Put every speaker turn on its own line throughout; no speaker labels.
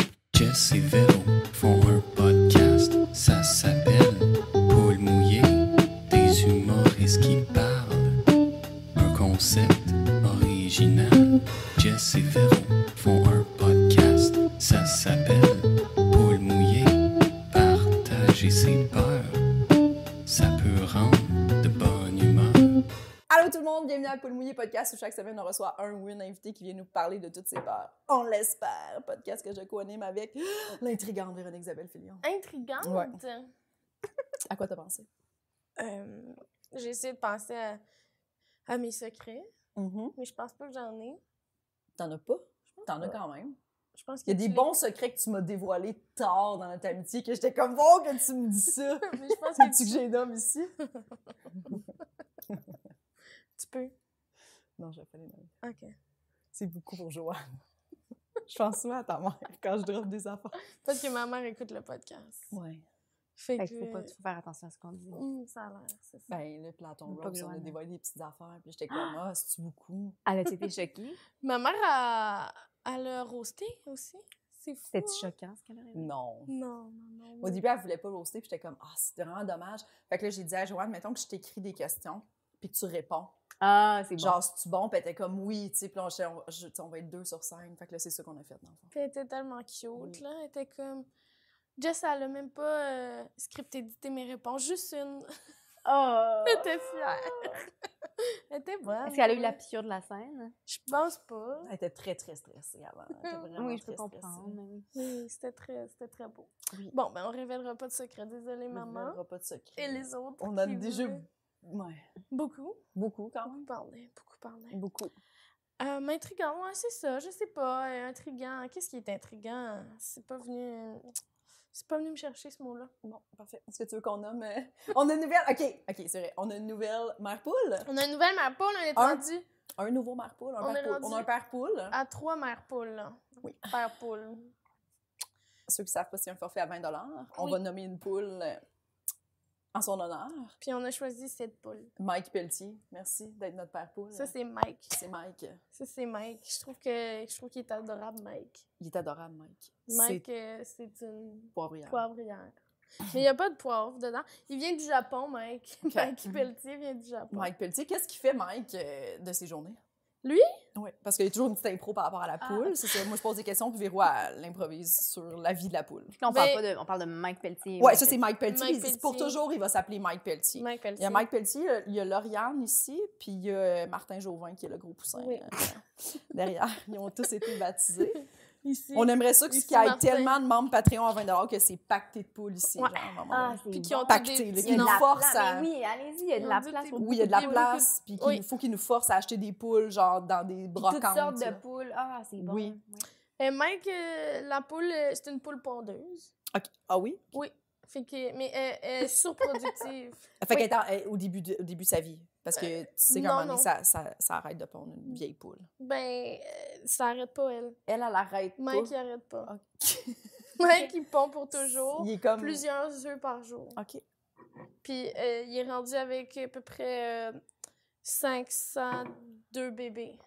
et Véro font un podcast. Ça s'appelle Paul Mouillé, des humoristes qui parlent. Un concept original. Jess et Véro font un podcast. Ça s'appelle Paul Mouillé, partager ses peurs. Ça peut rendre de bonne humeur.
Allô tout le monde, bienvenue à Paul Mouillé Podcast où chaque semaine on reçoit un ou une invité qui vient nous parler de toutes ses peurs. On l'espère! Podcast que je co-anime avec l'intrigante Véronique Isabelle Fillon.
Intrigante.
À quoi t'as pensé?
Euh, j'ai essayé de penser à, à mes secrets, mais je pense pas que j'en ai.
T'en as pas? Mm-hmm. T'en as quand même.
Je pense
Il y a
que
des
tu
bons secrets que tu m'as dévoilés tard dans notre amitié que j'étais comme bon que tu me dis ça.
les- mais je pense que
C'est-tu
tu,
que j'ai nomme ici?
tu peux.
Non, je vais pas les nommer.
OK.
C'est beaucoup pour Joanne. je pense souvent à ta mère quand je drop des enfants.
Parce que ma mère écoute le podcast.
Ouais.
Fait, que...
Fait qu'il faut pas faut faire attention à ce qu'on dit.
Hum, ça a l'air, c'est ça.
Ben là, Platon
Pas
Rose, on a
Joanne.
dévoilé des petites affaires. Puis j'étais comme, ah, c'est-tu beaucoup?
Elle a été choquée.
Ma mère, a, elle a roasté aussi. C'est fou.
C'était
hein?
choquant ce qu'elle aurait dit.
Non.
Non, non, non.
Au début, elle voulait pas roaster, puis j'étais comme, ah, c'est vraiment dommage. Fait que là, j'ai dit à Joanne, mettons que je t'écris des questions, puis que tu réponds.
Ah, c'est bon.
Genre, c'est-tu bon? Puis elle était comme, oui, tu sais, puis là, on, j'étais, on- je- tu sais, on va être deux sur scène. Fait que là, c'est ça qu'on a fait, dans le fond.
Puis elle était tellement cute,
Oui.
là. Elle était comme... Jess, elle a même pas euh, scripté, édité mes réponses. Juste une.
Oh!
Elle était fière. elle était bonne.
Est-ce qu'elle a eu la piqûre de la scène?
Je pense pas.
Elle était très, très stressée avant. Elle était vraiment
oui, je peux
très stressée.
comprendre. mais oui.
Oui, c'était très, c'était très beau.
Oui.
Bon, ben on révélera pas de secret. Désolée,
On
maman.
révélera pas de secret.
Et les autres.
On a
qui
déjà
voulaient.
ouais,
Beaucoup.
beaucoup, quand même.
Beaucoup parlé. Beaucoup parlé.
Beaucoup.
Euh, intriguant, ouais, c'est ça. Je sais pas. euh, intriguant. Qu'est-ce qui est intriguant? C'est pas venu. C'est pas venu me chercher ce mot-là.
Bon, parfait. Est-ce que tu veux qu'on nomme... euh, On a une nouvelle... OK, OK, c'est vrai. On a une nouvelle mère poule.
On a une nouvelle mère poule. On est
Un.
rendu
Un nouveau mère poule, un
On
père
est
poule.
rendu
On a un père poule.
à trois mères poules. là.
Oui.
Père poule.
Ceux qui savent pas, c'est un forfait à 20 On
Oui.
va nommer une poule euh, en son honneur.
Puis on a choisi cette poule.
Mike Pelletier, merci d'être notre père poule.
Ça, c'est Mike.
C'est Mike.
Ça, c'est Mike. Je trouve que je trouve qu'il est adorable, Mike.
Il est adorable, Mike.
Mike,
C'est
euh, c'est une
poivrière.
Poivrière. Mais il n'y a pas de poivre dedans. Il vient du Japon, Mike.
Ok.
Mike Pelletier vient du Japon.
Mike Pelletier, qu'est-ce qu'il fait, Mike, euh, de ses journées?
Lui?
Oui, parce qu'il y a toujours une petite impro par rapport à la
Ah.
poule. C'est ça. Moi, je pose des questions, puis Véro, elle l'improvise sur la vie de la poule.
Là, on,
Mais-
parle pas de, on parle de Mike Pelletier.
Ouais,
Mike
ça, c'est Mike Pelletier.
Mike
C'est Pour
Pelletier.
toujours, il va s'appeler Mike Pelletier.
Mike
Il
Pelletier.
y a Mike Pelletier, il y a Lauriane ici, puis il y a euh, Martin Jauvin qui est le gros poussin
Oui.
euh, derrière. Ils ont tous été baptisés.
Ici.
On aimerait ça que-
Ici,
qu'il y ait
Martin.
tellement de moment de Patreon à 20 que c'est pacté de poules ici.
Ouais.
genre, à un moment
Ah,
donné.
c'est
Puis qui
bon.
ont
Pacté,
tous
là,
des
Il y a
petits
de
nous
noms.
la
force
place.
à-
mais oui, allez-y, il y a de
Ils ont
la
dit
place
des
pour
Oui, il y a de la
Oui,
place, puis qu'il
Oui.
nous faut qu'ils nous forcent à acheter des poules, genre dans des brocantes.
toutes sortes
là.
de poules. Ah, c'est bon.
Oui.
Ouais.
Et Mike, euh, la poule, euh, c'est une poule pondeuse.
Ok. Ah oui?
Oui. Fait que, mais euh, elle est surproductive.
Fait
Oui.
qu'elle est en- elle- au début, de, au début de sa vie. Parce que tu sais qu'à
non,
un moment donné,
non.
ça, ça, ça arrête de pondre une vieille poule.
ben, euh, ça arrête pas, elle.
Elle, elle arrête
Mike, il arrête pas.
Ok.
Mike, il pond pour toujours.
Il est comme...
Plusieurs œufs par jour.
OK.
Puis euh, il est rendu avec à peu près euh, 502 bébés.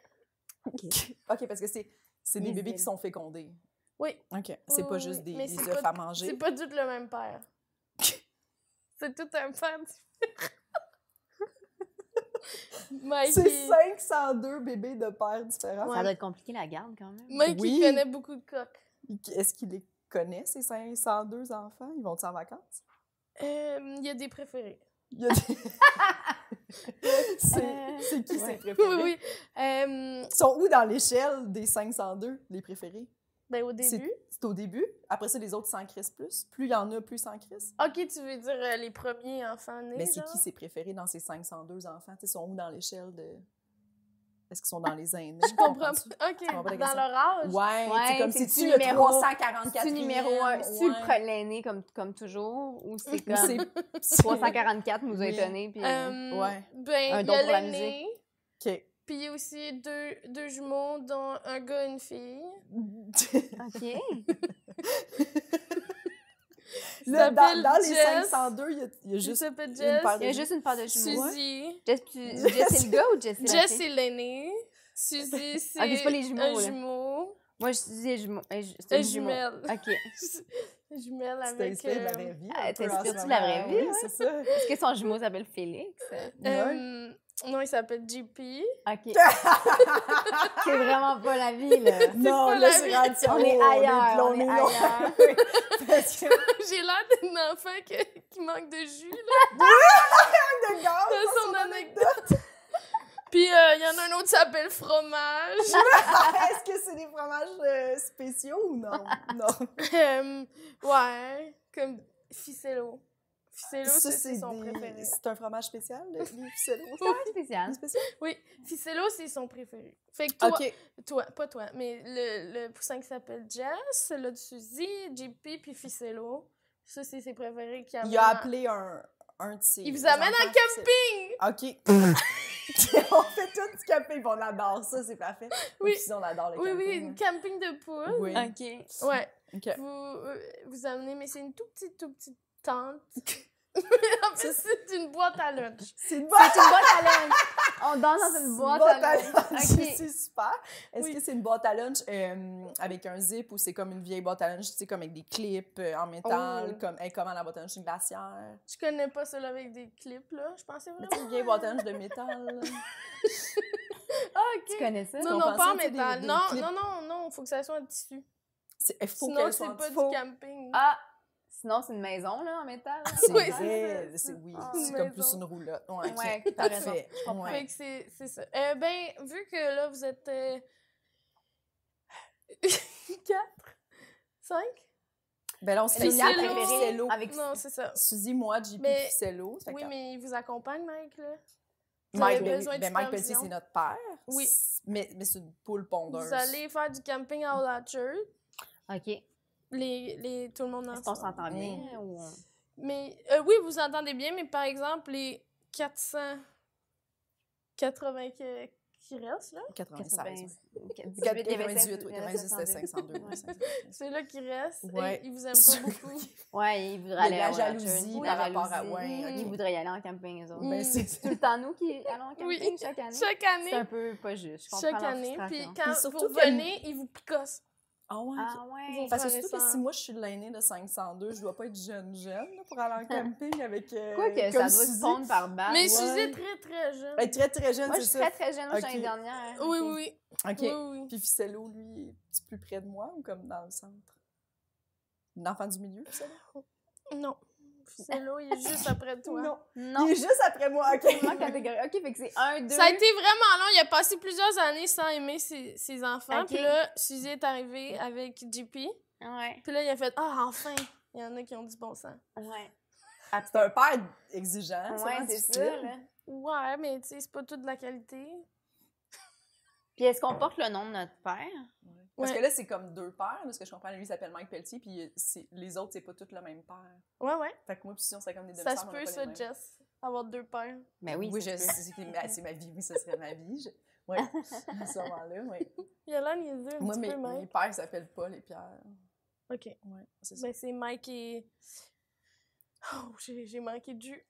OK, parce que c'est c'est des
Les
bébés qui
îles.
sont fécondés.
Oui.
OK. C'est
Oui,
pas
oui,
juste
oui.
des,
Mais
des
c'est
œufs
pas-
à manger.
C'est pas tout le même père. c'est tout un père. différent. Mike, il...
502 bébés de pères différents.
Ça
Ouais.
doit être compliqué la garde quand même.
Mike,
Oui.
il connaît beaucoup de coqs.
Il- Est-ce qu'il les connaît, ces 502 enfants? Ils vont-ils en vacances?
Euh, il y a des préférés.
Il y a des- c'est
Euh,
c'est qui ses
ouais.
préférés?
Oui, oui. Euh,
Ils sont où dans l'échelle des 502, les préférés?
ben, au
C'est-
début.
C'est au début. Après ça, les autres s'en crissent plus. Plus il y en a, plus ils s'en crissent.
Ok, tu veux dire euh, les premiers enfants nés.
Mais Ben, c'est
genre?
qui ses préférés dans ces 502 enfants? Tu sais, Ils sont où dans l'échelle de... Est-ce qu'ils sont dans les aînés?
Je comprends.
Comprends-tu?
pas. Ok,
comprends pas la
dans
question.
leur âge.
Ouais,
Ouais,
c'est comme
c'est-tu
c'est-tu le
numéro-
344
C'est numéro un. C'est le pre- l'aîné comme, comme toujours ou c'est
Ou
comme
c'est
344 nous a
Oui.
étonnés. Puis...
Euh,
Ouais.
Ben,
Un
il y
don
a
pour la
l'aîné.
OK.
Puis il y a aussi deux, deux jumeaux, dont un gars et une fille.
OK.
Là, dans,
s'appelle
dans les
Jess.
502, il y a- il y, a
Il
juste
s'appelle
une
Jess.
paire
Il y a juste une part de jumeaux.
Suzy.
Jess, tu... Jess, c'est le gars ou Jess, c'est la
Jess,
fille?
c'est l'aînée. Suzy, c'est
pas les jumeaux,
un
là.
jumeau.
Moi, je disais jumeaux. Eh, ju- C'est
Les
une jumeau.
jumelles.
OK.
Les jumelles
Tu
avec.
t'inspires de la
euh,
vraie vie.
ah,
un peu en ce
t'inspires-tu de la
moment,
vraie vie,
Oui,
ouais? Euh,
c'est ça.
Est-ce que son jumeau s'appelle Félix?
Non.
euh, non, il s'appelle JP.
OK. C'est vraiment pas la vie, là.
Non,
pas
là,
la
c'est
vie.
rendu
On est ailleurs. On est ailleurs.
Parce que
J'ai l'air d'un enfant que- qui manque de jus, là,
de gaz,
dans
ça,
son anecdote. Puis, euh, il y en a un autre qui s'appelle Fromage.
Est-ce que c'est des fromages euh, spéciaux ou non? Non.
Euh, ouais, comme Ficello. Ficello,
Ça,
c'est c'est son
des-
préféré.
C'est un fromage spécial, le ficello?
C'est vraiment spécial.
spécial?
Oui, Ficello, c'est son préféré. Fait que toi,
OK.
toi pas toi, mais le, le poussin qui s'appelle Jess, là de Suzy, JP, puis Ficello. Ça, c'est ses préférés qui
Il a
amènent-
appelé un, un de ses
Il vous amène
enfants
en
qui s'est- OK. on fait tout du camping, puis on adore ça, c'est parfait.
Oui.
Puis on adore le
Oui, oui,
camping.
une camping de poules.
Oui.
OK.
Ouais.
OK.
Vous, euh, vous amenez, mais c'est une tout petite, tout petite tente. Mais en fait, c'est une boîte à lunch.
C'est une
C'est une boîte à lunch. On danse dans une boîte, à lunch.
lunch.
Ok.
C'est super. Est-ce
Oui.
que c'est une boîte à lunch euh, avec un zip ou c'est comme une vieille boîte à lunch, tu sais, comme avec des clips euh, en métal,
Oh.
comme hey, comment la boîte à lunch une glacière?
Je connais pas celle avec des clips, là. Je pensais
Une
vraiment.
petite vieille boîte à lunch de métal.
Ah, ok.
Tu connais ça?
qu'on
Non,
pensait,
non, pas en
tu sais, des-
métal.
des
Non,
clips.
non, non, non, faut que ça soit en tissu.
C'est- Il faut
Sinon,
qu'elle soit
c'est
en
pas
faux.
du camping.
Ah! Sinon, c'est une maison, là, en métal. là.
C'est
Oui,
vrai,
c'est
c'est oui,
Ah,
c'est
mais
comme plus
donc.
une roulotte. Ouais, ok.
Ouais, t'as raison.
parfait.
Je comprends.
Ouais.
Fait que c'est c'est ça. Euh, ben, vu que là, vous êtes. euh, Quatre? Cinq?
Ben là, on se fait
Ficello.
quatre avec Ficello.
Avec-
Non, c'est ça.
Suzy, moi, JP,
Mais-
Ficello. ça fait
Oui,
quatre.
mais il vous accompagne, Mike, là. vous
Mike,
avez
ben oui,
besoin de
ben Mike Pelletier,
supervision.
c'est notre père.
Oui.
C'est- Mais, mais c'est une poule pondeuse.
Vous allez faire du camping à Olatcher.
OK.
Les, les, tout le monde
Est-ce qu'on
ensemble.
s'entend bien?
Mm.
Ou...
Mais euh, oui, vous entendez bien, mais par exemple, les 480 que- qui restent, là,
96. oui.
98,
98, oui. 98,
euh,
c'était 502. oui, 502.
c'est là qui restent. et
Ouais.
ils vous aiment pas beaucoup.
Ouais, ils voudraient
Il y a de
aller
la
à Wallacher.
jalousie
La
par rapport à-
jalousie.
ouais,
ok.
Ils voudraient y aller en camping, eux autres.
Mm.
Ben, c'est
C'est tout le temps nous qui allons en camping
Oui.
chaque année.
Chaque
C'est un
année,
peu pas juste. Je comprends
chaque
leur
année, puis
frustration.
quand
Puis surtout
vous
que-
venez, ils vous picossent.
Ah ouais. ok.
Ah ouais.
Parce que
frères et
surtout que
sœurs.
si moi je suis l'aînée de 502, je dois pas être jeune jeune là, pour aller en camping avec euh,
Quoi que ça
comme
doit se
Suzy.
fondre par balle.
mais
Ah, ouais.
Suzy est très, très jeune.
Être très très jeune,
Moi,
c'est
je suis
ça.
très très jeune. Moi, je suis
Ok.
l'année dernière.
Oui,
Ok.
oui,
Ok.
oui, oui.
Puis Ficello, lui, est plus près de moi ou comme dans le centre? L'enfant du milieu, Ficello?
Non. Ficello, il est juste après toi.
Non.
Non.
Il est juste après moi, ok.
Moi, catégorie. OK, fait que c'est 1, 2.
Ça a été vraiment long. Il a passé plusieurs années sans aimer ses, ses enfants.
Ok.
Puis là, Suzy est arrivée avec JP. Puis
Ouais.
là, il a fait Ah, enfin Il y en a qui ont du bon sens.
Ouais.
C'est un père exigeant.
Ouais,
vraiment
c'est
Hein, difficile.
ça, là.
Ouais, mais tu sais, c'est pas tout de la qualité.
Puis est-ce qu'on porte le nom de notre père?
Parce
Ouais.
que là, c'est comme deux pères, parce que je comprends, lui, il s'appelle Mike Pelletier, puis c'est- les autres, c'est pas tous le même père.
Ouais, ouais.
Fait que moi, puis Suzy, on serait comme des
ça
demi-sœurs,
se
mais on a
peut,
pas les
ça,
mêmes.
Jess. Avoir deux pères.
Ben
Oui,
oui,
je
ça se peut.
sais, c'est ma- c'est ma vie, oui, ce serait ma vie. Je... Oui, à ce moment-là, oui.
Il a l'air niaiseux un
Moi,
petit
mes,
peu,
mes
Mike.
pères s'appellent Paul et Pierre.
Ok.
Oui, c'est ça.
Ben, c'est Mike et. Oh, j'ai j'ai manqué de jus.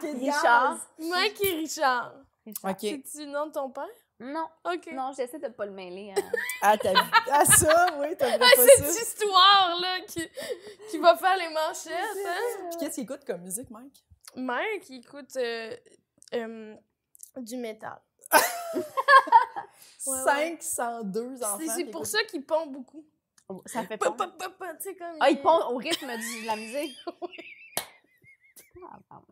Quel
Richard.
gaz!
Mike et Richard.
Richard.
OK.
C'est-tu le nom de ton père?
Non,
Ok.
non, j'essaie de pas le mêler. hein.
À, ta... à ça, oui, t'as
Ah,
pas
cette
ça.
histoire-là qui, qui va faire les manchettes, hein?
Puis qu'est-ce qu'il écoute comme musique, Mike?
Mike, il écoute euh, euh, du métal. Ouais, ouais.
502 enfants.
C'est
qui
c'est pour
écoutent-
ça qu'il pond beaucoup.
Oh, Ça fait
Pa,
pas.
pa, pa, pa, tu sais, comme
Ah, il pompe au rythme du- de la musique. Ah, pardon.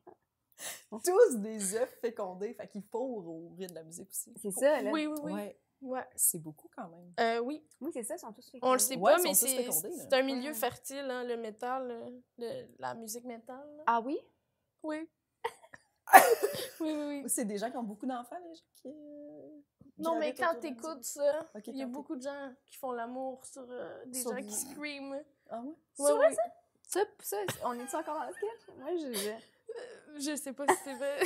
Tous des œufs fécondés, fait qu'ils fourrent au rythme de la musique aussi.
C'est ça, là.
Oui, oui, oui.
Ouais,
Ouais.
c'est beaucoup quand même.
Euh, oui,
Oui, c'est ça, ils sont tous
on le sait
Ouais,
pas,
ils
mais
sont tous
c'est
fécondés, là.
c'est un milieu
Mhm.
fertile, hein, le métal, euh, le- la musique métal. là.
Ah oui?
Oui. oui, oui, oui.
C'est des gens qui ont beaucoup d'enfants, les gens qui. euh,
Non, mais
gravitent
quand
autour de la
t'écoutes
musique.
ça,
Ok,
il y a
quand
beaucoup de gens qui font l'amour sur euh, des
Sur
gens
du-
qui screament.
Ah ouais?
Ouais, ouais.
Ça, ça, on est-tu encore dans le sketch? Moi, je. je-
Euh, Je sais pas si c'est vrai.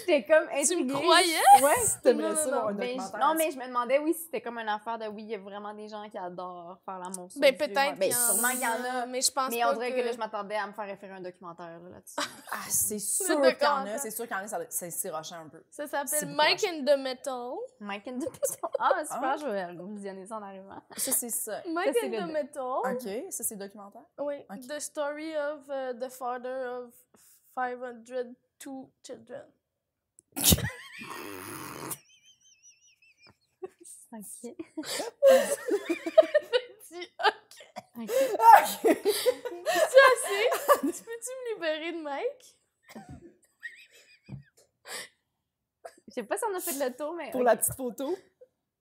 J'étais comme
tu
intriguée.
me croyais?
Ouais, si t'aimerais
Non,
ça
non,
voir un
Mais je-
documentaire.
non, mais je me demandais, oui, si c'était comme une affaire de oui, il y a vraiment des gens qui adorent faire l'amour. sur
Ben
le vieux, ouais.
peut-être.
Ben,
qu'il y en
sûrement qu'il y en a.
Mais je pense
Mais
pas
on dirait que là,
que
je m'attendais à me faire référer un documentaire là, là-dessus.
Ah, c'est sûr qu'il y en
Le
a.
documentaire.
C'est sûr qu'il y en a. ça doit- C'est sirochant un peu.
Ça
C'est
s'appelle
beaucoup
Mike
d'argent.
and the Metal.
Mike and the Pistol. Ah, super,
Ah.
je vais le visionner ça en arrivant.
Ça, c'est ça.
Mike
c'est
and
le-
the Metal.
OK, ça, c'est documentaire.
Oui.
Ok.
The story of uh, the father of 502 children. Dis,
Ok.
Ah,
Ok.
OK!
c'est assez. tu peux-tu me libérer de Mike?
Je sais pas si on a fait le tour, mais.
Pour
ok.
la petite photo.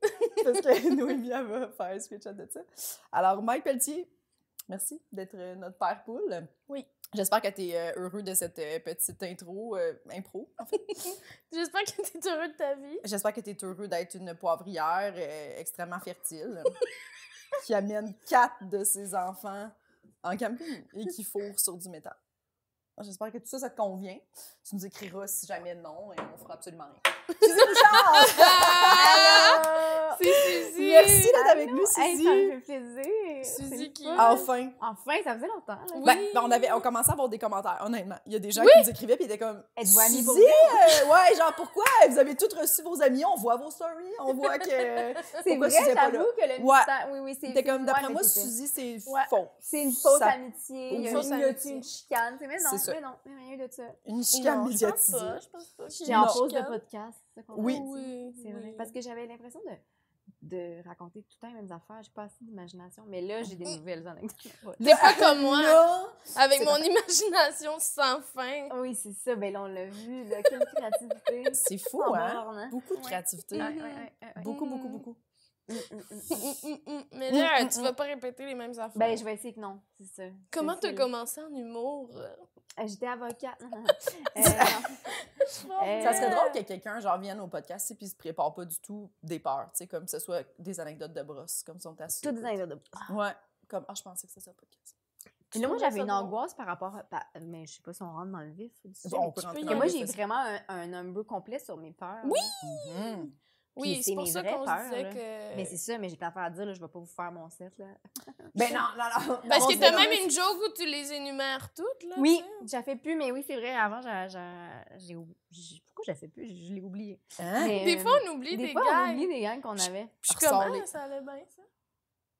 Parce que Noémie, elle va faire un screenshot de ça. Alors, Mike Pelletier, merci d'être euh, notre père poule.
Oui.
J'espère que tu es heureux de cette euh, petite intro, euh, impro.
J'espère que t'es heureux de ta vie.
J'espère que tu es heureux d'être une poivrière euh, extrêmement fertile qui amène quatre de ses enfants en camping et qui fourre sur du métal. J'espère que tout ça, ça te convient. Tu nous écriras si jamais non et on fera absolument rien. Suzy Bouchard!
Ah!
C'est Suzy!
Merci d'être avec nous,
Hey,
Suzy!
ça me fait plaisir.
Suzy
C'est le
qui-
fun.
Ah,
Enfin!
Enfin, ça faisait longtemps. là.
Oui.
Ben, ben, on, avait, on commençait à avoir des commentaires, honnêtement. Il y a des gens qui nous écrivaient puis ils étaient comme.
Êtes-vous amis pour
Suzy, euh, ouais, genre pourquoi vous avez toutes reçu vos amis, on voit vos stories, on voit que.
C'est
Pourquoi
vrai,
Suzy est pas
j'avoue que le
Ouais.
mystère- Oui, oui, c'est.
T'es comme,
c'est-
d'après
ouais,
moi,
mais c'est-
Suzy, c'est
Ouais.
faux.
C'est une fausse
Ça-
amitié. Il y a
Une
eu
fausse
il y a eu
amitié.
une chicane. C'est- Mais non,
C'est ça.
mais non, mais rien eu de ça.
Une chicane
Non, je pense
médiatisée.
pas. Je pense pas qu'il y
J'ai
ait
en
une
pause de
chicane.
podcast. c'est ça qu'on a
Oui.
dit.
Oui,
C'est vrai.
oui.
Parce que j'avais l'impression de, de raconter tout le temps les mêmes affaires. J'ai pas assez d'imagination. Mais là, j'ai des nouvelles anecdotes.
T'es pas comme moi,
Là,
avec
c'est
mon imagination sans fin.
Oui, c'est ça. Ben là, on l'a vu. Là, quelle créativité.
c'est fou,
Sans
hein?
borne, hein?
Beaucoup de
Ouais.
créativité.
Ouais, ouais, ouais, ouais, ouais.
Beaucoup, beaucoup,
Mm.
beaucoup.
Mm, mm,
Mm,
mm.
mm, mm. Mais
Mm,
là,
mm,
tu
mm.
vas pas répéter les mêmes affaires.
Ben, je vais essayer que non. C'est ça.
Comment
C'est-
t'as
c'est-
commencé en humour?
Euh, J'étais avocate. Euh, non.
Ça serait drôle que quelqu'un, genre, vienne au podcast et puis se prépare pas du tout des peurs, tu sais, comme que ce soit des anecdotes de brosse, comme son tasse.
Toutes des anecdotes de
Ouais. Comme, ah, je pensais que c'était ça le podcast.
Puis là, moi,
trouvais
j'avais
ça
une
drôle.
angoisse par rapport. à- par- Mais je sais pas si on rentre dans le vif. du sujet,
Bon, on
mais-
peut
tu
rentrer
peux y
dans
Mais
le
moi,
vif,
j'ai
ça.
vraiment un, un number complet sur mes peurs.
Oui!
Mhm.
Oui,
Puis
c'est
c'est
pour
mes
ça
vraies
qu'on
peurs,
disait
là.
que...
Mais c'est ça, mais j'ai plein d'affaires à dire, là, je vais pas vous faire mon set, là.
Ben non, non, non.
Parce
Non,
que
on
t'as
se
même
met-
une joke où tu les énumères toutes, là.
Oui,
tu
j'en fais plus, mais oui, c'est vrai, avant, j'a- j'a- j'ai oub- j'ai- Pourquoi j'en fais plus? Je je l'ai oublié.
Hein?
sais.
Mais,
Des
euh,
fois, on oublie
des,
des,
fois, on
gags.
oublie des gangs qu'on avait.
Puis je
Ah,
commence,
ressort-les.
ça allait bien, ça.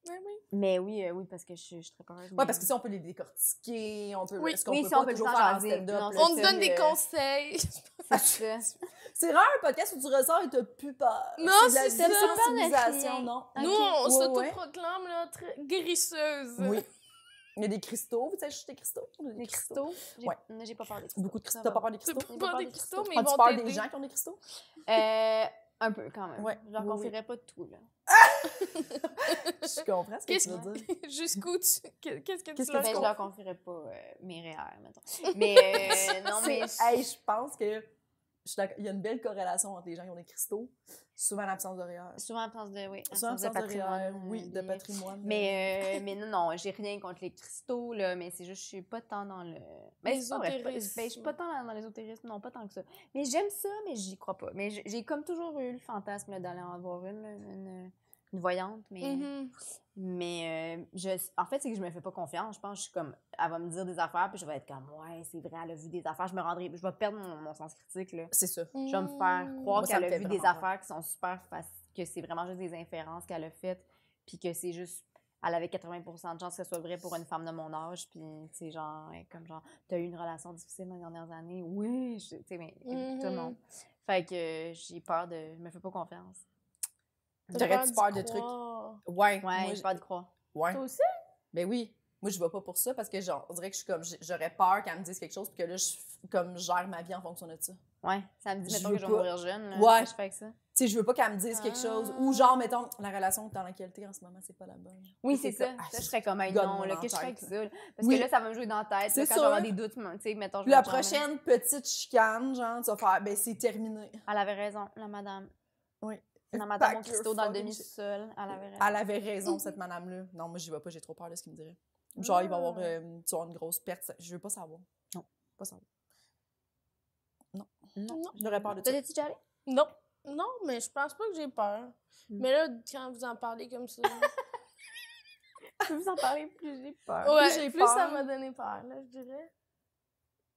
Oui, oui.
Mais oui, euh, oui, parce que je, suis- je suis très peureuse.
Ouais, parce que si on peut les décortiquer, on peut.
Oui.
est-ce qu'on
Oui,
peut
si
pas
on peut le
toujours
faire
faire en
jaser.
stand-up, là,
Non, c'est
On
tu
te
ça,
donne des
sais, euh,
conseils.
c'est ça.
C'est rare un podcast où tu ressors et t'as plus peur.
Non,
c'est
c'est
de la
ça.
sensibilisation, non?
Nous,
Ok.
on
Ouais,
s'autoproclame, là, très guérisseuse.
Oui. Il y a des cristaux, tu sais, juste des cristaux.
Les cristaux, j'ai
Ouais.
non, j'ai pas parlé.
Beaucoup de cristaux. T'as pas peur des
C'est
cristaux?
pas peur des cristaux, mais ils
As-tu
vont
peur des
t'aider.
gens qui ont des cristaux?
Euh, un peu, quand même.
Ouais.
Je leur
Oui, oui.
confierais pas tout, là.
Je comprends ce que
Qu'est-ce
tu veux dire.
Jusqu'où tu... Qu'est- Qu'est-ce que
Qu'est-ce que
tu leur
Mais Ben, je
qu'on-
leur confierais pas euh, mes REER, mettons. Mais euh, non, mais.
C'est- Hey, je pense que je suis d'accord. il y a une belle corrélation entre les gens qui ont des cristaux, souvent l'absence de rire.
Souvent absence de, oui,
Souvent
absence de patrimoine.
rire,
euh,
oui, de
puis-
patrimoine.
Mais, euh, mais non, non, j'ai rien contre les cristaux, là, mais c'est juste, je suis pas tant dans le. Mais c'est pas vrai, je suis pas-
L'ésotérisme.
ben, je suis pas tant dans- dans l'ésotérisme, non, pas tant que ça. Mais j'aime ça, mais j'y crois pas. Mais j'- j'ai comme toujours eu le fantasme là, d'aller en voir une, là, une, une voyante, mais.
Mm-hmm.
Mhm.
Mais euh, je, en fait, c'est que je me fais pas confiance. Je pense que je suis comme, elle va me dire des affaires, puis je vais être comme, ouais, c'est vrai, elle a vu des affaires. Je me rendrai, je vais perdre mon, mon sens critique, là.
C'est ça.
Je vais me faire
Mm-hmm.
croire
Moi, ça
qu'elle
me fait
a vu des
vraiment peur.
affaires qui sont super faciles, que c'est vraiment juste des inférences qu'elle a faites, puis que c'est juste. Elle avait 80 de chances que ce soit vrai pour une femme de mon âge, puis c'est genre, elle est comme genre, t'as eu une relation difficile dans les dernières années. Oui, je- tu sais, mais comme tout
Mm-hmm.
le
Mhm.
monde. Fait que euh, j'ai peur de. Je me fais pas confiance.
T'as
T'aurais-tu peur
d'y
de trucs?
croire.
Ouais,
Ouais,
moi,
j'ai peur de croire.
ouais.
Toi aussi?
Ben oui. Moi, je vais pas pour ça parce que genre, on dirait que je suis comme, j'aurais peur qu'elle me dise quelque chose puis que là, je comme gère ma vie en fonction de ça.
Ouais, ça me dit,
Je
mettons
veux
que je vais
pas.
mourir jeune. là,
Ouais.
qu'est-ce que je fais avec ça.
Tu sais, je veux pas qu'elle me dise quelque chose. Ou genre, mettons, la relation dans laquelle t'es en ce moment, c'est pas la bonne.
Oui,
C'est
c'est
ça.
ça.
Ah,
Ça, Ah. je serais comme, hey,
God,
non,
mon
là, qu'est-ce que je fais avec
entête,
ça? là? Parce
Oui.
que là, ça va me jouer dans la tête.
C'est
là, quand je vais avoir
sûr.
des doutes, moi, tu sais, mettons, je
La
vais être genre,
prochaine petite chicane, genre, tu vas faire, ben c'est terminé.
Elle avait raison, la madame.
Oui.
La
Pack
madame, mon
your
cristaux dans le
fucking shit.
demi-sol. Elle avait raison.
Elle avait raison, cette madame-là. Non, moi, j'y vais pas, j'ai trop peur de ce qu'il me dirait. Genre, il va y avoir,
Ah.
euh, tu vas avoir une grosse perte. Je veux pas savoir.
Non.
pas savoir.
Non.
J'aurais peur de ça.
T'as déjà allé?
Non. Non, mais je pense pas que j'ai peur. Mais là, quand vous en parlez comme ça.
Je peux vous en parler plus, j'ai peur.
ouais,
Plus j'ai
plus ça
peur.
m'a donné peur, là, je dirais.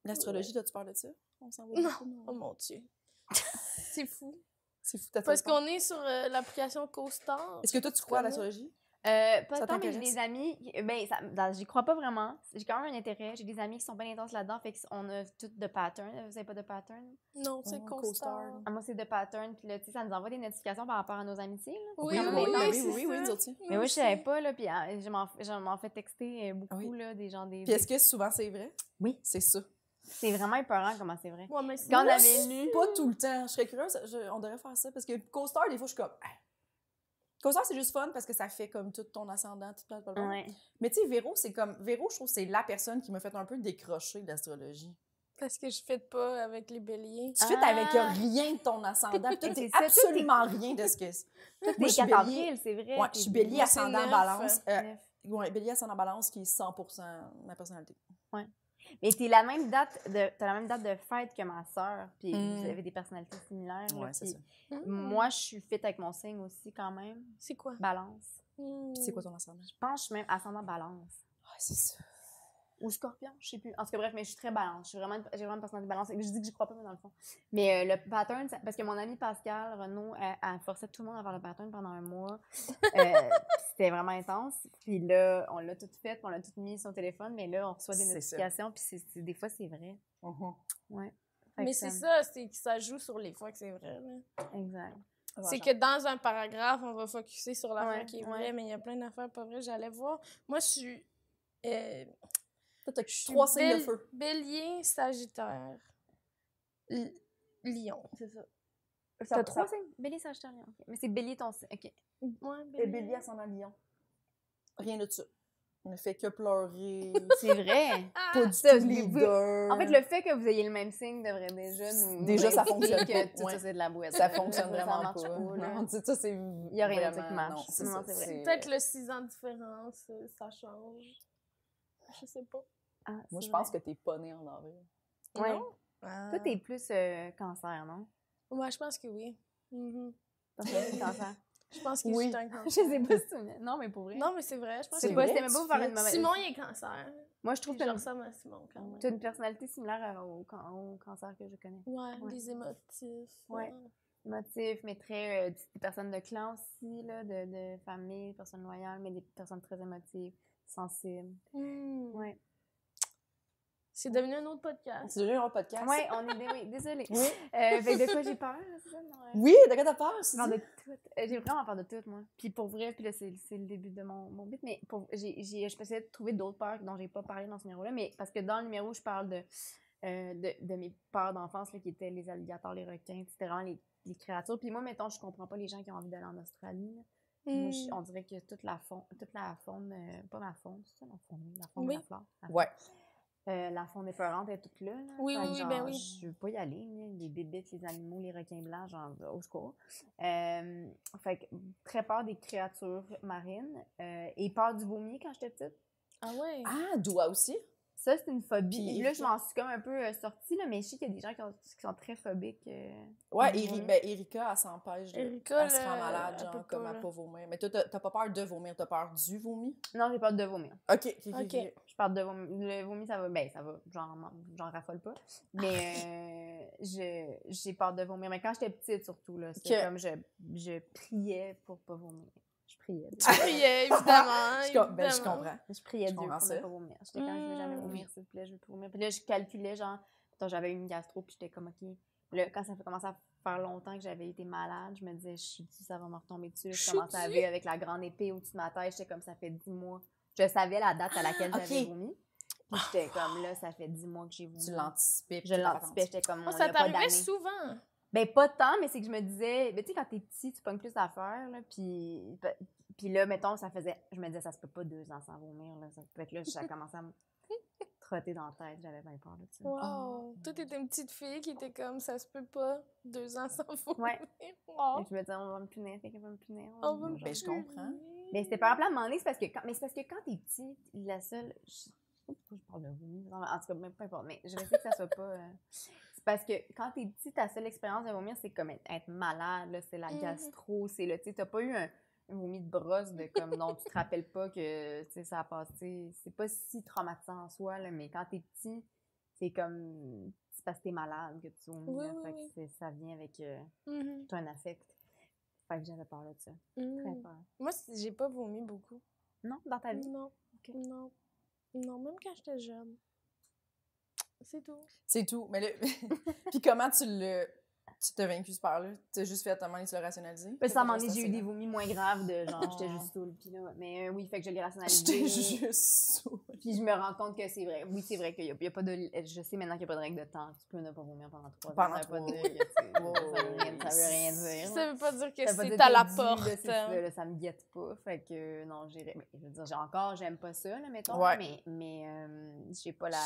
L'astrologie, t'as-tu peur de ça? On s'en va
Non.
beaucoup, mais
Oh
on-
mon Dieu. C'est fou.
C'est fou, t'as
Parce
peur.
qu'on est sur euh, l'application CoStar.
Est-ce que toi, tu crois à
connais?
l'astrologie?
Euh,
Ça
pas tant, mais j'ai
t'intéresse?
des amis. qui- Ben, ça- dans- j'y crois pas vraiment. J'ai quand même un intérêt. J'ai des amis qui sont bien intenses là-dedans. Fait qu'on a toutes de patterns. Vous avez pas de patterns?
Non, c'est
Oh,
CoStar.
CoStar.
Ah, moi, c'est de patterns. Puis là, tu sais, ça nous envoie des notifications par rapport à nos amitiés. là.
Oui,
Ah,
oui,
mais
oui,
non,
oui,
mais
c'est
oui, oui,
ça.
oui, nous autres aussi.
Mais moi, je savais
aussi.
pas, là. Puis ah, je m'en je m'en fais texter euh, beaucoup, là, des gens. Des,
Puis
des-
est-ce que souvent c'est vrai?
Oui.
C'est ça.
C'est vraiment épeurant comment c'est vrai.
Ouais, mais c'est-
Quand on
Moi,
avait lu.
Pas tout le temps. Je serais curieuse. je- on devrait faire ça. Parce que co-star, des fois, je suis comme. Ah. Co-star, c'est juste fun parce que ça fait comme tout ton ascendant, tout plein de blablabla.
Ouais.
Mais tu sais, Véro, c'est comme. Véro, je trouve que c'est la personne qui m'a fait un peu décrocher de l'astrologie.
Parce que je fais pas avec les béliers.
Tu fais
Ah!
avec rien de ton ascendant. puis Toi,
C'est
t'es
ça, toi, t'es-
absolument rien de ce que c'est.
Toi,
Moi,
t'es
je suis
4
bélier.
avril, c'est vrai.
Ouais,
t'es
je suis bélier,
Moi, c'est
ascendant,
neuf.
balance. euh,
neuf.
ouais, bélier, ascendant, balance qui est 100% ma personnalité.
Mais t'es la même date de t'as la même date de fête que ma sœur, puis
Mm.
vous avez des personnalités similaires. là,
Ouais, c'est
puis
ça.
Moi, je suis fit avec mon signe aussi quand même.
C'est quoi?
Balance.
Puis c'est quoi ton ascendant?
Je pense que je suis même ascendant balance.
Ouais, c'est ça.
Ou scorpion, je sais plus. En tout cas, bref, mais je suis très balance. Je suis vraiment, une- j'ai vraiment une personnalité balance. Je dis que j'y crois pas, mais dans le fond. Mais euh, le pattern, ça- parce que mon ami Pascal Renaud a, forcé tout le monde à faire le pattern pendant un mois. Euh, C'était vraiment intense. Puis là, on l'a tout fait, puis on l'a tout mis sur le téléphone, mais là, on reçoit des
C'est ça.
notifications, puis c'est- c'est- des fois, c'est vrai.
Mm-hmm.
Fait
Mais
que
c'est ça, c'est que ça joue sur les fois que c'est vrai. là.
Exact.
C'est que dans un paragraphe, on va focuser sur l'affaire
Ouais,
qui est
ouais.
vraie, mais il y a plein d'affaires pas vraies. J'allais voir. Moi, je suis euh,
Toi, t'as trois
suis
signes de
bél-
feu.
Bélier, Sagittaire, L- Lion.
C'est ça.
T'as trois signes? Bélier, Sagittaire, Lion. Ok. Mais c'est bélier ton signe. OK.
Ouais,
Et
Bélier.
Bélier ascendant lion. Rien de ça. On ne fait que pleurer.
C'est vrai.
pas du
ça,
tout
les-
leader.
En fait, le fait que vous ayez le même signe devrait déjà nous.
Déjà, ça
nous indiquer
fonctionne
que
pas.
tout
Ouais.
ça, c'est de la boîte.
ça fonctionne
Ça
vraiment
marche
pas.
là.
Non, c'est- ça, c'est. Il
y a rien qui marche.
Non, c'est
Non,
ça.
c'est vrai.
c'est- euh,
Peut-être le 6 ans de différence, euh, ça change. Je sais pas.
Ah,
Moi,
c'est
je pense
vrai.
que t'es pas né en avril.
Ouais.
Non?
Toi, t'es plus euh, cancer, non?
Ouais, je pense que oui. Mhm.
Parce que c'est cancer.
Je pense que
Oui.
je suis un
je
cancer.
sais pas si tu me- Non, mais pour vrai.
Non, mais c'est vrai, je pense
c'est
que
pas,
vrai,
c'était même
tu
pas pour faire
fais-
une mauvaise.
Simon, il est cancer.
Moi, je trouve
Puis
que
Je
t'as
ressemble à Simon quand même.
une- t'as une personnalité similaire à- au, can- au cancer que je connais.
Ouais,
Ouais.
les émotifs.
Ouais. Motif, mais très. euh, des personnes de clan aussi, là, de, de famille, personnes loyales, mais des personnes très émotives, sensibles.
Hmm.
Ouais.
C'est devenu un autre podcast.
C'est déjà eu un autre podcast.
Ah. Ouais, on est. dé- Oui, désolée.
Oui.
Euh, fait que de quoi j'ai peur, c'est ça? non, euh?
Oui, de quoi t'as peur?
J'ai
Suzy?
peur de tout. Euh, J'ai vraiment peur de tout, moi. Puis pour vrai, puis là, c'est c'est le début de mon, mon but, mais pour, j'ai, j'ai, je peux essayer de trouver d'autres peurs dont j'ai pas parlé dans ce numéro-là, mais parce que dans le numéro, je parle de, euh, de, de mes peurs d'enfance, là, qui étaient les alligators, les requins, c'était vraiment les, les créatures. Puis moi, mettons, je comprends pas les gens qui ont envie d'aller en Australie. là. Moi, je-
Hmm.
on dirait que toute la faune, toute la faune, euh, pas ma faune, c'est ça la faune, la faune,
Oui.
la flore. la
Ouais.
euh, la faune épeurante est toute là. là.
Oui,
Fait que
oui, oui, ben
genre,
oui.
Je veux pas y aller. là. Les bébites, les animaux, les requins blancs, genre, au secours. Euh, fait que très peur des créatures marines euh, et peur du vomi quand j'étais petite.
Ah ouais.
Ah, Doua aussi?
Ça, c'est une phobie.
Puis-
là, je m'en suis comme un peu euh, sortie, là, mais je sais qu'il y a des gens qui, ont- qui sont très phobiques. euh.
Ouais,
Mhm.
Eri- ben, Erika, elle s'empêche de.
Erika,
elle se rend
là,
malade,
elle peut
genre,
pas,
comme à
là.
pas vomir. Mais toi, t'as t'as pas peur de vomir, t'as peur du vomi?
Non, j'ai peur de vomir.
Ok, ok, ok.
Ok.
ok.
Je parle de vomi. Le vomi, ça va. Ben, ça va. J'en j'en raffole pas. Mais euh, je- j'ai peur de vomir. Mais quand j'étais petite, surtout, là, c'était
Que-
comme je, je priais pour pas vomir. Je priais.
Tu priais, évidemment.
Ah,
Je com- ben, je
évidemment.
comprends.
Je priais
Je Mmh.
Dieu pour
comprends ça.
ne pas vomir. J'étais comme, je veux jamais
Mm.
vomir, s'il te plaît, je veux plus vomir. Puis là, je calculais, genre, mettons, j'avais eu une gastro, puis j'étais comme, OK. Là, quand ça fait commencer à faire longtemps que j'avais été malade, je me disais, je suis dit, ça va me retomber dessus. Je
Chut,
commençais à
dis.
vivre avec la grande épée au-dessus de ma tête. J'étais comme, ça fait 10 mois. Je savais la date à laquelle
Ah,
j'avais
ok.
vomi. Puis j'étais comme, là, ça fait 10 mois que j'ai vomi.
Tu Mm. l'anticipais. puis
Je
t'as pas
l'anticipais. J'étais comme,
Oh,
on
ça
n'a pas
t'arrivait
d'année.
souvent.
Ben, pas tant, mais c'est que je me disais, ben, tu sais, quand t'es petit, tu pognes plus d'affaires, là, puis, pe- puis là, mettons, ça faisait, je me disais, ça se peut pas deux ans sans vomir, là, ça peut être là, ça commençait à me trotter dans la tête, j'avais bien peur de ça.
Wow. Toi, t'étais une petite fille qui était comme ça se peut pas, deux ans sans vomir.
Ouais.
Wow.
Et je me disais, on va me punir, quelqu'un va me punir.
On va me
Ben, je comprends. Ben,
punir.
Mais c'était par rapport à un moment donné, c'est parce que quand, mais c'est parce que quand t'es petit, la seule, je sais pas pourquoi je parle de vomi, non, mais en tout cas, même peu importe, mais je veux essayer que ça soit pas, euh, c'est C'est parce que quand t'es petit, ta seule expérience de vomir, c'est comme être, être malade, là, c'est la
Mhm.
gastro, c'est le. Tu sais, t'as pas eu un, un vomi de brosse de comme non, tu te rappelles pas que tu sais, ça a passé. C'est pas si traumatisant en soi, là, mais quand t'es petit, c'est comme. C'est parce que t'es malade que tu vomis.
Oui,
là,
oui,
fait que
oui.
c'est- ça vient avec euh,
Mhm.
tout un affect. Fait que j'avais peur là, de ça.
Mhm.
Très peur.
Moi, c- j'ai pas vomi beaucoup.
Non, dans ta vie.
Non. Non. Non, même quand j'étais jeune. C'est tout.
C'est tout. Mais là, puis comment tu le. Tu t'es vaincu ce par-là? Tu as juste fait ta main et tu l'as rationalisé?
Mais ça
Fait que là,
m'en est, j'ai eu
assez
des
long.
vomis moins graves de genre, j'étais
Ah.
juste saoule, pis là. Mais euh, oui, fait que je l'ai
J'étais
rationalisé.
juste saoule.
Puis je me rends compte que c'est vrai. Oui, c'est vrai qu'il n'y a, il y a pas de. Je sais maintenant qu'il n'y a pas de règle de temps. Tu peux ne pas vomir pendant trois
Pendant
ans. Ça veut pas
trois
dire que c'est-
Wow.
ça veut rien- Ça veut rien dire.
Ça veut pas dire que
Ça veut pas dire
c'est à
que
la
je dis,
porte. hein.
là, c'est ça, là, ça me guette pas. Fait que euh, non, j'irai. mais Je veux dire, j'ai encore, j'aime pas ça, là, mettons.
Ouais.
Mais, mais euh, j'ai pas la.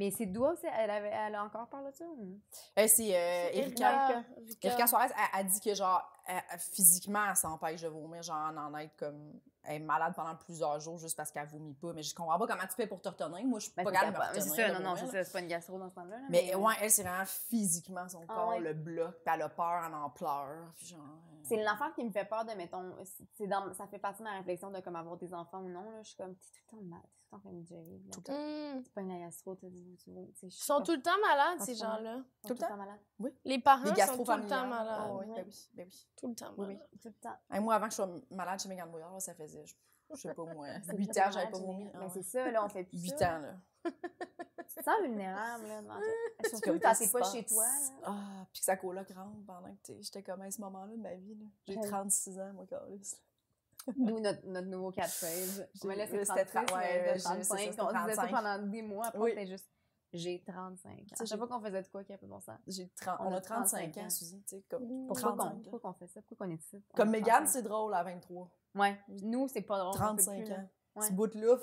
Mais c'est doux, elle, avait, elle a encore parlé de ça? ou-
Eh, C'est euh, Erika.
Erika.
Erika Suarez, elle, elle dit que genre, elle- elle- physiquement, elle s'empêche de vomir, genre, en être comme. Elle est malade pendant plusieurs jours juste parce qu'elle vomit pas. Mais je comprends pas comment tu fais pour te retenir. Moi, je suis
Ben,
pas
c'est
capable de me
capable.
retenir.
C'est ça,
de
non, non,
vomir,
c'est
là.
ça. C'est pas une gastro dans ce temps-là. là, euh,
Mais ouais, elle, c'est vraiment physiquement son
Ah
corps
ouais.
le bloque, puis elle a peur, elle en pleure, puis genre. euh,
C'est l'enfant qui me fait peur de, mettons, c'est dans, ça fait partie de ma réflexion de comme avoir des enfants ou non. Là. Je suis comme, t'es tout le temps mal, t'es tout le temps en train de gérer. là.
Tout le temps.
Mhm.
Tu pognes la gastro, t'as du tu vois, tu sais, je
Ils
suis
sont
comme-
tout le temps malades,
En
ces
ce moment.
gens-là.
ils sont tout le temps malades.
Les parents
Les
sont
gastro
tout le temps malades.
oui,
ouais.
ben oui, ben oui.
Tout le temps
Oui, oui.
malades.
Tout le temps.
Hey, moi, avant que je sois malade chez Megan Bouillard, là, ça faisait, je, je sais pas moi,
C'est
8
déjà
ans, j'avais
malade,
pas hein.
j'ai
vomi.
mis- Mais c'est ça, là, on fait plus
8
ça.
ans, là.
Tu te sens vulnérable, là. devant toi. Surtout
comme
quand
qu'est-ce
t'es
qui
pas
se
chez
passe?
toi, là.
Ah, puis que sa coloc rentre pendant que t'es- j'étais comme à ce moment-là de ma vie, là. J'ai
Ouais.
36 ans, moi, Carlis.
D'où notre, notre nouveau catchphrase. Mais là, c'est
Là, c'était
36,
tra- ouais,
mais
ouais, je-
de
c'est ça,
35.
c'était
On disait ça
35.
pendant des mois. Après,
Oui.
c'était juste, j'ai 35 ans.
sais,
Je sais
j'ai-
pas qu'on faisait de quoi qui a peu de bon sens.
J'ai 30 on, a 35, ans, Suzy, tu sais, comme...
Mhm.
Pourquoi qu'on
35 ans.
pourquoi qu'on fait ça? Pourquoi qu'on est ici? On
Comme
est
Megan,
35.
c'est drôle à 23.
Ouais. Nous, c'est pas drôle. on peut
35
plus, là.
ans.
Ouais.
Ce bout-là, f-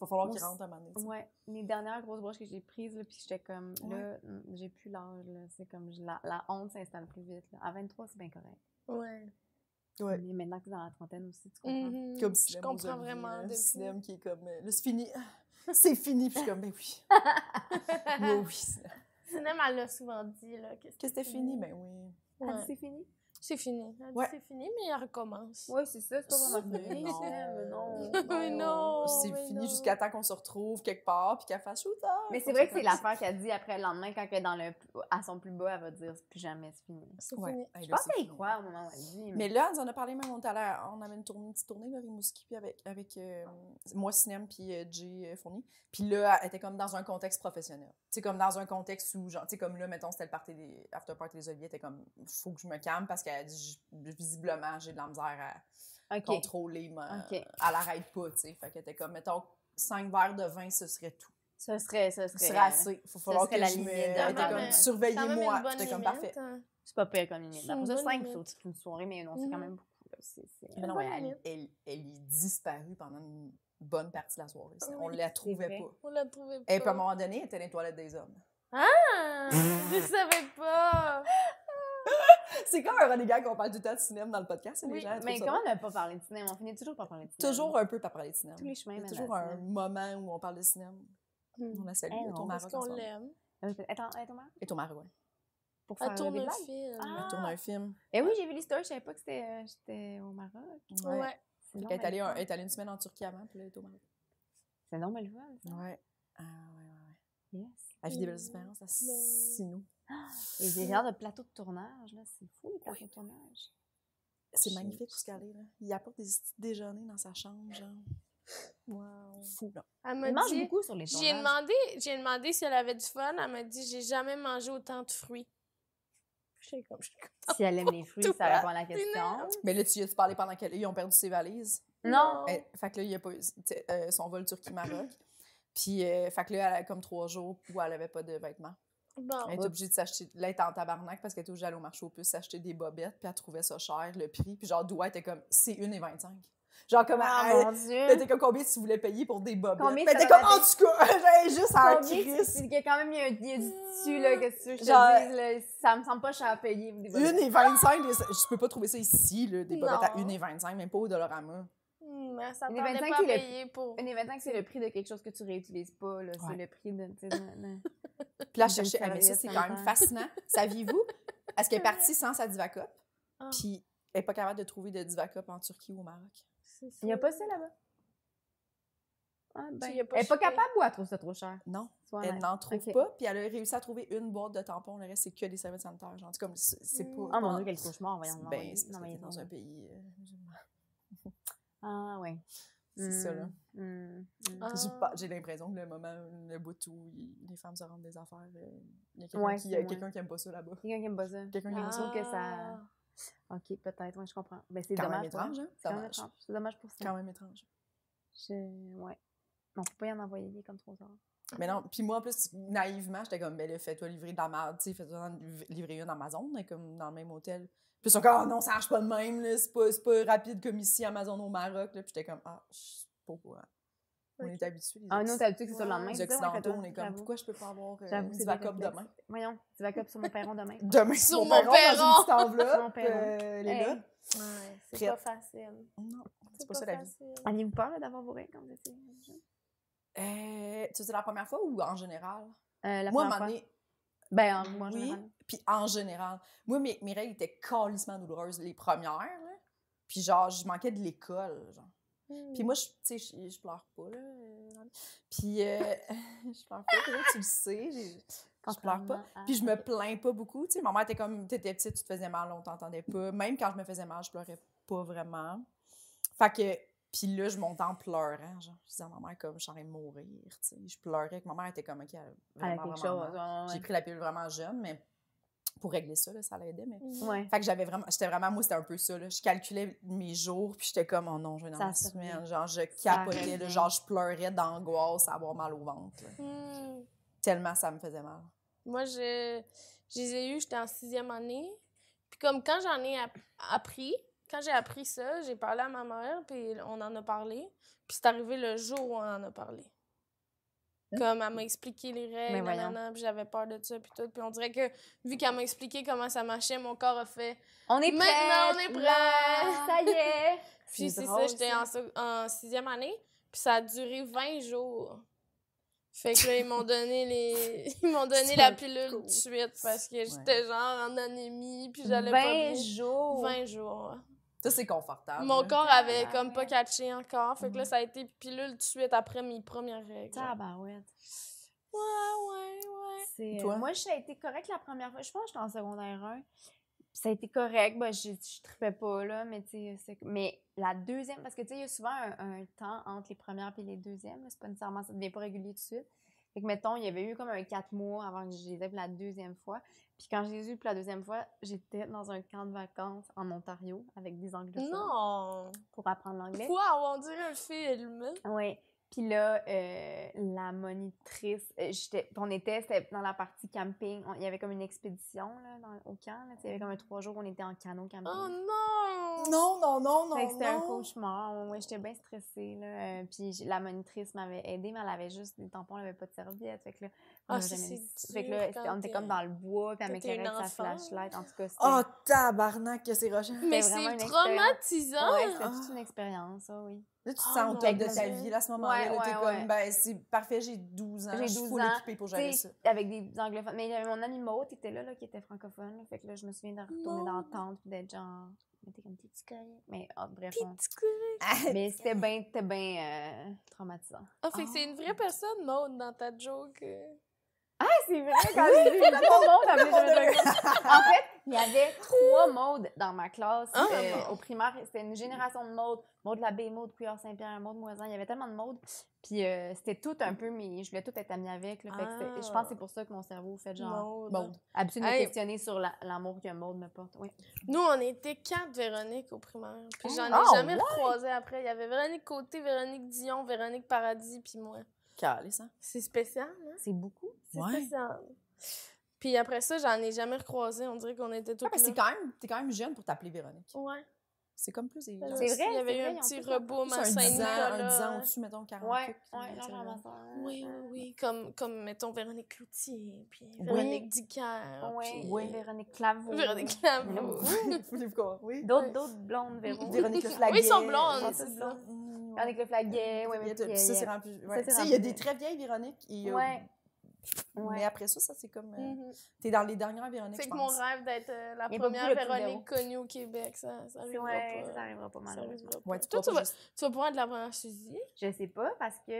va falloir
Moi,
qu'il
c'est-
rentre à un moment donné. tu sais.
Ouais, les dernières grosses broches que j'ai prises, là, puis j'étais comme,
Ouais.
là, mm, j'ai plus l'âge, là. C'est comme, je- la, la honte s'installe plus vite, là. À 23, c'est bien correct.
Ouais.
Ouais.
Mais maintenant que t'es dans la trentaine aussi, tu comprends.
Mhm.
Comme
Je
Sinem
comprends
Olivier,
vraiment
là,
depuis.
Sinem qui est comme, euh, là, c'est fini. C'est fini, puis je suis comme, ben oui. Moi, oui, Sinem.
Sinem, elle l'a souvent dit, là. que
Que c'était fini, ben oui.
Ah,
Ouais.
c'est fini?
C'est fini. Elle dit
Ouais.
c'est fini, mais elle recommence.
Ouais, c'est ça, c'est pas vraiment
Mais
fini.
non.
mais non.
Mais
Oh,
non,
C'est
mais
fini
non.
jusqu'à temps qu'on se retrouve quelque part, puis qu'elle fasse shooter.
Mais c'est vrai que c'est l'affaire qu'elle dit après le lendemain, quand elle est dans le, à son plus bas, elle va dire, c'est plus jamais, c'est fini.
C'est
Ouais.
fini.
Hey,
Je
là,
pense
c'est
qu'elle y
fini.
croit au moment où elle dit.
Mais là, on en a parlé même, on, est allé à- on avait une, tournée, une petite tournée vers Rimouski, puis avec, avec euh, moi, Sinem, puis euh, Jay euh, Fournier. Puis là, elle était comme dans un contexte professionnel. Tu sais, comme dans un contexte où, genre, tu sais, comme là, mettons, c'était le party des After Party des Oliviers, elle était comme, faut que je me calme parce qu'elle a dit, j- visiblement, j'ai de la misère à
OK.
contrôler, mais euh,
Ok.
elle arrête pas, tu sais. Fait qu'elle était comme, mettons, 5 verres de vin, ce serait tout.
Ce serait, ce
Ce
serait.
serait assez. Faut falloir
serait
que
la
je me...
limite.
Elle était
Quand
comme,
même- Quand même
surveillez-moi.
une bonne
J'étais comme,
limite,
parfait.
hein.
C'est pas pire comme limite.
C'est une
Après ça,
bonne
5,
limite.
c'est toute une soirée, mais non, c'est quand
Mhm.
même beaucoup. là. C'est- c'est-
Mais non,
Bonne
elle,
limite.
elle, elle est disparue pendant une bonne partie de la soirée. ça.
Oui, Oh.
On la trouvait
vrai.
pas.
On l'a trouvé pas.
Et puis à un moment donné, elle était dans les toilettes des hommes.
Ah, je savais pas.
C'est comme un renégat qu'on parle du temps de cinéma dans le podcast. et les
Oui,
gens, elles
Mais
trouvent ça
comment
drôle.
on n'a pas parlé de cinéma? On finit toujours par parler de cinéma.
Toujours un peu par parler de cinéma.
Tous les chemins
Il y a
mènent à
toujours
la
un
cinéma.
moment où on parle de cinéma. On la salue.
Eh
Elle est
non,
au
Hmm.
Maroc.
Parce
en ce
qu'on
moment.
l'aime.
Attends, attends, Marc,
Elle est au Maroc, ouais.
pour faire
Elle
euh,
tourne
des
le
blagues.
film.
Ah.
Elle tourne un film.
Eh oui, j'ai vu l'histoire, je savais pas que c'était, euh, j'étais au Maroc.
Ouais.
Ouais.
C'est
Fait
donc
qu'elle est
ben
allée
le
un-
fun.
elle est allée une semaine en Turquie avant, puis là, elle est au Maroc.
C'est normal le fun, ça.
Ouais. Ah, ouais, ouais, ouais.
Yes.
Elle vit des
Mm.
belles expériences à
Ouais.
Sinou.
Et des genres de plateaux de tournage, là, c'est fou, les plateaux de tournage.
C'est
Je-
magnifique où ce qu'elle est, là. Il apporte des petits déjeuners dans sa chambre, genre.
Wow.
Fou, là.
Elle m'a
Ils mangent
dit...
beaucoup sur les tournages.
J'ai demandé, j'ai demandé si elle avait du fun. Elle m'a dit, j'ai jamais mangé autant de fruits. J'étais comme, j'étais comme-
Si elle aime les fruits,
Tout
ça répond à la
c'est énorme.
question.
Mais là, tu y as parlé pendant qu'elle... Ils ont perdu ses valises.
Non.
Elle- fait que là, il y a pas eu- tu sais, euh, son vol Turquie-Maroc. Puis, euh, fait que là, elle a comme trois jours où elle avait pas de vêtements.
Ah,
Bon.
Elle est obligée de s'acheter. Là, elle était en tabarnak parce qu'elle était obligée d'aller au marché aux puces s'acheter des bobettes. Puis, elle trouvait ça cher, le prix. Puis, genre, Doua était comme, c'est 1,25. Genre, comme,
Ah,
elle,
mon
elle
Dieu.
était comme, combien tu voulais payer pour des bobettes?
Combien
Puis elle
ça
était comme, en
t'avait-
tout cas, j'avais juste à
Combien tu-
Chris.
c'est qu'il y a quand même il y a, un- il y a du dessus, là, qu'est-ce que tu veux que je te
Genre-
dise, là, ça me semble pas cher à payer. Des bonnes-
1,25. les- Je peux pas trouver ça ici, là, des bobettes à
Non.
1,25, même pas au Dollarama.
Hmm, Elle s'attendait
Il est 25
pas à
qu'il est-
payer pour...
Un événement, c'est le prix de quelque chose que tu réutilises pas, là.
Ouais.
C'est le prix de. tu sais, de- de-
Puis là, je
D'une
cherchais, Ah, mais ça,
favorite,
c'est quand même
longtemps.
fascinant. Saviez-vous? Est-ce qu'elle est partie sans sa divacope?
Ah.
Puis elle n'est pas capable de trouver de divacope en Turquie ou au Maroc.
Il n'y a pas ça là-bas. Ah,
ben.
elle n'est pas capable ou elle trouve ça trop cher?
Non,
Sois
elle
honnête.
n'en trouve
Ok.
pas. Puis elle a réussi à trouver une boîte de tampons. Le reste, c'est que des serviettes sanitaires. Genre, c'est comme, c'est c'est pour.
Ah mon dieu, quel cauchemar, voyons.
C'est-
non,
Ben,
voyons,
c'est
non,
parce que
voyons,
t'es dans un
non.
pays euh, musulman.
Ah ouais.
C'est
Hmm.
ça, là.
Mm, mm.
Ah.
J'ai pas- J'ai l'impression que le moment, le bout où il- les femmes se rendent des affaires, euh, il y a quelqu'un
Ouais,
qui,
c'est
euh,
moins.
quelqu'un qui aime pas ça là-bas.
Quelqu'un qui aime pas ça.
Quelqu'un qui aime
Ah.
ça.
que ça- Ok, peut-être, ouais, je comprends. Mais c'est
C'est quand même
dommage. pour elle.
étrange, hein?
C'est quand même
Dommage.
étrange. C'est dommage pour
Quand
ça.
même étrange.
Je- Ouais. On peut pas y en envoyer il est comme trop tard.
Mais non, puis moi, en plus, naïvement, j'étais comme, ben là, fais-toi livrer de la merde, tu sais, fais-toi en- livrer une Amazon, mais comme dans le même hôtel. Puis ils sont comme, Ah non, ça marche pas de même, là, c'est pas, c'est pas rapide comme ici, Amazon au Maroc, là. Puis j'étais comme, ah, je sais pas quoi. On
Ok.
est habitués. les
Ah,
Occ-
nous, t'as habitué que c'est sur le
Ouais.
lendemain.
les
c'est ça, ouais,
Occidentaux,
fais-toi,
on est comme,
j'avoue.
pourquoi je peux pas avoir euh,
J'avoue
une
que c'est des
divacope
réflexes.
demain?
Voyons, tu vas cop sur mon perron demain.
Demain,
Sur
mon
mon
perron, dans
perron!
une petite enveloppe,
Sur mon perron.
euh, elle est là.
Hey.
Ouais, c'est
Prête.
pas facile.
Non, euh, c'est pas ça la vie.
facile.
Aviez-vous peur là, d'avoir vos règles quand vous étiez jeune?
Euh, tu c'est la première fois ou en général?
Euh, la
moi, à un
première
moment
fois.
donné,
Ben, en, moi, en
oui,
général.
puis en général. Moi, mes, mes règles étaient calissement douloureuses, les premières, là. Puis genre, je manquais de l'école, genre.
Hmm.
Puis moi, je- tu sais, je je pleure pas, là. euh, dans la vie. Puis euh, je pleure pas, puis là, tu le sais, j'ai- je pleure pas.
Contrairement à-
Puis je me plains pas beaucoup, tu sais. Ma mère était comme, t'étais petite, tu te faisais mal, on t'entendait pas. Même quand je me faisais mal, je pleurais pas vraiment. Fait que, puis là, je montais en pleurant, genre. Je disais à ma mère comme, je suis en train de mourir, tu sais. Je pleurais, que ma mère était comme, OK, elle a
Avec
vraiment,
quelque
vraiment mal.
chose. ouais,
J'ai pris la pilule vraiment jeune, mais pour régler ça, là, ça l'aidait. Mais...
Hmm.
ouais. Ouais.
Fait que j'avais vraiment, j'étais vraiment, moi, c'était un peu ça. là. Je calculais mes jours, puis j'étais comme, oh non, je vais dans
Ça
ma
se
semaine.
revient.
Genre, je
Ça
capotais, là,
revient.
genre, je pleurais d'angoisse à avoir mal au ventre. là.
Hmm.
Tellement ça me faisait mal.
Moi, je, je les ai eus, j'étais en sixième année. Puis comme quand j'en ai app- appris, quand j'ai appris ça, j'ai parlé à ma mère, puis on en a parlé. Puis c'est arrivé le jour où on en a parlé.
Hein?
Comme elle m'a expliqué
Ben
les règles,
voyons.
nanana, puis j'avais peur de ça, puis tout. Puis on dirait que, vu qu'elle m'a expliqué comment ça marchait, mon corps a fait...
On est prêts!
Maintenant, on est prêts!
là, Ça y est!
Puis
C'est
c'est ça,
drôle,
j'étais en, sec- en sixième année, puis ça a duré 20 jours. Fait que là, ils m'ont donné les... Ils m'ont donné
C'est
la
un
pilule tout de
coup.
suite parce que j'étais genre en anémie, puis j'allais pas
20
bien.
jours! Ah,
20 jours.
Ça, c'est confortable.
Mon
là.
corps avait
tabarnak. Mm.
comme pas catché encore. Fait que là, ça a été pilule tout de suite après mes premières règles. genre.
Tabarouette.
Ouais, ouais, ouais.
C'est- euh,
Toi?
Moi, ça a été correct la première fois. Je pense que j'étais en secondaire 1. Ça a été correct. Ben, je ne tripais pas, là. Mais, tu sais, c'est- mais la deuxième, parce que, tu sais, il y a souvent un, un temps entre les premières et les deuxièmes. là. C'est pas nécessairement, ça devient pas régulier tout de suite. Fait que, mettons, il y avait eu comme un quatre mois avant que je les aie pour la deuxième fois. Puis quand je les ai eu pour la deuxième fois, j'étais dans un camp de vacances en Ontario avec des anglophones
Non!
pour apprendre l'anglais.
Wow, on dirait un film.
Oui. Puis là, euh, la monitrice, euh, j'étais- on était, c'était dans la partie camping. On- Il y avait comme une expédition là, dans- au camp. là. Tu sais, Il y avait comme un trois jours, on était en canot camping.
Oh non!
Non, non, non,
Oh
non.
Fait que c'était un
non.
cauchemar. Moi, j'étais bien stressée. Là. Euh, Puis j- la monitrice m'avait aidée, mais elle avait juste des tampons, elle avait pas de serviette. Fait que là,
Ah,
on a
ça,
jamais
c'est
mis- Fait que
dur
là, c'était-
quand
on était
t'es-
comme dans le bois, puis elle
quand t'es une
m'éclairait avec sa
enfant. Ah,
flashlight. En tout cas, c'était.
Oh, tabarnak, que c'est rochant.
Mais
c'était vraiment
c'est
une
traumatisant!
Ouais, c'était toute
Ah.
une expérience, ça, oui.
Là, tu te
Oh,
sens au
mon
top de
Dieu.
ta vie. Là, à ce moment-là,
Ouais,
là, t'es
ouais,
comme,
ouais.
ben, c'est parfait, j'ai 12 ans.
J'ai
je suis
12
full
ans.
occupée pour
Tu
gérer
sais,
ça.
avec des anglophones. Mais il y avait mon ami Maud qui était là, là, qui était francophone. là. Fait que là, je me souviens de retourner dans la
Maud.
tente puis d'être genre. Mais t'es comme, t'es-tu correct? Mais ah, bref.
T'es
on-
petit coup.
Mais c'était bien bien traumatisant.
Ah, fait que c'est
Ah.
une vraie personne, Maude, dans ta joke. euh.
Ah, c'est vrai! Quand j'ai vu le En fait, il y avait trois Maudes dans ma classe
Ah.
euh, au primaire. C'était une génération de Maudes. Maud Labbé, Maud Couillard-Saint-Pierre, Maud Moisan. Il y avait tellement de Maudes. Puis euh, c'était tout un peu, mais je voulais tout être amie avec. là. Fait que c'était- Je pense que c'est pour ça que mon cerveau fait genre.
Maude.
Bon.
Habitué de me
Hey.
questionner sur la- l'amour que Maud me porte. Oui.
Nous, on était quatre Véronique au primaire. Puis j'en ai
Ah,
jamais recroisé après. Il y avait Véronique Côté, Véronique Dion, Véronique Paradis, puis moi.
Calé, ça.
C'est spécial, hein?
C'est beaucoup.
C'est
Ouais.
spécial. Puis après ça, j'en ai jamais recroisé. On dirait qu'on était tous
Ah, ben, c'est
là.
quand même, t'es quand même jeune pour t'appeler Véronique.
Ouais.
C'est comme plus. C'est
vrai,
Il y avait
c'est
eu
vrai,
un
ils ont
petit
tous leur
reboom
Plus
à
un 10 ans,
Saint-Nicolas.
un 10 ans au-dessus, mettons, 40
Ouais,
puis
ouais,
ça,
genre
là.
ma soeur.
Oui, oui, oui. Comme, comme mettons, Véronique Cloutier, puis
Oui.
Véronique Dicker,
Oui,
Ah, puis euh,
Ouais.
Véronique Claveau.
Véronique
Mais non,
Laveau.
Voulez-vous quoi? Oui.
D'autres, d'autres blondes, Véro.
Véronique Le Flaguet.
ils sont blondes,
Francis
c'est ça.
Blanc.
Véronique Le Flaguet.
Il y
Oui,
a- puis Ça, c'est rempli. ouais.
c'est
Tu sais, il y a
rempli.
des très vieilles Véronique. Et, euh,
Ouais. Ouais.
Mais après ça, ça c'est comme. euh,
Mhm.
T'es dans les dernières Véronique.
C'est
je
que mon
pense.
rêve d'être euh, la
Il y a pas
première
beaucoup de
Véronique connue au Québec, ça, ça arrivera
Ouais, ça
pas. euh,
n'arrivera pas
Ça
malheureusement.
arrivera pas.
Ouais, tu
Toi,
pourras
tu
pas
vas,
juste-
tu vas pouvoir être la première Suzy?
Je sais pas parce que.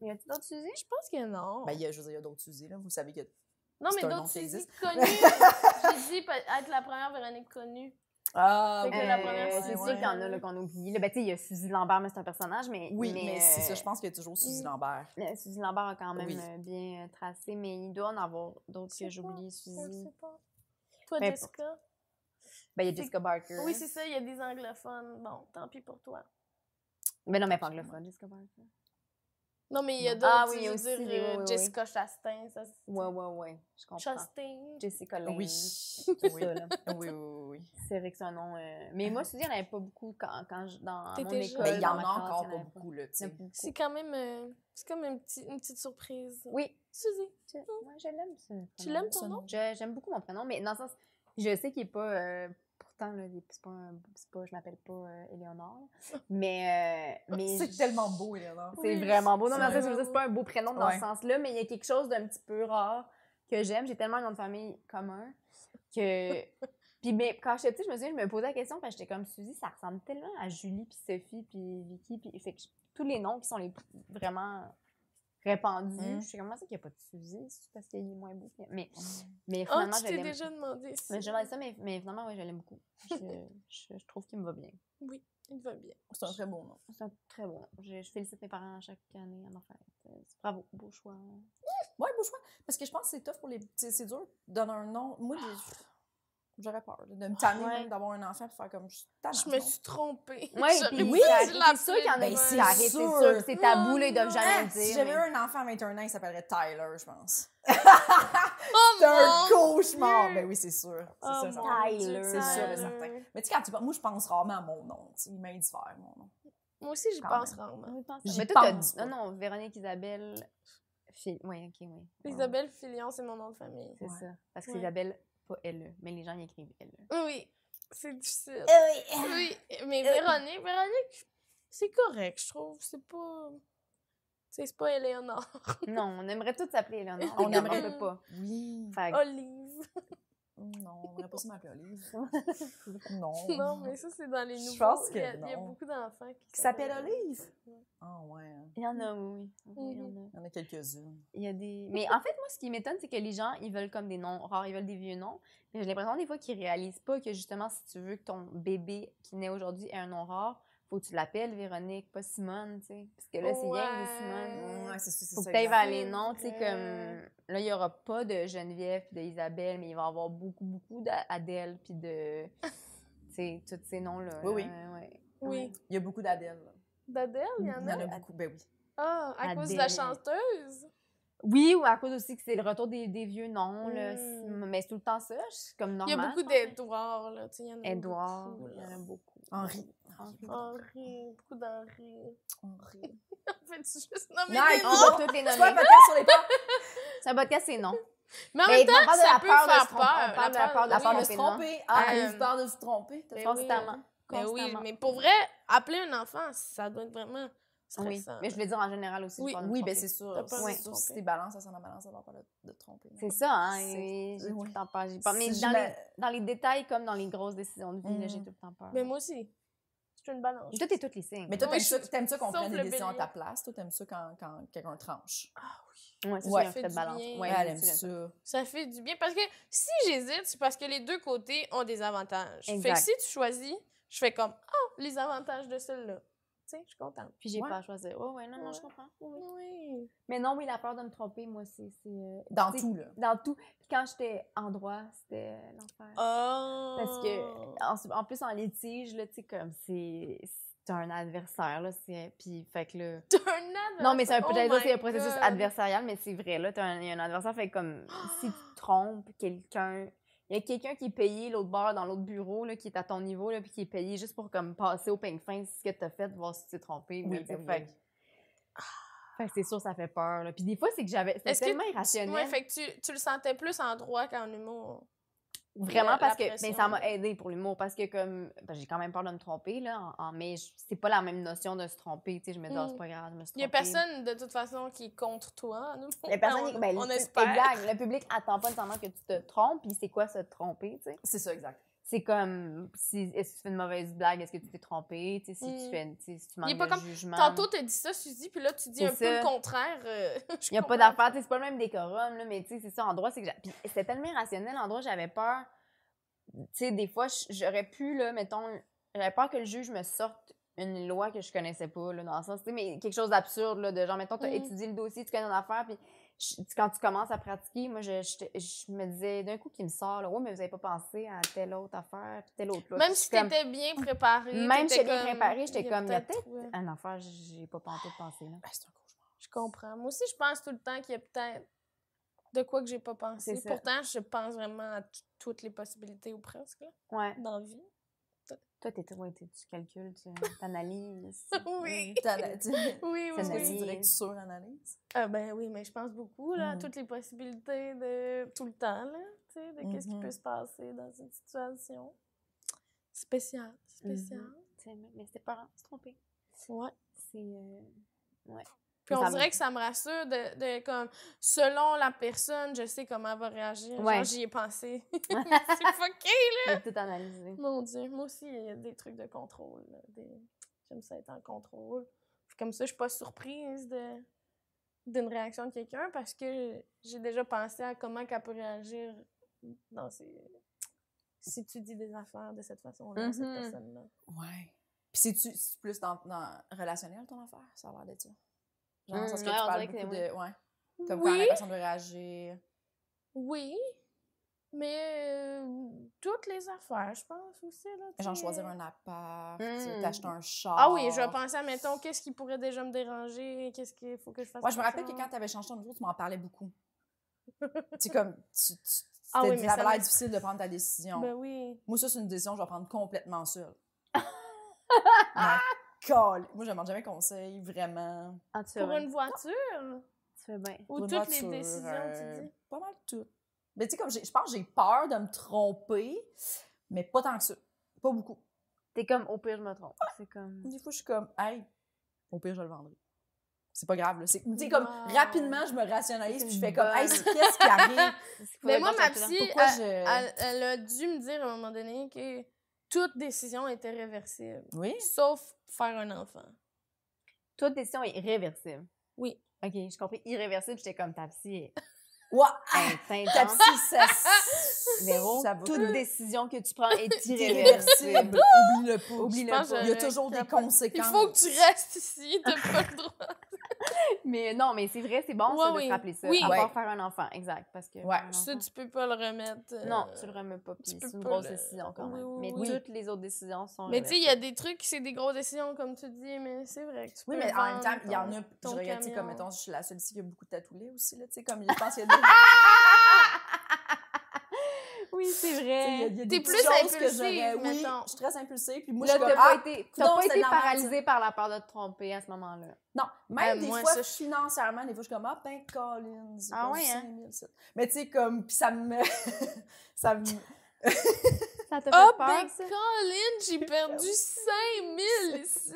Y a-t-il d'autres sujets?
Je pense que non.
Ben, il y a, je veux dire, il y a d'autres usines, là. Vous savez que.
non,
c'est
mais
un nom
d'autres
qui
Suzy
existe.
connues. J'ai dit peut- être la première Véronique connue.
Ah,
C'est que la première,
Euh,
c'est
c'est
ouais.
sûr qu'il y en a là, qu'on a oublié. Là, ben, tu sais, il y a Suzy Lambert, mais c'est un personnage, mais.
Oui, mais, c'est ça.
euh,
Je pense qu'il y a toujours Suzy
Mm.
Lambert.
euh, Suzy Lambert a quand même
Oui.
euh, bien euh, tracé, mais il doit en avoir d'autres
Je
que
sais pas,
j'oublie,
Je sais
Suzy.
pas. Toi,
Mais
Jessica?
Ben, il y a Jessica Barker.
Oui, c'est ça, il y a des anglophones. Bon, tant pis pour toi.
Mais non, mais pas anglophone, Jessica Barker.
Non, mais il y a
Non.
d'autres.
Ah
tu
oui, il y a
veux
aussi
dire,
des-
euh,
oui, oui,
Jessica Chastain, ça c'est.
Ouais, ouais, ouais. Je comprends.
Chastain.
Jessica Lange.
Oui.
Tout
Oui.
ça, là.
oui, oui, oui. oui.
C'est vrai que c'est un nom. euh, Mais moi, Suzy, il n'y en avait pas beaucoup quand, quand je, dans mon
T'étais jeune.
école.
Ben, il y
dans
en
ma
a
classe, il
encore
y en
pas
avait
beaucoup, là, tu
Il y en
sais.
a beaucoup.
C'est quand même. euh, c'est comme une, petite- une petite surprise.
Oui.
Suzy.
Je, moi, je l'aime,
Tu
ce prénom-là.
l'aimes ton
ça,
nom?
non.
Je- J'aime beaucoup mon prénom, mais dans le sens, je sais qu'il est pas. euh, pourtant, là, il est- c'est pas, un- c'est pas. Je m'appelle pas euh, Éléonore, là. mais. euh, mais
C'est
je-
tellement beau, Eleanor.
C'est
Oui,
vraiment beau. Non,
c'est
mais en fait, je
vraiment
veux dire, c'est pas un beau prénom dans
Ouais.
ce sens-là, mais il y a quelque chose d'un petit peu rare que j'aime. J'ai tellement un nom de famille commun que. Puis, mais quand j'étais petite, je me souviens, je me posais la question parce que j'étais comme Suzy, ça ressemble tellement à Julie, puis Sophie, puis Vicky, puis. Fait que je- tous les noms qui sont les plus- vraiment répandus.
Mmh.
Mm.
Je suis comme, comment ça qu'il n'y a pas de Suzy? C'est parce qu'il est moins beau. Mais, mais
Oh,
finalement,
tu
je
t'es
l'aime.
déjà demandé.
Mais
Suzy.
je demandais ça, mais, mais finalement, oui, je l'aime beaucoup. Je, je- je trouve qu'il me va bien.
Oui, il va bien.
C'est un très beau nom.
C'est un très bon. Je, je félicite mes parents à chaque année à ma fête. Euh, c'est- Bravo, beau choix. hein.
Ouais, beau choix. Parce que je pense que c'est tough pour les. C'est c'est dur de donner un nom. Moi, j'ai- j'aurais peur là, de me tanner
Ouais.
même d'avoir un enfant et faire comme je suis tannée,
Je me
non.
suis trompée.
Ouais,
J'aurais
puis
voulu
oui, c'est
la
c'est sûr qu'il y en a
appeler
Ben,
qui
c'est
s'arrêtent, c'est
sûr.
sûr que c'est tabou, là, ils
Non,
doivent
Ah,
jamais le
si
dire.
j'avais
mais-
eu un enfant à 21 ans, il s'appellerait Tyler, je pense.
Oh,
C'est un
mon
cauchemar!
Dieu!
Ben oui, c'est sûr. C'est
Oh,
ça, ça.
mon Dieu,
Tyler.
C'est sûr et
Tyler.
certain. Mais tu sais, quand tu penses- moi, je pense rarement à mon nom. tu sais, Il m'indiffère, mon nom.
Moi aussi, j'y
Quand
pense
même.
rarement.
Oui, pense-
J'y
Mais toi, t'as
pense
dit. Non,
pas.
non, Véronique, Isabelle. Phil... Oui, ok, oui. Ouais, ouais,
Isabelle Filion, c'est mon nom de famille.
C'est
Ouais.
ça. Parce que
Ouais.
c'est Isabelle, pas elle, mais les gens y écrivent elle.
Oui, c'est difficile.
Euh, Oui!
Oui, mais
Euh.
Véronique, Véronique, c'est correct, je trouve. C'est pas. tu sais, C'est pas Eleonore.
non, on aimerait toutes s'appeler là.
On
On
aimerait.
n'aimerait pas.
Oui. Oh
Fait que-
Olive.
Non, on n'aurait pas su m'appeler Olive. Non.
Non, mais ça, c'est dans les
Je
nouveaux.
pense
Il y a,
que
il y a
non.
beaucoup d'enfants qui,
Qui s'appelle
s'appellent
Olive?
Ouais.
Ah ouais. hein.
Il y en a, oui. oui. Oui, il y
Mhm.
en a.
Il y en a quelques-unes.
Il y a des. Mais en fait, moi, ce qui m'étonne, c'est que les gens, ils veulent comme des noms rares, ils veulent des vieux noms. Mais j'ai l'impression des fois qu'ils réalisent pas que justement, si tu veux que ton bébé qui naît aujourd'hui ait un nom rare, faut que tu l'appelles Véronique, pas Simone, tu sais. Parce que là, c'est Yang ou Simone.
Ouais.
Ouais, c'est ça. c'est
Faut
ça,
que tu
exact.
vers les
C'est
noms, tu sais,
vrai.
comme. Là, il y aura pas de Geneviève puis d'Isabelle, mais il va y avoir beaucoup, beaucoup d'Adèle puis de. tu sais, tous ces noms-là.
Oui, oui.
là, ouais.
Oui.
Il y a beaucoup d'Adèle. là.
D'Adèle, il y en
Il y en
a.
a beaucoup. Ben oui.
Ah, à cause de la
Adèle.
chanteuse.
Oui, ou à cause aussi que c'est le retour des, des vieux noms, là.
Mm.
Sim- Mais c'est tout le temps ça, je suis comme
Il y a
normal.
beaucoup
je pense, mais-
d'Edouard, là. tu sais, Il y en a
Edouard,
beaucoup.
il y en a
là.
beaucoup.
Henri.
Henri, Ah. beaucoup d'Henri.
Henri.
En fait, tu juste nommer
Non,
des
écoute,
On
noms.
va Ah, toutes
Tu
les
vois,
nommer.
peut-être sur les pas.
C'est un podcast, c'est non.
Mais en
Mais
même temps,
on parle de
ça
la
peut
peur de
faire
se
peur.
tromper, on parle de la peur de
La
La
peur de
peur
se
rapidement.
tromper. Ah,
Euh,
la peur de se tromper.
Ben oui.
Constamment.
Mais oui,
constamment.
mais pour vrai, appeler un enfant, ça doit être vraiment
Oui,
stressant.
mais je voulais dire en général aussi.
Oui,
j'ai peur de me
Oui, ben
tromper.
c'est
T'as
sûr.
peur
de
C'est
se
sûr, si
tromper.
t'es balance, ça sent la balance, avoir peur de, de te tromper.
C'est ça, hein.
C'est-
oui, J'ai tout
oui.
le temps peur. J'ai peur. Mais
Si
dans,
je
les,
la-
dans les détails comme dans les grosses décisions de vie, là, j'ai
Mm.
tout le temps peur.
Mais moi aussi. C'est une balance.
Tout est toutes les signes.
Mais toi,
Oui,
t'aimes ça, t'aimes ça qu'on
sauf
prenne
le
des décisions à
bélier.
ta place. Toi, t'aimes ça quand, quand quelqu'un tranche.
Ouais, ça,
Ouais.
c'est un
Fait
fait
du
de balance.
bien.
Ouais,
Ouais, elle
moi
aime
aussi, j'aime ça.
ça.
Ça fait du bien. Parce que si j'hésite, c'est parce que les deux côtés ont des avantages. Fait que
Exact.
si tu choisis, je fais comme Ah, les avantages de celle-là. Tu sais, je suis contente.
Puis j'ai
Ouais.
pas à choisir. Ouais, ouais, non, non,
Ouais.
je comprends. Oui, oui.
Oui.
Mais non, oui, la peur de me tromper, moi, c'est. c'est, euh,
Dans
c'est-
tout, là.
Dans tout. Puis quand j'étais en droit, c'était euh, l'enfer.
Oh.
Parce que, en, en plus, en litige, là, tu sais, comme c'est c'est un adversaire, là, c'est. Puis, fait que là.
T'as un adversaire.
Non, mais c'est un,
Oh
j'allais dire,
my
c'est un processus
God.
adversarial, mais c'est vrai, là, t'as un- il y a un adversaire, fait comme si tu trompes quelqu'un. Il y a quelqu'un qui est payé l'autre bord dans l'autre bureau, là, qui est à ton niveau, là, puis qui est payé juste pour comme passer au peigne fin ce que t'as fait, voir si tu t'es trompé. là,
Oui,
tu sais,
oui,
ben
fait,
oui.
fait que c'est sûr, ça fait peur, là. Puis des fois, c'est que j'avais. C'était
Est-ce que
tellement
tu-
irrationnel.
Ouais, fait que tu, tu le sentais plus en droit qu'en humour.
Vraiment
la-
parce
la
que ben,
pression,
ça m'a
là.
aidé pour l'humour parce que comme ben, j'ai quand même peur de me tromper là, en, en- mais je- c'est pas la même notion de se tromper, tu sais, je me dis Ah,
Mm.
c'est pas grave, je me suis
Il n'y a
trompée.
personne, de toute façon, qui est contre toi. Nous,
Il y a personne qui-
on,
ben,
on
le-
espère.
exact, le public attend pas nécessairement que tu te trompes, puis c'est quoi se tromper, tu sais
C'est ça, exact.
C'est comme si est-ce que tu fais une mauvaise blague, est-ce que tu t'es trompé, tu sais si tu
Mm.
fais une- tu sais, si tu
Il est
manques
pas
de
comme-
jugement.
Tantôt, tu as dit ça, Suzy, puis là, tu dis
C'est
un peu
ça.
le contraire. euh, je
Il n'y a pas
comprends.
d'affaire, tu sais, c'est pas le même décorum, là, mais tu sais, c'est ça, en droit, c'est que j'a- puis c'était tellement irrationnel, en droit, j'avais peur. Tu sais, des fois, j- j'aurais pu, là, mettons, j'avais peur que le juge me sorte une loi que je connaissais pas, là, dans le sens, tu sais, mais quelque chose d'absurde, là, de genre, mettons, tu as
Mm.
étudié le dossier, tu connais une affaire, puis je- tu- quand tu commences à pratiquer, moi, je, je- je me disais d'un coup qu'il me sort, là, ouais, mais vous avez pas pensé à telle autre affaire, puis telle autre, là.
Même
Puis
si
je suis comme,
t'étais bien préparée.
Même si
t'étais
j'étais bien
comme,
préparée, j'étais
il y
comme, il y a
peut-être- ouais.
Ah, Une affaire, j'ai pas pensé de penser, là.
Ben, c'est un cauchemar.
Je comprends. Moi aussi, je pense tout le temps qu'il y a peut-être de quoi que j'ai pas pensé.
C'est ça.
Pourtant, je pense vraiment à t- toutes les possibilités ou presque là,
Ouais.
dans la vie.
Toi, t'es, ouais, t'es- tu calcules, tu analyses.
Oui.
T'as- tu-
Oui, oui,
Ça me
Est-ce que
oui.
tu
dit-
dirais que tu suranalyses?
Ah ben oui, mais je pense beaucoup là, à
Mm.
Mhm.
toutes les possibilités de tout le temps, là, tu sais, de qu'est-ce qui
Mm-hmm.
Mhm.
peut se passer dans une situation spéciale. Spéciale.
Tu sais, mais- Mais c'est pas grave, se tromper.
Ouais.
C'est. euh,
Puis
Ça
on
me-
dirait que ça me rassure de, de comme selon la personne, je sais comment elle va réagir. Genre,
Ouais.
j'y ai pensé. c'est fucké, là.
de tout analyser.
Mon Dieu. Moi aussi, il y a des trucs de contrôle. là, des- J'aime ça être en contrôle. Puis comme ça, je suis pas surprise de d'une réaction de quelqu'un parce que j'ai déjà pensé à comment qu'elle peut réagir dans ces... si tu dis des affaires de cette façon-là à cette
Mm-hmm.
Mhm.
personne-là.
Ouais. Puis c'est-tu c'est-tu plus dans, dans relationnel ton affaire? Ça a l'air d'être ça. Genre,
Hmm,
Mm,
parce que
ouais,
tu
on
parles
dirait que
beaucoup
c'est-
de. Ouais. Comme quand
oui,
la personne veut réagir.
oui, mais euh, toutes les affaires, je pense aussi. Là, tu
Genre,
sais.
choisir un appart,
Mm.
t'acheter un char.
Hmm. Ah oui, je vais penser à, mettons, qu'est-ce qui pourrait déjà me déranger, qu'est-ce qu'il faut que je fasse.
Moi, je me
comme
rappelle que
ça.
quand t'avais changé ton numéro, tu m'en parlais beaucoup. tu sais, comme. Tu, tu,
Ah
t'as
oui,
dit,
mais
ça
ça
va
me-
être difficile de prendre ta décision.
Ben oui.
Moi, ça, c'est une décision que je vais prendre complètement seule. Ah, colle. Moi, je demande jamais conseil, vraiment.
Ah, tu fais
Pour
bien.
une voiture?
Tu fais bien.
Ou
Pour une
toutes
voiture,
les décisions,
euh,
tu dis?
Pas mal tout. Mais tu sais, comme j'ai- je pense que j'ai peur de me tromper, mais pas tant que ça. Pas beaucoup.
T'es comme, au pire, je me trompe. C'est comme.
Des fois, je suis comme, hey, au pire, je le vendrai. C'est pas grave, là. C'est tu sais, comme
Wow.
rapidement, je me rationalise,
C'est
puis je
une
fais comme, hey,
bonne-
c'est qu'est-ce qui arrive?
Mais moi, ma
petite...
psy,
Pourquoi
elle,
je.
elle- elle a dû me dire à un moment donné que toute décision était réversible,
Oui?
sauf faire un enfant.
Toute décision est irréversible.
Oui.
Ok, je compris. Irréversible, j'étais comme ta psy.
Ouais,
est
ta
intense.
psy, ça.
oh,
Véro,
ça va.
toute décision que tu prends est
C'est
irréversible.
irréversible. Oublie-le pas.
Oublie-le
pense
pas.
que
Il y a toujours des
Capote. Il
conséquences.
faut que tu restes ici, t'as pas le droit.
Mais non, mais c'est vrai, c'est bon
Ouais,
ça, de
oui.
se rappeler ça.
Oui.
À part
Ouais.
faire un enfant, exact. Parce que
Ouais.
faire un
Ça,
enfant-
tu peux pas le remettre. euh,
Non, tu le remets pas. puis
tu peux
C'est une
pas
grosse
le-
décision quand
Oui,
même.
oui,
mais
oui.
toutes les autres décisions sont.
Mais tu sais, il y a des trucs, c'est des grosses décisions, comme tu dis, mais c'est vrai que tu
Oui,
peux
mais en même temps,
vendre
il y en
ton-
a. Je
ton
regarde, tu sais, comme,
camion.
mettons, je suis la seule ici qui a beaucoup de tatoués aussi, là. Tu sais, comme, je pense qu'il y a des.
Oui, c'est
Tu sais, il y a-
vrai.
il y a
T'es
des
plus
petites choses que
impulsive,
j'aurais. Oui,
mettons.
je suis très impulsive. Puis moi, je
Là,
suis
t'as
comme,
pas
ah,
été,
coudonc,
t'as pas
c'est
été
normal, ça.
paralysée par la peur de te tromper à ce moment-là.
Non, même
Ah,
Euh,
des
moi,
fois,
ça, je-
financièrement, des fois, je suis comme, ah, ben, Collins. j'ai
Ah
perdu
ouais, hein?
5000, ça. Mais tu sais, comme, puis ça me. ça
Ben,
me.
Ça t'a fait
Oh, ben,
peur, ça?
Colin, j'ai perdu 5000 ici!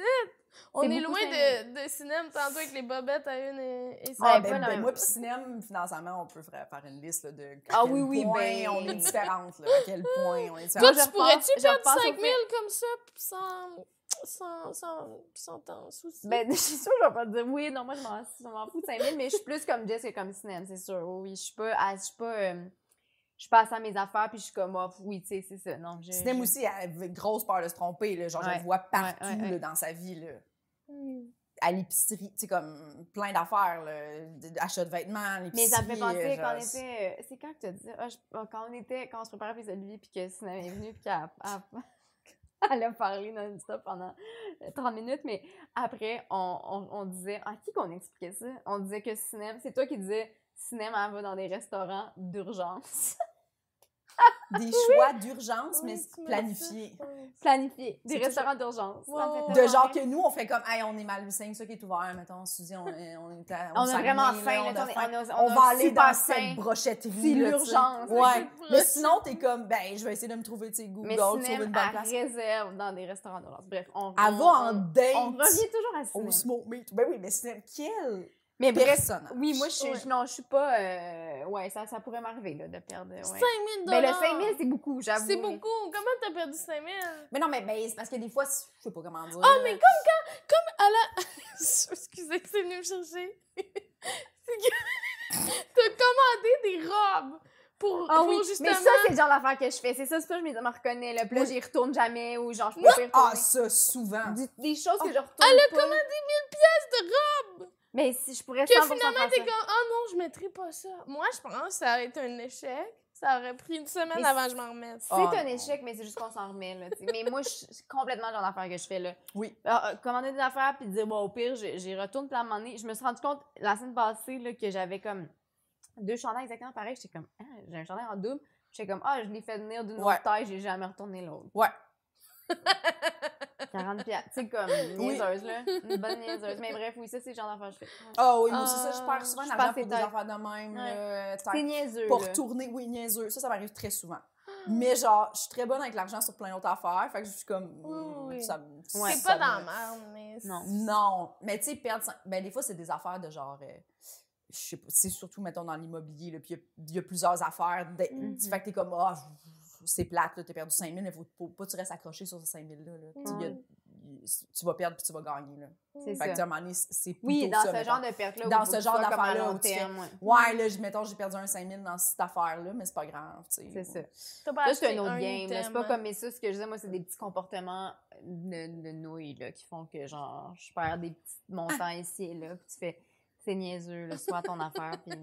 On est,
beaucoup,
loin
cinq
de, de cinéma tantôt avec les bobettes à une et, et
Ah,
Ah,
cinq.
pas
ben,
la
ben,
même
moi,
chose.
puis cinéma, financièrement, on peut faire faire une liste là, de. à
Ah
quel
oui, oui,
point
ben.
On est différentes, là. À quel point on est
Toi,
différentes.
je
tu pourrais-tu
repense- je
perdre
repense au
5000 comme ça pis sans, sans, sans, sans t'en soucier?
Ben, je suis sûre que je vais pas te dire oui, non, moi, je m'en, je m'en fous de 5000, mais je suis plus comme Jess que comme Sinem, c'est sûr. Oui, oui, je suis pas. à- Je suis pas. euh, je passe à mes affaires, puis je suis comme, ah, oui, tu sais, c'est ça. Non, je.
Cinem
je-
aussi, elle avait grosse peur de se tromper, là. Genre, je
Ouais.
le vois partout,
Ouais, ouais, ouais.
là, dans sa vie, là.
Hmm.
à l'épicerie, tu sais, comme plein d'affaires, là, d- achat de vêtements, l'épicerie.
Mais ça me fait penser
euh,
quand on
genre,
était. euh, C'est quand que tu as dit. ah, je- ah, quand on était. Quand on se préparait pour celui, puis que Sinem est venue, puis qu'elle a- a- elle a parlé non-stop pendant euh, 30 minutes, mais après, on, on- on disait. À qui qu'on expliquait ça? On disait que Sinem. C'est toi qui disais. Sinem, elle va dans des restaurants d'urgence.
des choix d'urgence, mais
Oui, tu m'as dit
planifiés.
ça, ouais.
Planifier des
C'est
restaurants d'urgence.
Ouais, ouais, ouais.
De genre que nous, on fait comme, hey, on est mal, c'est ça qui est ouvert, mettons, Suzy, on, est- on est à-
On a
s'en
vraiment
vient,
faim.
là,
là,
on a faim.
on a-
On
on a
va aller
super
dans
faim.
cette brochetterie.
C'est
là, tu sais.
l'urgence.
Ouais.
C'est
Mais
vrai.
sinon, t'es comme, ben, je vais essayer de me trouver, tu sais, Google,
Mais
trouver
Sinem,
une bonne
elle
place.
réserve dans des restaurants d'urgence. Bref, on,
Elle
on-
va en
on-
date
on revient toujours à
au
Sinem.
smoke meat. Ben oui, mais c'est quel
Mais bref,
personne.
oui, moi, je suis...
Ouais.
Non, je suis pas... euh, ouais, ça, ça pourrait m'arriver, là, de perdre... ouais.
5 000
Mais le 5 000, c'est beaucoup, j'avoue.
C'est beaucoup. Comment t'as perdu 5 000
Mais non, mais ben, c'est parce que des fois, c'est- je sais pas comment dire.
Oh
Ah, mais comme quand. Comme
Ah,
à la. Excusez, c'est venu me chercher. c'est que. T'as commandé des robes pour,
Ah
pour
oui,
justement.
mais ça, c'est le genre d'affaire que je fais. C'est ça, c'est pas je me me reconnais. Là, puis là, j'y retourne jamais ou genre, je peux pas y
Ah,
retourner.
ça, souvent.
Des, des choses que je retourne
Ah, Elle a
pas.
commandé 1000 pièces de robes.
Mais si je pourrais
Que
100%
finalement,
faire
t'es
ça.
comme. Ah non, je mettrai pas ça. Moi, je pense que ça aurait été un échec. Ça aurait pris une semaine
Mais
avant que je m'en remette.
C'est
Ah,
un
non.
échec, mais c'est juste qu'on s'en remet. Là, tu sais. mais moi, je c'est complètement le genre d'affaire que je fais. Là.
Oui.
Alors, euh, commander des affaires puis dire, bon, au pire, j'y j'y retourne. Puis à un moment donné, je me suis rendu compte la semaine passée là, que j'avais comme deux chandails exactement pareils. J'étais comme, ah, j'ai un chandail en double. J'étais comme, ah, je l'ai fait venir d'une
Ouais.
autre taille, j'ai jamais retourné l'autre.
Ouais.
40 piastres. Tu sais, comme,
Oui.
niaiseuse, là. Une bonne niaiseuse. Mais bref, oui, ça, c'est le genre d'affaires que je fais. Ouais.
Ah oui, moi, c'est ça, je perds souvent
Euh, je
l'argent
passe
pour
les
des
têtes.
affaires de même.
Ouais.
euh, tac.
C'est niaiseux.
pas
là. Ah.
retourner, oui, niaiseux. Ça, ça m'arrive très souvent. Mais genre, je suis très bonne avec l'argent sur plein d'autres affaires. Fait que je suis comme. mm,
Oui, oui.
ça-
C'est
ouais,
pas
ça
dans la
me-
merde, mais. c'est-
Non.
Non. Mais tu sais, perdre. cin- Ben, des fois, c'est des affaires de genre. euh, je sais pas. C'est surtout, mettons, dans l'immobilier, là. Puis il y, a plusieurs affaires. de-
Mhm.
Fait que t'es comme, ah, c'est plate, là. T'as perdu 5 000, mais faut, faut pas que tu restes accroché sur ces 5 000 là. là. Tu sais, il y a- il- tu vas perdre puis tu vas gagner, là.
C'est
Fait que, tu sais,
ça.
à un moment donné, c'est plutôt
Oui, dans
ça,
ce
mettons.
genre de perte-là.
Dans
où
ce
faut que
genre
tu sois comme à
d'affaires-là,
long
où tu fais-
terme, ouais.
Ouais, là, je- mettons, j'ai perdu un 5 000 dans cette affaire-là, mais c'est pas grave, tu sais.
C'est ça.
T'as pas
Là, c'est
acheté
un autre game. là. C'est
item,
pas
hein.
comme mais ça. Ce que je disais, moi, c'est des petits comportements de, de nouilles là, qui font que, genre, je perds des petits
Ah.
montants ici et là. Puis tu fais, c'est niaiseux, là, soit ton affaire. Puis.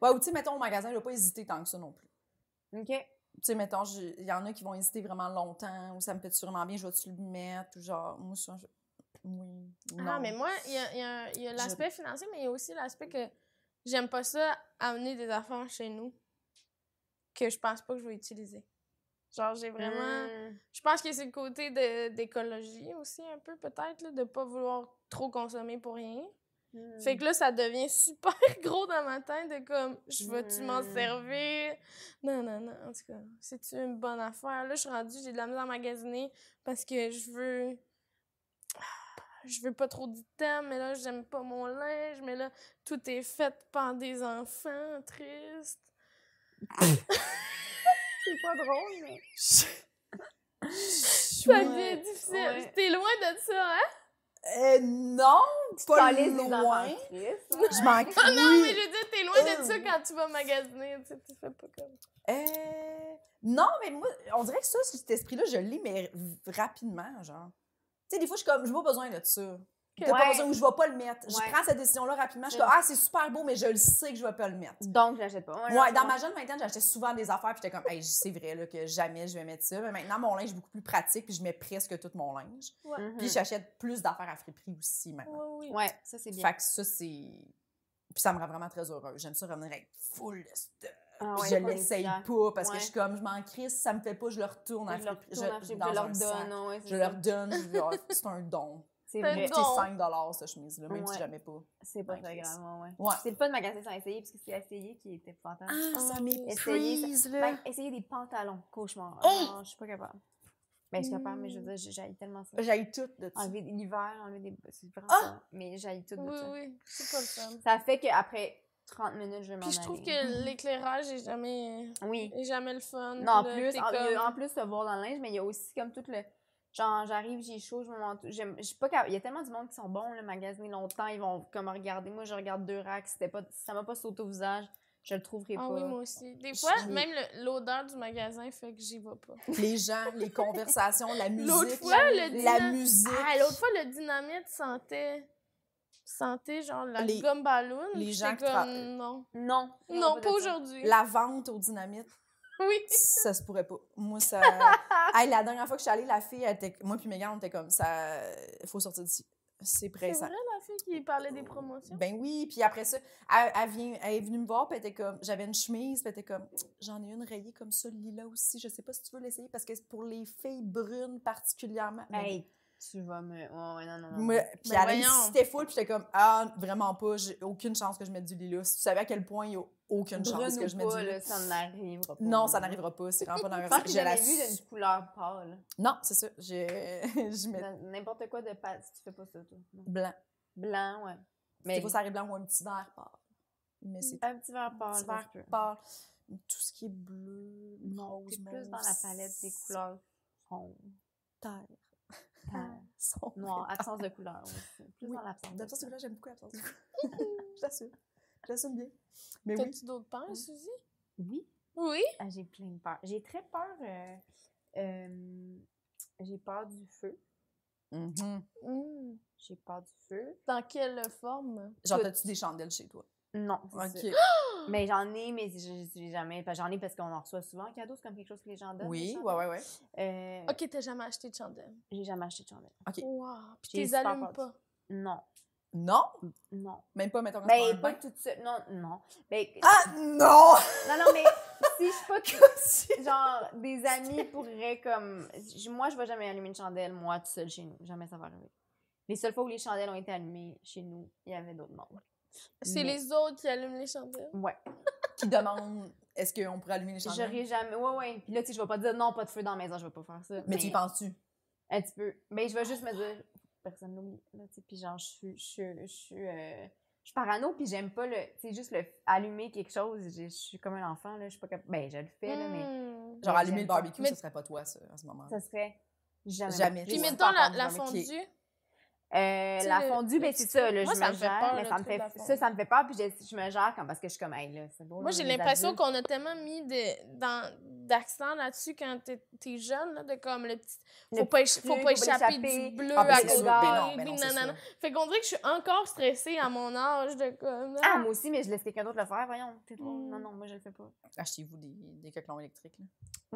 Ouais, ou tu sais, mettons, au magasin, je vais pas hésiter tant que ça non plus.
OK.
Tu sais, mettons, j'ai- il y en a qui vont hésiter vraiment longtemps, ou ça me fait sûrement bien, je vais-tu le mettre, ou genre, moi, souvent, je... Oui, non.
Ah, mais moi, il y a, il y a- il y a l'aspect financier, mais il y a aussi l'aspect que j'aime pas ça, amener des affaires chez nous que je pense pas que je vais utiliser. Genre, j'ai vraiment.
Mm.
Je pense que c'est le côté de- d'écologie aussi, un peu, peut-être, là, de pas vouloir trop consommer pour rien.
Hmm.
Fait que là, ça devient super gros dans ma tête de comme, je vais-tu m'en
Mm.
servir? Non, non, non. En tout cas, c'est-tu une bonne affaire? Là, je suis rendue, j'ai de la misère à magasiner parce que je veux. ah, Je veux pas trop d'items, mais là, j'aime pas mon linge, mais là, tout est fait par des enfants, triste.
c'est pas drôle, mais.
Ça
Ça
devient difficile.
ouais.
T'es loin de ça, hein?
euh, non, pas loin. Je m'en
Ah non, mais
crie.
je veux dire, t'es loin de ça
Euh.
quand tu vas magasiner. Tu sais, tu fais pas comme.
Euh, non, mais moi, on dirait que ça, cet esprit-là, je l'ai, mais v- rapidement, genre. Tu sais, des fois, je suis comme, je n'ai pas besoin de ça. T'as
Ouais.
pas besoin ou je vais pas le mettre.
Ouais.
Je prends cette décision-là rapidement. Je suis
Ouais.
comme, ah, c'est super beau, mais je le sais que je vais pas le mettre.
Donc, je l'achète pas. Ouais,
Ouais,
non,
dans
non.
ma jeune vingtaine, j'achetais souvent des affaires, puis j'étais comme, hey, c'est vrai là, que jamais je vais mettre ça. Mais maintenant, mon linge est beaucoup plus pratique, puis je mets presque tout mon linge.
Mhm.
Puis j'achète plus d'affaires à friperie aussi, maintenant.
Oh,
Oui, oui.
Ouais, ça, c'est bien.
Fait que ça, c'est. Puis ça me rend vraiment très heureuse. J'aime ça revenir avec full de stuff.
Ah
Puis
ouais,
je
faut les
l'essaye
fiers.
pas parce
Ouais.
que je suis comme, je m'en crisse, si ça me fait pas, je le retourne à
Je leur
friperie.
retourne à friperie, je
dans
leur
un sac.
donne. ouais, c'est
Je leur
ça.
donne, je leur- c'est un don.
C'est
C'est
Elle m'a
vrai.
bon.
coûté 5 cette chemise-là, même
Ouais.
si jamais pas.
C'est pas
Ouais,
très
Chris.
grave, ouais.
Ouais. Ah,
C'est le fun de magasiner sans essayer, parce que c'est essayer qui était épouvantable.
ça
m'épuise,
là.
Euh.
Ben, essayer des pantalons, cauchemar.
Hey!
Oh!
Non, je suis pas capable. Ben, je suis capable, mais je veux dire, j'aille tellement ça.
J'aille tout de ça.
Enlever l'hiver, enlever des. C'est vraiment
Ah!
ça. Mais j'aille tout de
Oui,
ça.
oui. C'est pas le fun.
Ça fait qu'après 30 minutes, je vais m'en
Puis je trouve
aller.
que l'éclairage est jamais, euh,
Oui.
est jamais le fun.
Non, en
Puis là,
plus,
t'es
en, il y a-
comme- ah
en plus, se voir dans le linge, mais il y a aussi comme tout le. Genre, j'arrive, j'ai chaud, je me m'entoure. J'aime- Je suis pas capable. Il y a tellement du monde qui sont bons, là, magasiner longtemps, ils vont comme regarder. Moi, je regarde deux racks. C'était pas, ça m'a pas sauté au visage. Je le trouverai
Ah
pas.
oui, moi aussi. Des fois,
Je-
même le- l'odeur du magasin fait que j'y vais pas.
Les gens, les conversations, la musique.
L'autre fois, le
La
dynam-
musique.
Ah, l'autre fois, le dynamite sentait. sentait genre la
Les-
gomme ballon.
les
puis
gens
j'étais
qui
comme,
tra-
Non.
Non.
Non,
de
pas
ça.
aujourd'hui.
La vente au dynamite,
Oui.
ça se pourrait pas. Moi, ça. Hey, la dernière fois que je suis allée, la fille, elle était... moi puis Megan, on était comme ça. Faut sortir d'ici. C'est
C'est
pressant.
vrai, la fille qui parlait des promotions?
Ben oui, puis après ça, elle, elle vient, elle est venue me voir, puis elle était comme, j'avais une chemise, puis elle était comme, j'en ai une rayée comme ça, lila aussi, je sais pas si tu veux l'essayer, parce que c'est pour les filles brunes particulièrement. Ben Mais-
Hey, tu vas me. Ouais, ouais, non, non, non.
mais- puis
Ben
elle
voyons.
insistait full, puis j'étais comme, ah, vraiment pas, j'ai aucune chance que je mette du lila. Si tu savais à quel point il y a aucune chance
Brune
que
ou
je mette
pas,
du lila.
là, ça n'arrivera pas.
Non, ça n'arrivera pas, c'est vraiment pas dans
Je
la
pense que
la
j'avais vu
su-
d'une couleur pâle.
Non, c'est ça, j'ai- je mets
Ben, N'importe quoi de pâle. Tu fais pas ça, toi. Non.
blanc.
Blanc, ouais.
Mais
Mais Ben,
faut ça arrive blanc ou un petit vert pâle. Mais c'est
un petit verre
un
pâle.
petit
ça
vert
se peut.
pâle. Tout ce qui est bleu, rose,
T'es plus dans la
mauve,
palette des couleurs sombres,
terre,
pâles,
sombre.
noires, absence de couleurs aussi. Plus
Oui,
dans l'absence. de
L'absence de
couleurs.
couleur, j'aime beaucoup l'absence de couleur. Je l'assume. Je l'assume bien. Mais oui,
T'as-tu d'autres peurs, Suzy?
Oui,
Oui.
ah, j'ai plein de peur. J'ai très peur. euh, euh, j'ai peur du feu.
Mm-hmm. Mm.
J'ai peur du feu.
Dans quelle forme?
genre, t'as-tu des chandelles chez toi?
Non, c'est ça.
Ok.
Mais j'en ai, mais je les utilise jamais. Parce que J'en ai parce qu'on en reçoit souvent en cadeau. C'est comme quelque chose que les gens donnent.
Oui,
les gens.
ouais, ouais, ouais.
Euh,
Ok, t'as jamais acheté de chandelle.
J'ai jamais acheté de chandelle.
Wow. Puis
J'ai
t'es
super
allumes
peur
pas.
Non,
Non?
non.
Même pas, mettons, quand tu
Ben,
prends un
pas
bain.
tout de suite. Non, non. Ben,
Ah, non!
Non, non, mais si je suis pas tout- genre des amis pourraient comme je- moi je vais jamais allumer une chandelle moi tout seul chez nous, jamais ça va arriver. Les seules fois où les chandelles ont été allumées chez nous, il y avait d'autres mondes.
C'est
Mais-
les autres qui allument les chandelles.
Ouais.
Qui demande, est-ce qu'on pourrait allumer les chandelles?
J'aurais jamais ouais ouais. Puis là tu sais je vais pas dire non, pas de feu dans la maison, je vais pas faire ça.
Mais tu y penses-tu?
Un petit peu. Mais je vais juste me dire personne n'oublie là tu sais puis genre je suis je suis- je suis euh, je suis parano puis j'aime pas le tu sais juste le allumer quelque chose, je je suis comme un enfant là, je suis pas capable ben je le fais là mais
Hmm.
Genre,
Mais
allumer le
j'aime
barbecue,
pas.
ce serait pas toi, ça, en ce moment.
ça serait jamais.
Jamais.
J'ai
Puis
super
mettons la,
peur du
la
barbecue.
fondue.
Euh,
Tu sais,
la
le-
fondue,
le
ben
petit
c'est ça,
truc.
là,
Moi,
je
ça
me
me fait
gère,
peur,
mais
le
ça me
truc de la
fait, ça,
fondue.
ça me fait peur, puis je, je me gère comme, parce que je suis comme, hey, là, c'est beau.
Moi,
là,
j'ai
les
l'impression
adultes.
qu'on a tellement mis de- dans- d'accent là-dessus quand t'es t'es jeune, là, de comme le petit.
Le
Faut pas, éch-
petit
faut pas
truc, faut
échapper,
pas
du
l'échapper.
bleu
Ah, ben,
à
c'est
côté.
sûr. Ben non, ben
puis
non, c'est
nanana.
sûr.
Fait qu'on dirait que je suis encore stressée à mon âge de comme.
Ah, moi aussi, mais je laisse quelqu'un d'autre le faire, voyons, t'es drôle.
Mm.
Non, non, moi, je le fais pas.
Achetez-vous des, des coquelons électriques, là.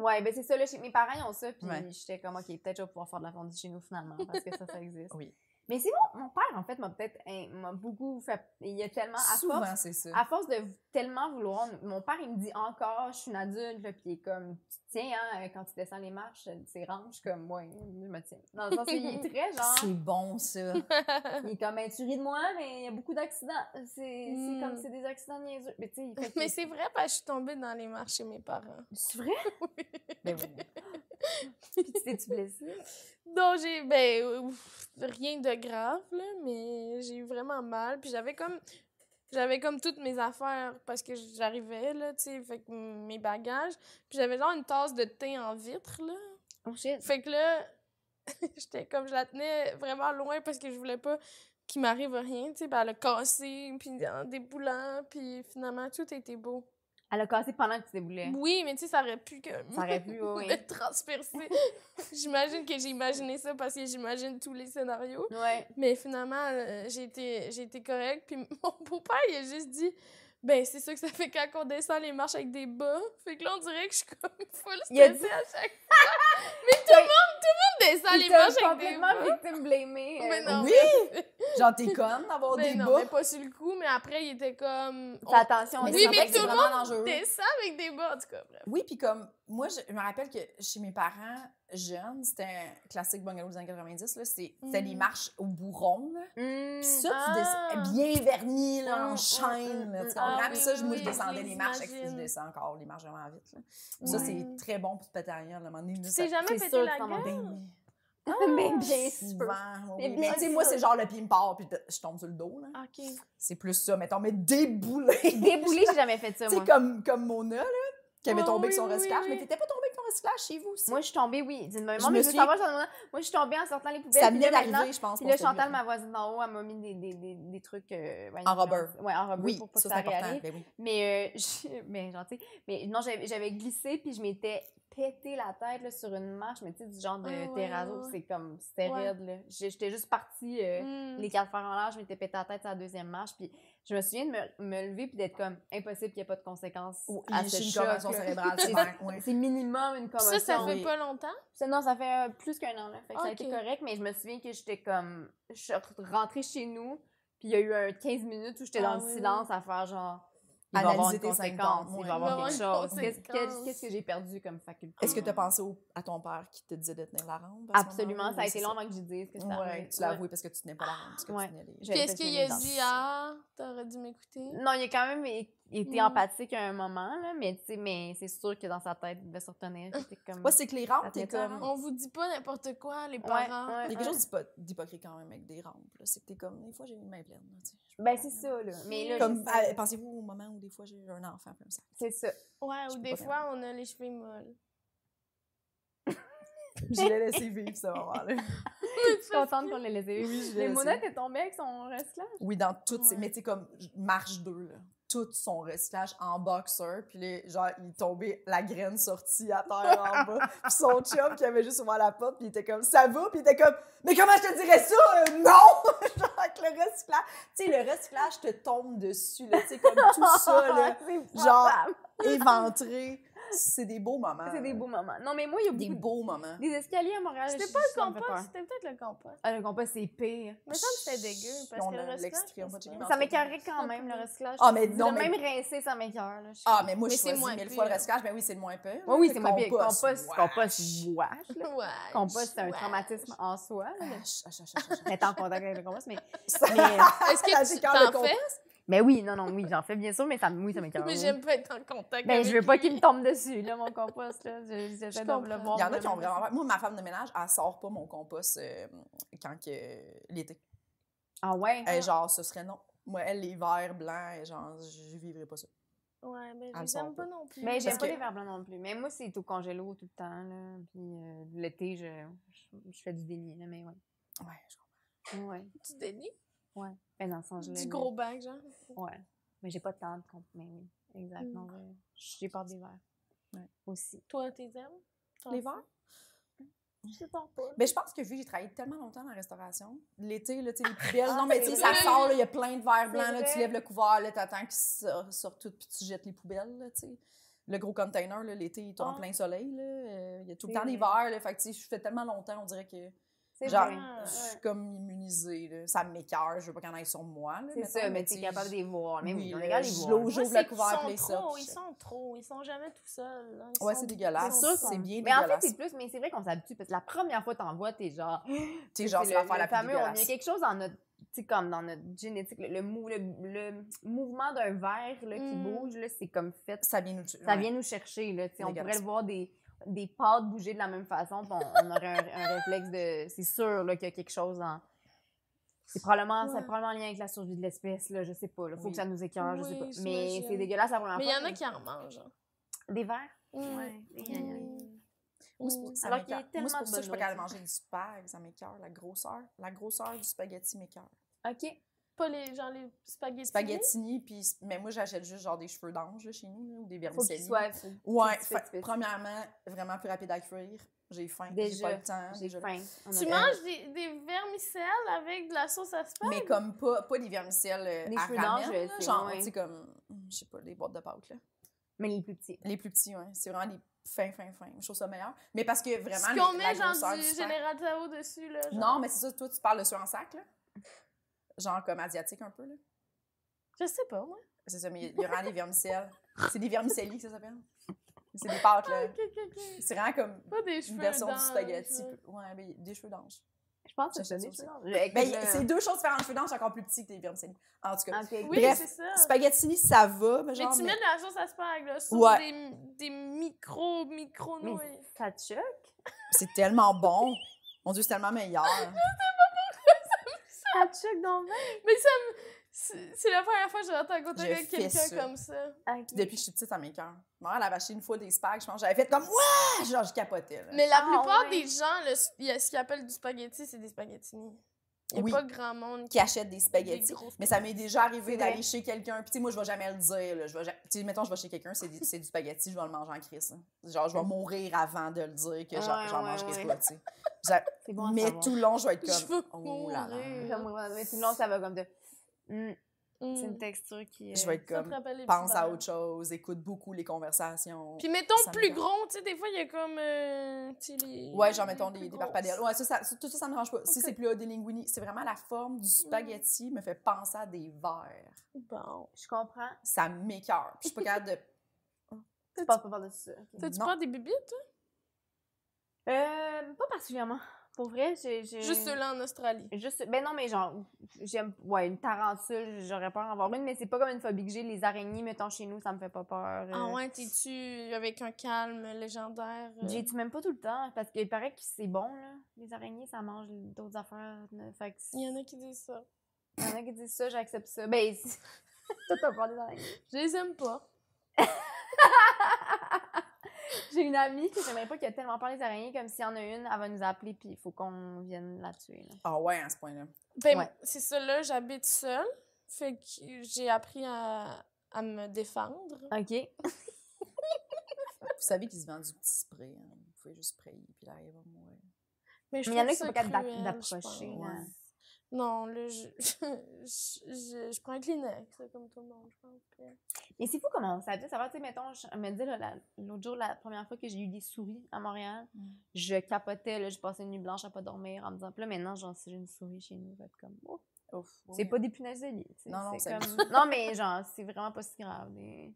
Ouais, ben c'est ça, là, chez- mes parents, ils ont ça, puis
Ouais.
j'étais comme, OK, peut-être je vais pouvoir faire de la fondue chez nous, finalement, parce que ça, ça existe.
Oui.
Mais c'est bon, mon père, en fait, m'a peut-être, hein, m'a beaucoup fait, il y a tellement, à force,
Souvent, c'est ça.
à force de vou- tellement vouloir, mon père, il me dit encore, je suis une adulte, là, puis il est comme, tu te tiens, hein, quand tu descends les marches, euh, c'est rang, je suis comme, ouais, je me tiens. Dans le sens, il est très genre,
C'est bon, ça.
il est comme, Ben, tu ris de moi, mais il y a beaucoup d'accidents. C'est c'est
Mm.
Hmm.
comme, c'est des accidents niaiseux. Mais tu sais, il fait que-
Mais c'est vrai parce que je suis tombée dans les marches chez mes parents.
c'est vrai?
Ben oui.
Puis tu t'es-tu blessée?
Non, j'ai. Ben, ouf, rien de grave, là, mais j'ai eu vraiment mal. Puis j'avais comme. J'avais comme toutes mes affaires parce que j'arrivais, là, tu sais, fait que mes bagages. Puis j'avais genre une tasse de thé en vitre, là.
Oh shit.
Fait que là, j'étais comme, je la tenais vraiment loin parce que je voulais pas qu'il m'arrive rien, tu sais. Ben, elle a cassé, puis en déboulant, puis finalement, tout était beau.
Elle a cassé pendant que tu déboulais.
Oui, mais tu sais, ça aurait pu que...
Ça aurait pu, oui.
me transpercer. j'imagine que j'ai imaginé ça parce que j'imagine tous les scénarios.
Ouais.
Mais finalement, euh, j'ai été, j'ai été correcte. Puis mon beau-père, il a juste dit... Ben, c'est ça que ça fait quand on descend les marches avec des bas. Fait que là, on dirait que je suis comme full
Il a
stressée
dit-
à chaque fois. Mais tout le monde, tout le monde descend
Il
les
t'a
marches avec des
complètement
bas.
victime blamée. euh,
Mais non,
Oui! Genre, t'es conne d'avoir
mais,
des
Ben non,
bas.
mais pas sur le coup. Mais après, il était comme...
Fais attention.
Oui,
on
Mais c'est vrai que
mais
descend pas que
tout
c'est
c'est
le
vraiment-
vraiment dangereux.
On descend avec des bas, en tout cas. Bref.
Oui, puis comme moi, je me rappelle que chez mes parents, jeunes, c'était un classique bungalow des années 90, là, c'était c'était
Mm.
les marches au bourron. Là.
Hmm.
Puis ça,
Ah.
tu descends bien verni, là,
Mm,
en
mm,
chaîne.
mm,
là, tu
mm.
comprends?
Ah
Puis
oui,
ça, je- moi,
oui,
je
oui,
descendais
je
les marches. fait que
l'imagine.
Je descends encore les marches vraiment vite. là. Puis Ça,
Ouais.
c'est très bon pour te péter la gueule. là, à un moment donné, là,
Tu
ça-
t'es jamais
c'est
pété
sûr
la
que ça m'en
gueule?
Ben oui.
Ah, Mais bien sûr.
Souvent, oui,
Mais
oui.
bien
Mais tu sais, moi,
sûr.
c'est genre le pied me part, puis je tombe sur le dos. là.
OK.
C'est plus ça. Mettons, mais débouler.
Débouler, j'ai jamais fait ça,
Tu sais,
moi.
comme, comme Mona, là, qui avait
Ah
Ouais,
tombé
oui,
avec son
oui,
recyclage,
oui.
mais t'étais pas tombée avec ton recyclage chez vous aussi.
Moi, je suis tombée, oui. Dis-moi,
Je
moi,
me
mais je veux
suis-
savoir, je- moi, je suis tombée en sortant les poubelles.
ça
puis
venait
là, maintenant,
d'arriver, je pense.
Puis là,
qu'on s'est
Chantal,
vu.
ma voisine d'en haut, elle m'a mis des, des, des, des trucs. euh, voyons,
En rubber.
genre- Ouais, en rubber
Oui,
pour pas
ça,
que
c'est
ça
important.
réalise.
ben oui.
Mais, euh, je- mais gentil. Mais non, j'avais j'avais glissé, puis je m'étais pété la tête là, sur une marche, mais tu sais, du genre de
Ah ouais,
terrazzo,
ouais, ouais.
c'est comme, c'était
Ouais.
raide, là. J'ai- J'étais juste partie, euh,
Mm.
Hmm.
les quatre fers en l'air, je m'étais pété la tête sur la deuxième marche, puis je me souviens de me, me lever puis d'être comme, impossible qu'il n'y ait pas de conséquences
Ou
à
il-
ce
j'ai une
choc,
commotion
là.
cérébrale,
C'est-
sévère, ouais.
C'est minimum une commotion.
Ça, ça fait
oui.
pas longtemps?
Ça, non, ça fait euh, plus qu'un an, là. Fait que ça a été
Ok.
correct, mais je me souviens que j'étais comme. Je suis rentrée chez nous, puis il y a eu un 15 minutes où j'étais
Ah
dans le
oui,
silence à faire genre. Il va y
Analyser
avoir une
tes
conséquence,
symptômes,
il
ouais.
va y avoir
Il va
quelque
y avoir
chose.
une
Qu'est-ce
conséquence.
qu'est-ce- qu'est-ce que j'ai perdu comme faculté?
Est-ce que tu as
là?
pensé au- à ton père qui te disait de tenir la rampe? à ce
Absolument,
moment-là?
ça a
Oui,
été
c'est
long avant que j'y dise que
Ouais,
ça arrivait.
tu l'as avoué parce que tu tenais pas la rampe. Parce que
Ouais.
tu tenais les-
Je-
Puis
J'avais
est-ce
pas
qu'il
gêné
a
dans
dit
ça. Mmh,
Ah, t'aurais dû m'écouter?
Non, il a quand même é- été
Mm.
empathique à un moment, là, mais, tu sais, mais c'est sûr que dans sa tête, il devait se retenir. C'était comme.
Ouais, c'est que les rampes,
Ça
t'es
tenait pas la
comme.
rampe.
On vous dit pas n'importe quoi, les
Ouais,
parents.
ouais,
Il y a
ouais.
quelque chose d'hypo- d'hypocrite quand même avec des rampes. là. C'est que t'es comme, des fois, j'ai une main pleine. là, tu sais. Je peux
Ben,
pas
c'est
rien.
ça, là. Mais là,
Comme,
j'essaie-
à- pensez-vous au moment où des fois j'ai eu un enfant comme ça?
c'est ça.
Ouais,
Je
ou
peux
des
pas
fois, on a les cheveux molles.
Je l'ai laissé vivre ce moment-là.
Je suis contente qu'on l'ait laissé.
Oui, je l'ai
Les
laissé.
monettes est tombée avec son reste-là.
Oui, dans toutes ses.
Ouais.
Mais tu sais, comme j- marche 2, là. Tout son recyclage en boxer, puis les, genre, il tombait la graine sortie à terre en bas. Puis son chum qui avait juste ouvert la porte, puis il était comme ça va, puis il était comme mais comment je te dirais ça Euh, Non, genre avec le recyclage, tu sais le recyclage te tombe dessus là, tu sais comme tout ça là,
Genre,
éventré, c'est des beaux moments.
c'est des
là.
beaux moments. Non, mais moi, il y a
euh, des
beaucoup de-
beaux moments.
des escaliers à Montréal.
C'était
je-
pas
ça
le
me fait peur.
compost, c'était peut-être le compost.
Ah, le compost, c'est pire.
Mais ça me c'était dégueu parce
On
que
a
le reste
l'extrait, on va checker dans-
Ça m'écœurait quand même, le recyclage.
Ah, mais non,
De
mais-
même rincé, ça m'écœure. là. Je suis-
Ah mais moi
Mais
je
c'est moins
choisis mille fois le
pire.
recyclage, mais oui c'est le moins peu.
Oui, oui, c'est moins pire.
Compost,
Compost,
ouais.
compost, wesh, là.
Ouais.
Compost, c'est un
ouais.
traumatisme en soi. là,
Ah, ch- ah, ch- ah, ch-
D'être en contact avec le compost, mais...
ah, ch-
Mais,
Est-ce
La
que tu
séquence de
t'en fais?
mais oui, non, non, oui, j'en fais bien sûr, mais ça, oui, ça m'écœure.
Mais
oui.
j'aime pas être en contact
hein. Ben,
avec
je veux pas
lui.
qu'il me tombe dessus, là, mon compost, là. Je-
Je
J'essaie de le
comprends.
voir.
Il y en a qui
vraiment.
ont vraiment peur. Moi, ma femme de ménage, elle sort pas mon compost euh, quand que l'été.
Ah ouais?
Elle est Eh, genre, ce serait non. Moi, elle, les verts blancs, elle est genre, je vivrai pas ça.
Ouais, mais
Ah,
je
ils
les
sont
aime
pas.
pas non plus.
Mais j'aime
Parce
pas
que-
les verres blancs non plus. Mais moi, c'est au congélo tout le temps, là. Puis euh, l'été, je, je, je fais du déni, là, mais ouais.
Ouais, je comprends.
Ouais.
du déni.
Ben, dans le sens, je l'ai,
Du
mais-
gros bac, genre.
Ouais. Mais j'ai pas de temps de compte. Mais oui, exact.
Mm.
non, ouais. J'ai peur des verres.
Ouais.
Aussi.
Toi, t'es aimes? T'en
Les
fais?
verts?
Je t'en pas.
Mais je pense que vu que j'ai travaillé tellement longtemps dans la restauration, l'été, là, tu sais, les poubelles,
Ah,
non, mais tu
c'est
sais, ça
vrai.
sort, là, il y a plein de verres blancs,
C'est
là, tu
vrai.
lèves le couvert, là, t'attends qu'ils sortent, sortent tout, puis tu jettes les poubelles, là, tu sais. Le gros container, là, l'été, il est en
Ah.
plein soleil, là, euh, il y a tout le
C'est
temps des
vrai.
verres, là, fait que, tu sais, je fais tellement longtemps, on dirait que...
C'est
Genre,
vrai.
Ah,
je suis
Ouais.
comme immunisée, là. ça m'écœure, je veux pas qu'on aille sur moi. là,
C'est
mettons,
ça, mais
tu
t'es
sais,
capable de les voir. Mais oui,
oui,
on
là,
regarde les
je
voir.
l'ose.
Moi,
j'ouvre
c'est
le couvercle,
qu'ils
les
sont trop,
sortent.
Ils sont trop, ils sont jamais tout seuls. là. Ils
Ouais,
sont-
c'est dégueulasse.
ils sont-
c'est bien
Mais en fait,
dégueulasse.
c'est plus, mais c'est vrai qu'on s'habitue parce que la première fois que t'en vois, t'es genre.
Tu sais, genre,
C'est
c'est
le-
l'affaire
le
la plus
fameux, on- Il y a
dégueulasse.
quelque chose dans notre, tu sais, comme dans notre génétique, le, le mou- le- le mouvement d'un verre là, qui
Mm.
bouge, là, c'est comme fait.
Ça vient nous tuer.
Ça
ouais.
vient nous chercher. Là, tu sais, on
Dégueulasse.
pourrait le voir des, des pâtes bouger de la même façon, puis on, on aurait un, un réflexe de. C'est sûr là, qu'il y a quelque chose dans. C'est probablement, c'est
Ouais.
probablement en lien avec la survie de l'espèce, là, je sais pas. Il faut
Oui.
que ça nous écœure, je sais pas.
Oui,
Mais
j'imagine.
c'est dégueulasse la première
Mais il
fois.
y en a qui en mangent. hein.
Des verres?
Mm.
Aïe, aïe, aïe.
Mm.
Moi, c'est pour- ça
Alors qu'il y
m'écoeure.
a
Moi, c'est
tellement
pour ça que
de
je suis pas
bonnes
capable de manger du spag, ça m'écœure. La grosseur. La grosseur du spaghetti m'écœure.
OK.
Pas les, genre les spaghettis.
Spaghettini, puis. Mais moi, j'achète juste genre des cheveux d'ange là, chez nous, là, ou des
Faut qu'il
vermicelli.
soit.
Ouais,
petit,
fait-
petit, petit.
premièrement, vraiment plus rapide à cuire. J'ai faim. J'ai
Déjà,
pas le temps.
J'ai
déjà.
faim. On a-
Tu manges des, Ah, des vermicelles avec de la sauce à spag?
Mais comme pas, pas des vermicelles euh,
Des
à
cheveux d'ange,
ramen, là,
c'est-
genre,
ouais.
tu sais, comme, je sais pas, des boîtes de pâtes, là.
Mais les plus petits.
Les plus petits, ouais. C'est vraiment les fins, fins, fins. Je trouve ça meilleur. Mais parce que vraiment,
Ce
les-
qu'on
la
met genre
grosseur
du
du sac-
général Tao dessus, là. genre.
Non, mais c'est ça, toi, tu parles de ceux en sac, là. Genre comme asiatique un peu, là.
Je sais pas, moi.
C'est ça, mais il y a vraiment des vermicelles. C'est des vermicelli que ça s'appelle. C'est des pâtes, là.
Ok, ok, ok.
C'est vraiment comme
Pas des cheveux.
une version du
d'ange,
spaghetti.
là.
Ouais, mais des cheveux d'ange.
Je pense que
Ça,
c'est
c'est
des
ça
choses.
Ben,
euh,
c'est deux choses différentes. Les cheveux d'ange, c'est encore plus petit que les vermicelli. En tout cas,
Oui,
Bref,
c'est Ah, ça.
spaghettini, ça va, mais genre...
mais tu
mais-
mets de la sauce à spag, là, sur
Ouais.
des, des micro, micro
Mais-
nouilles.
Ça te choque?
C'est tellement bon. Mon Dieu, c'est tellement meilleur.
Ça te choque donc
Mais ça me... C'est c'est la première fois que je rentre en contact
Je
avec
fais
quelqu'un
ça.
comme ça.
bien?
Puis depuis que je suis petite, ça m'écoeure. Ma mère, elle avait acheté une fois des spags, je pense. J'avais fait comme « Ouah! » Genre, je capotais, là.
Mais la
Ah,
plupart
ouais.
des gens, le- il y a ce qu'ils appellent du spaghetti, c'est des spaghettinis. Il n'y a
Oui.
pas grand monde
qui achète des
des
spaghettis.
gros
Mais ça m'est déjà arrivé
C'est vrai.
d'aller chez quelqu'un. Puis, tu sais, moi, je vais jamais le dire. là. Je vais ja- tu sais, mettons, je vais chez quelqu'un, c'est du, c'est du spaghetti, je vais le manger en crise. hein. Genre, je vais mourir avant de le dire que j'en
Ouais,
j'en
ouais,
mangerais
ouais.
pas, tu sais.
C'est bon à
Mais
savoir.
tout le long, je vais être
Je
comme.
veux
oh là là.
mourir.
Comme moi, mais tout le long, ça va comme de. Hum,
Mm.
C'est une texture qui. euh,
Je vais être
Ça te
comme.
rappelle les petits
Pense à
bonheurs.
autre chose, écoute beaucoup les conversations.
Puis mettons
Ça me
plus
dérange.
gros, tu sais, des fois, il y a comme. euh, tu sais, les,
Ouais, genre, mettons, des,
les plus
des parpadelles.
grosses.
Ouais, ça, ça- ça- tout ça, ça me dérange pas. Si
Ok.
c'est plus là, des linguini, c'est vraiment la forme du spaghetti me fait penser à des verres.
Bon.
Je comprends.
Ça m'écœure. Puis Je suis pas capable de.
Tu passes pas par-dessus ça. ok.
Toi, tu
Non.
prends des bibites? toi?
Euh, pas particulièrement. Pour vrai, j'ai. j'ai-
Juste ceux-là en Australie.
Juste, ben non, mais genre, j'aime, ouais, une tarentule, j'aurais peur d'en avoir une, mais c'est pas comme une phobie que j'ai. Les araignées, mettons, chez nous, ça me fait pas peur.
Ah
euh.
ouais, t'es-tu avec un calme légendaire? euh?
J'y tue même pas tout le temps, parce qu'il paraît que c'est bon, là. Les araignées, ça mange d'autres affaires. là. Fait que
Il
y
y en a qui disent ça.
en a qui disent ça, j'accepte ça. Ben, c'est- toi, t'as peur des araignées.
Je les aime pas.
J'ai une amie que j'aimerais pas qui a tellement peur des araignées, comme s'il y en a une, elle va nous appeler, puis il faut qu'on vienne la tuer, là.
Ah ouais, à ce point-là.
Ben,
Ouais.
c'est ça, là, j'habite seule. Fait que j'ai appris à, à me défendre.
OK.
Vous savez qu'ils se vendent du petit spray. hein. Vous pouvez juste sprayer, puis là, il va mourir.
Mais je
Mais il y en
trouve
a qui sont
ça
pas capables
cruel,
d'a-
je
d'approcher,
pense.
là.
Non, là, je, je, je- je prends un Kleenex, là, comme tout le monde, je pense. puis-
Mais c'est fou comment ça vient savoir, tu sais, mettons, je me dis, là, la- l'autre jour, la première fois que j'ai eu des souris à Montréal,
Mm.
je capotais, là, je passais une nuit blanche à pas dormir en me disant, puis là, maintenant, genre, si j'ai une souris chez nous, je vais être comme, oh,
Ouf. oui.
c'est pas des punaises de lit, tu sais,
Non, non,
c'est
on
comme... non, mais genre, c'est vraiment pas si grave. mais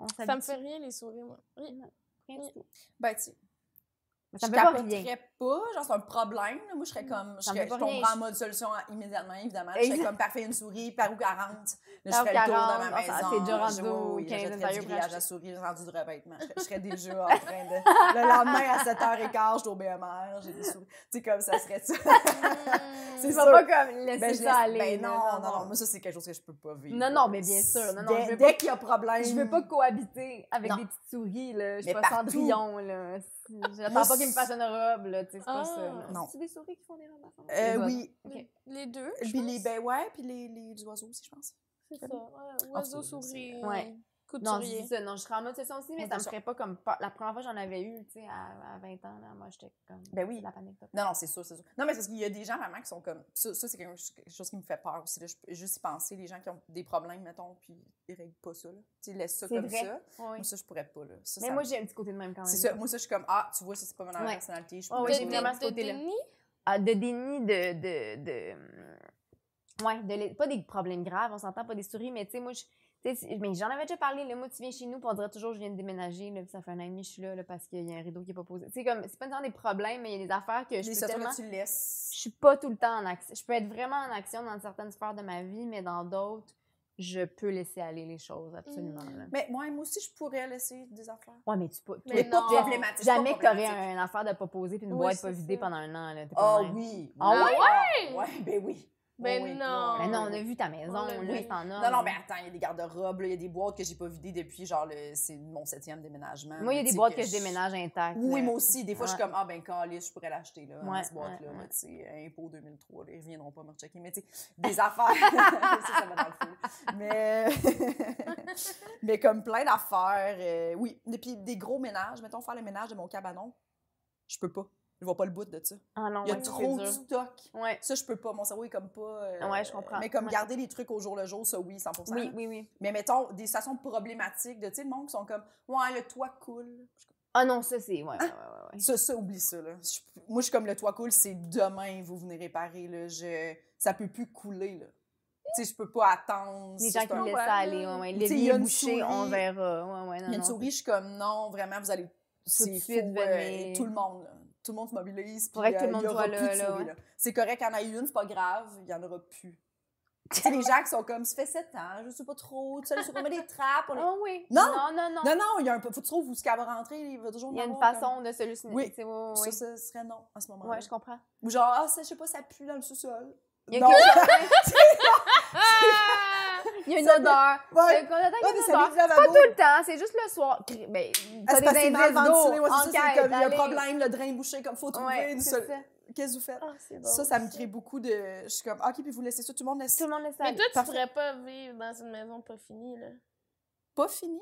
On
Ça me
s'habitue,
fait rien, les souris, moi. Rien.
rien du tout.
Ben, tu sais,
Mais
je
Ça me fait pas rien. Mm.
capoterais pas. Genre, c'est un problème. là. Moi, je serais comme. Je,
Ça me
serais,
fait pas
je tomberais
rien.
en mode solution immédiatement, évidemment. Je serais
Exact.
comme parfait, une souris, par où 40. Là, je
Par où
ferais le tour de
40,
ma maison.
ah, c'est déjà
je-
rendu
oui, oui,
au
je
15
jetterais
intérieur
du
pour
grillage
acheter.
à souris, rendu du revêtement. Je, je serais déjà en train de. Le lendemain, à 7h15, je suis au BMR, j'ai des souris. Tu sais, comme ça serait ça.
Tu
c'est
vas
sûr.
pas comme laisser
Ben, je
ça
laisse-
aller.
ben
là,
non, non, non, moi, ça, c'est quelque chose que je peux pas vivre.
Non, non, mais bien sûr, non, non,
dès
je veux
dès
pas-
qu'il y a problème.
Je veux pas cohabiter avec
Non.
des petites souris, là. Je suis
Mais
pas
partout.
cendrillon, là. J'attends
Moi,
pas qu'ils
c'est-
me fassent une robe, là. Tu sais, c'est pas ça.
Ah.
là.
Non.
C'est des souris qui font des robes ensemble.
Euh, oui.
Ok.
Les deux, je
Puis les,
pense.
ben ouais, puis les, les oiseaux aussi, je pense.
C'est ça. Ouais,
Ah,
oiseau,
souris,
souris,
c'est- Ouais. Non, je dis
couturier.
ça. Non, je serais en mode session aussi, mais
Oui,
ça
bien
me
sûr.
ferait pas comme. peur. La première fois, j'en avais eu, tu sais, à, à 20 ans, là. Moi, j'étais comme.
Ben oui.
La panique. totale.
Non, non, c'est sûr, c'est sûr. Non, mais c'est parce qu'il y a des gens vraiment qui sont comme. Ça, ça, c'est quelque chose- quelque chose qui me fait peur aussi. Là. Je peux juste y penser, les gens qui ont des problèmes, mettons, puis ils règlent pas ça. Là. Tu sais, ils laissent ça
C'est
comme
vrai.
ça.
Oui.
Moi, ça, je pourrais pas. Là. Ça,
Mais
ça
moi,
me-
j'ai un petit côté de même quand même.
c'est ça. Moi, ça, je suis comme, ah, tu vois, ça, c'est pas ma
Ouais.
personnalité. Je
Ouais,
pourrais pas
ouais, j'ai
le-
vraiment ce
de
côté-là.
déni.
Ah, de déni de. de, de... Ouais, de les- pas des problèmes graves, on s'entend pas des souris, mais tu sais, moi, je. tu sais, c'est- Mais j'en avais déjà parlé, le mot tu viens chez nous, puis on dirait toujours je viens de déménager, là, puis ça fait un an et demi que je suis là, là, parce qu'il y a un rideau qui est pas posé. Tu sais, comme, c'est pas tant des problèmes, mais il y a des affaires que je
Les
peux
situations
tellement...
que tu laisses.
Je suis pas tout le temps en action. Je peux être vraiment en action dans certaines sphères de ma vie, mais dans d'autres, je peux laisser aller les choses, absolument.
Mm.
là.
Mais moi, moi aussi, je pourrais laisser des affaires.
Ouais, mais tu peux.
Mais
t'es
non.
Problématique,
Jamais
pas
que t'aurais
problématique.
un- une affaire de pas poser puis une
Oui,
boîte pas
c'est
vidée
ça.
pendant un an, là. t'es pas
Ah
de même.
oui!
Ah ouais?
Ah ouais, ben oui!
Ben
Oui,
non.
Ben non, on
Oh, oui.
a vu ta maison,
On l'a
là,
vu.
t'en as.
Non, non,
là.
mais attends, il y a des garde-robes, là, il y a des boîtes que j'ai pas vidées depuis, genre, le- c'est mon septième déménagement.
Moi, il y a
là,
des
tu sais,
boîtes que je
je-
déménage intactes.
Oui,
là.
moi aussi. Des fois, je suis
Ouais.
comme, ah, ben, calice, je pourrais l'acheter, là, dans
Ouais,
cette boîte-là,
ouais,
là,
ouais.
tu sais, euh, impôt 2003, là, ils reviendront pas me rechecker. Mais, tu sais, des affaires. ça, ça va dans le fou. Mais, mais comme plein d'affaires, euh, oui. Et puis, des gros ménages, mettons, faire le ménage de mon cabanon, je peux pas. Je vois pas le bout de ça.
Ah non,
Il y a
ouais, c'est
trop de
dur.
stock.
Ouais.
Ça, je peux pas. Mon cerveau est comme pas. euh,
Ouais, je comprends.
Mais comme
Ouais.
garder les trucs au jour le jour, ça, oui, 100
Oui, oui, oui.
Mais mettons, des situations problématiques de, tu sais, le monde qui sont comme, ouais, le toit coule.
Ah non, ça, c'est. Ouais, ouais, ouais, ouais, ouais.
Ça, ça, oublie ça. Là. Je- moi, je suis comme le toit coule, c'est demain, vous venez réparer. Là. Je, ça peut plus couler. Là. Tu sais, je peux pas attendre.
Les
Si
gens
je
qui
peux-
me
me
laissent
ouais.
aller, ouais, ouais.
Tu sais, il y a
L'évier est
une
bouché, on
souris.
verra. euh, Ouais, ouais, non,
Il y a une
non,
souris, je suis comme, non, vraiment, vous allez. C'est
de suite
faux, euh,
venir.
tout le monde. là. Tout le monde se mobilise. puis,
Faudrait que tout le
euh, il y
monde
aura
soit
plus
là,
de
là,
souris,
ouais.
là. C'est correct, il y en a eu une, c'est pas grave, il y en aura plus. Tu sais, les gens qui sont comme, ça fait sept ans, je sais pas trop, tu sais, on met des trappes. on
Ah
les-
oui.
Non!
Non, non, non.
Non, non, il y a un peu, faut que tu trouves où ce qu'elle va rentrer, il va toujours
Il y a
en
une
avoir, comme-
façon de solutionner.
Oui.
tu sais, ouais, ouais,
Ça,
ouais.
ce serait non à ce moment-là.
Ouais, je comprends.
Ou genre, ah, ça, je sais pas, ça pue dans le sous-sol.
Il y a
Non.
Ah!
Il y a une odeur.
Ouais.
Le condamné, il y
Ah,
a
mais
une
ça
odeur.
vit du lavabo.
Pas tout le temps, c'est juste le soir. Cri- Ben,
Ah,
t'as
c'est parce
des
qu'il mal
indices
ventilé,
d'eau.
ouais, c'est ça, c'est
Enquête,
comme, il y a un
allez.
problème, le drain est bouché, comme faut trouver
Ouais,
du
c'est
sol.
ça.
Qu'est-ce que vous faites?
Ah, c'est drôle,
Ça, ça me crée beaucoup de. Je suis comme, OK, puis vous laissez ça, tout le monde laisse
Tout
ça.
le monde le sait.
Mais toi, tu
Parfait.
pourrais pas vivre dans une maison pas finie, là.
Pas fini?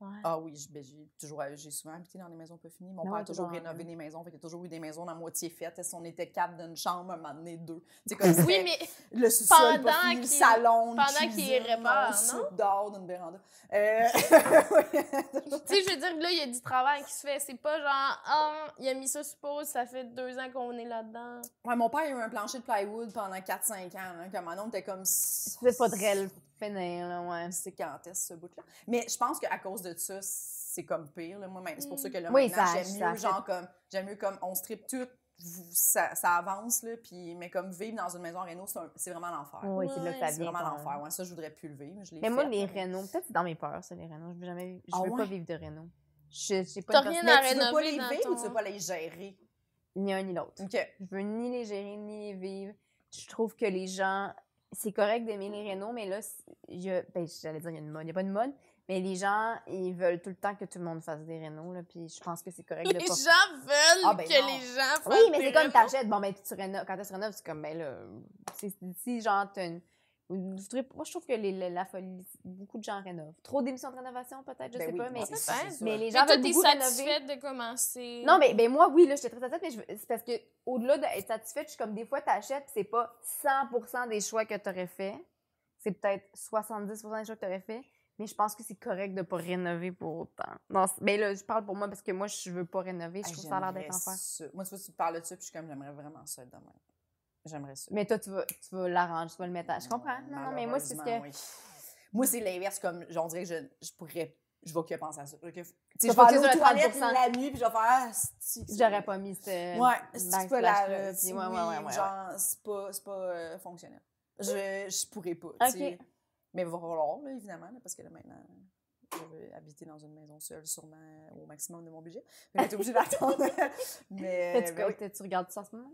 Ouais.
Ah oui, je- ben, j'ai toujours, j'ai souvent habité dans des maisons pas finies. Mon
Non,
père a toujours
dans-
rénové des maisons, fait qu'il y a toujours eu des maisons à moitié faites. Si on était quatre d'une chambre, un moment donné, deux. C'est comme
Oui,
c'était
mais
le sous-sol, pas
pendant
fini, le
qu'il-
salon,
pendant qu'il répare, non?
d'or d'une véranda. Euh, oui.
tu sais, je veux dire, là, il y a du travail qui se fait. C'est pas genre, ah, il a mis ça sur pause, ça fait deux ans qu'on est là-dedans.
Ouais, mon père a eu un plancher de plywood pendant 4-5 ans. Hein, comme mon oncle était comme.
C'est pas très le finir, là, ouais.
C'est quand est-ce ce bout-là? Mais je pense qu'à cause de ça, c'est comme pire. là. Moi, même, c'est pour ça que là,
Mm. Oui,
maintenant,
ça-
j'aime
ça
mieux, genre, comme, j'aime mieux comme on strip tout, vous- ça, ça avance, là, puis, mais comme vivre dans une maison en réno, c'est un- c'est vraiment l'enfer.
Oui, c'est là que
Ouais,
ça
C'est
vient.
vraiment
quand même.
l'enfer. Ouais, ça, je voudrais plus le vivre. Je l'ai
Mais moi,
fait,
les
mais-
rénaux, peut-être c'est dans mes peurs, ça, les rénaux. Je veux jamais. Je
Ah
veux pas
ouais?
vivre de rénaux. Je, je sais pas
T'as
une
rien
personne-
Mais
à
tu veux pas
rénover
les
dans
vivre ou
ton-
tu veux pas les gérer?
ni un ni l'autre.
OK.
Je veux ni les gérer, ni les vivre. Je trouve que les gens. C'est correct d'aimer les rénaux, mais là, c'est- il y a- ben, j'allais dire, il y a une mode. Il n'y a pas de mode, mais les gens, ils veulent tout le temps que tout le monde fasse des rénaux, là, puis je pense que c'est correct de
Les
pas
gens veulent
Ah, ben
que
non.
les gens fassent
Oui, mais
des
c'est comme
rénaux.
t'achètes. Bon, ben, tu rénoves. Quand tu rénoves, c'est comme, ben là, c'est- si genre, t'as une. une- vous trouvez- Moi, je trouve que les- la, la folie, beaucoup de gens rénovent. Trop d'émissions de rénovation, peut-être, je
Ben
sais
oui, non,
pas, mais,
c'est
mais
sûr, c'est sûr.
mais les
Mais
gens
toi,
veulent
t'es
beaucoup rénover.
satisfaite de commencer.
Non, mais, mais moi, oui, là, j'étais très satisfaite, mais je veux- c'est parce que au-delà d'être satisfaite, je suis comme, des fois, t'achètes, puis c'est pas 100 des choix que t'aurais fait. C'est peut-être 70 des choix que t'aurais fait. Mais je pense que c'est correct de pas rénover pour autant. Non, c'est- mais là, je parle pour moi parce que moi, je veux pas rénover. Je
Ah,
trouve ça a l'air d'être
j'aimerais
enfer.
ça. Moi, tu vois, tu parles de ça, puis je suis comme, j'aimerais vraiment ça être de même. J'aimerais ça.
Mais toi, tu vas, tu vas l'arranger, tu vas le mettre à... Je comprends. Non, non, mais moi, c'est ce que...
Malheureusement, oui. Moi, c'est l'inverse. Comme, genre, on dirait que je, je pourrais. Je vais que penser à ça. Je- que- Tu sais, je vais
focuses
aller aux
sur le
toilettes
30%.
la nuit, puis je vais faire. Ah, c'est-tu que c'est-
J'aurais pas mis ce...
Ouais, c'est pas la.
backslash-là,
euh,
puis
c'est-
ouais, ouais,
oui,
ouais, ouais,
genre, c'est pas, c'est pas euh, fonctionnel. Je, je pourrais pas. tu
Ok.
sais. Mais il va falloir, là, évidemment, là, parce que là, maintenant, je veux habiter dans une maison seule, sûrement euh, au maximum de mon budget. Mais j'étais obligée d'attendre. mais.
T'as-tu
mais euh, oui.
quoi- t'as- tu regardes ça en ce moment?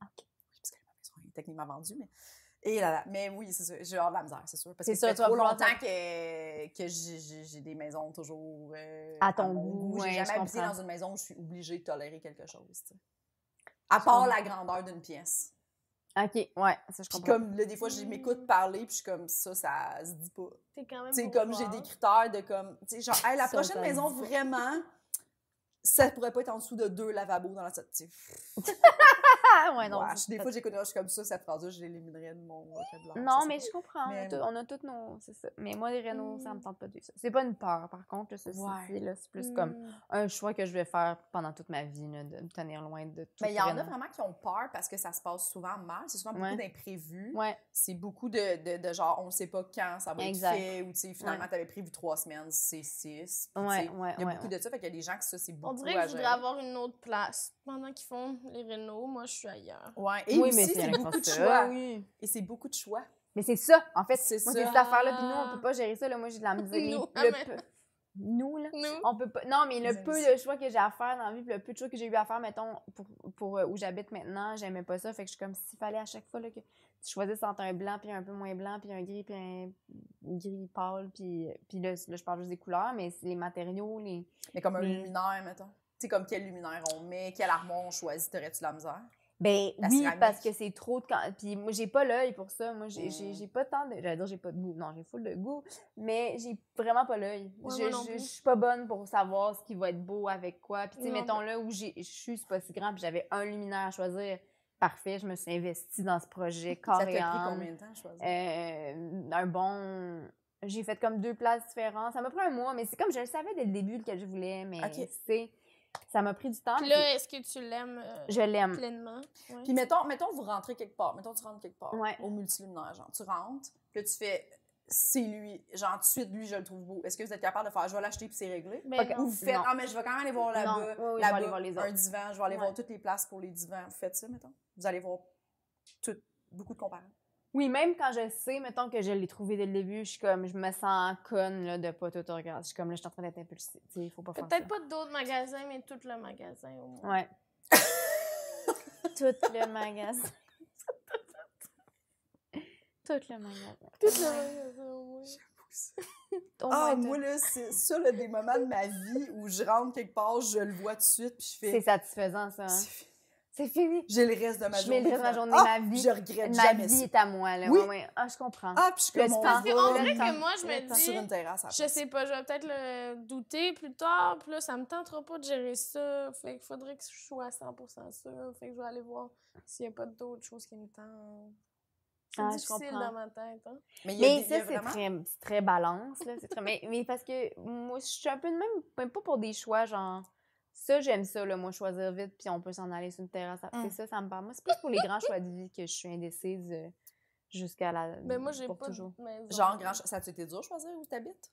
parce que la maison est techniquement vendue, mais. Et là, là. Mais oui, c'est ça. J'ai hâte de la misère, c'est sûr. Parce
C'est
que
ça,
ça fait
toi,
trop
vouloir
longtemps que, que j'ai- j'ai j'ai des maisons toujours. euh,
À ton
mon
goût, ouais,
J'ai
je
jamais habité
comprends.
dans une maison où je suis obligée de tolérer quelque chose. tu sais. À part la grandeur d'une pièce.
OK, ouais, ça,
Puis
je comprends. Mmh.
comme là, des fois, je m'écoute parler, puis je suis comme ça, ça se dit pas.
T'es quand même
Tu sais,
pour
comme j'ai
voir.
des critères de comme. Tu sais, genre, Hey, la
Ça, ça
prochaine maison,
se dit
vraiment, ça pourrait pas être en dessous de deux lavabos dans la tête. Tu sais,
Ah, ouais, non.
wesh.
ça-
des fois, j'écoute, je suis comme ça, cette phrase-là, je l'éliminerais de mon vocabulaire. Ça,
Non,
c'est
mais
pas-
je comprends.
Mais-
On, a tout- on a toutes nos... C'est ça. Mais moi, les rénaux, ça me tente pas de vivre ça. C'est pas une peur, par contre, là, ceci
Ouais. Mm.
dit, là, c'est plus comme
Hmm.
un choix que je vais faire pendant toute ma vie, là, de me tenir loin de tout
Mais il y en a
réno.
vraiment qui ont peur parce que ça se passe souvent mal. C'est souvent beaucoup
Ouais.
d'imprévus.
Ouais,
C'est beaucoup de, de, de genre, on ne sait pas quand ça va
Exact.
être fait. Ou tu sais, finalement,
Ouais.
tu avais prévu trois semaines, c'est six. Puis, tu sais,
ouais, ouais,
Il y a
ouais,
beaucoup
ouais.
de ça. Fait qu'il y a des gens que ça, c'est beaucoup
On dirait
à
que je voudrais
gérer.
avoir une autre place. Pendant qu'ils font les rénaux, moi, je suis ailleurs.
Ouais. Et
oui,
aussi,
mais
c'est
vrai que
beaucoup de
ça,
choix.
oui.
Et c'est beaucoup de choix.
Mais c'est ça, en fait.
C'est
Moi, c'est
ça.
cette affaire-là, puis nous, on peut pas gérer ça, là. Moi, j'ai de la misère. les-
Nous,
le
ah,
peu- Nous, là.
Nous,
On peut pas. Non, mais
Les
le peu
amis.
de choix que j'ai à faire dans la vie, puis le peu de choix que j'ai eu à faire, mettons, pour, pour euh, où j'habite maintenant, j'aimais pas ça. Fait que je suis comme s'il fallait à chaque fois là, que tu choisisses entre un blanc, puis un peu moins blanc, puis un gris, puis un gris pâle, puis, puis là, là, je parle juste des couleurs, mais c'est les matériaux, les.
Mais comme un
Mais-
luminaire, mettons. Tu sais, comme quel luminaire on met, quel armoire on choisit, t'aurais-tu de la misère?
Ben
La
oui,
céramique.
parce que c'est trop de. quand- Puis moi, j'ai pas l'œil pour ça. Moi, j'ai- j'ai
Mm.
j'ai pas tant de. J'allais dire, j'ai pas de goût. Non, j'ai full de goût, mais j'ai vraiment pas l'œil.
Ouais,
je,
moi non
je-
plus.
je suis pas bonne pour savoir ce qui va être beau avec quoi. Puis, tu sais,
Non
mettons là où j'ai- je suis, c'est pas si grand, puis j'avais un luminaire à choisir. Parfait, je me suis investie dans ce projet corps
ça t'a
et
pris
âme.
combien de temps, je choisis?
Euh, un bon. J'ai fait comme deux places différentes. Ça m'a pris un mois, mais c'est comme je le savais dès le début lequel je voulais, mais
Ok.
tu sais, ça m'a pris du temps.
Puis là, est-ce que tu l'aimes euh,
puis je l'aime.
pleinement? Ouais.
Puis mettons, mettons, vous rentrez quelque part. Mettons, tu rentres quelque part.
Ouais.
Au multiluminaire, genre. Tu rentres, puis là, tu fais, c'est lui. Genre, tout de suite, lui, je le trouve beau. Est-ce que vous êtes capable de faire, je vais l'acheter, puis c'est réglé?
Ben
Ok.
non.
Ou vous faites,
Non.
ah, mais je vais quand même aller voir là-bas.
Non, oui, oui, je vais
là-bas,
aller voir les
Un
autres.
divan, je vais aller
Ouais.
voir toutes les places pour les divans. Vous faites ça, mettons? Vous allez voir tout, beaucoup de comparants.
Oui, même quand je sais, mettons que je l'ai trouvé dès le début, je suis comme, je me sens conne là, de pas tout regarder. Je suis comme, là, je suis en train d'être impulsive. Tu sais, faut pas faire ça.
Peut-être pas d'autres magasins, mais tout le magasin au moins.
Ouais. tout le magasin. tout le magasin.
Tout le magasin au moins.
Au
Ah,
moins tout.
moi, là, c'est ça, là, des moments de ma vie où je rentre quelque part, je le vois tout de suite, puis je
C'est
fais.
satisfaisant, ça. hein?
C'est fini.
C'est fini.
J'ai le reste de ma
Je
journée.
mets le reste de ma journée,
Ah,
ma vie.
Je regrette
Ma
jamais
vie
ça.
est à moi, là.
Oui.
Ouais, ouais. Ah, je comprends.
Ah, puis je suis
Le
comme on
spa.
va
Puis on
Le
dirait
temps,
que moi, je
le
me
temps.
sur une
dis,
terrasse. après.
je sais pas, je vais peut-être le douter plus tard, puis là, ça me tentera pas de gérer ça. Fait qu'il faudrait que je sois à 100% sûre. Fait que je vais aller voir s'il y a pas d'autres choses qui me tentent. C'est
Ah, je
difficile
comprends.
dans ma tête, hein?
Mais, il y a
Mais
des- il y a
ça, c'est
vraiment-
très, c'est très balance. Là. c'est Très... mais, mais parce que moi, je suis un peu de même, même pas pour des choix, genre, ça, j'aime ça, là, moi, choisir vite, puis on peut s'en aller sur une terrasse.
Mm.
C'est ça, ça me parle. Moi, c'est plus pour les grands choix de vie que je suis indécise euh, jusqu'à la.
Ben,
Mais Ben, moi, j'ai
pour
pas
toujours.
de maison.
Genre, grand... ça a-tu été dur de choisir où t'habites?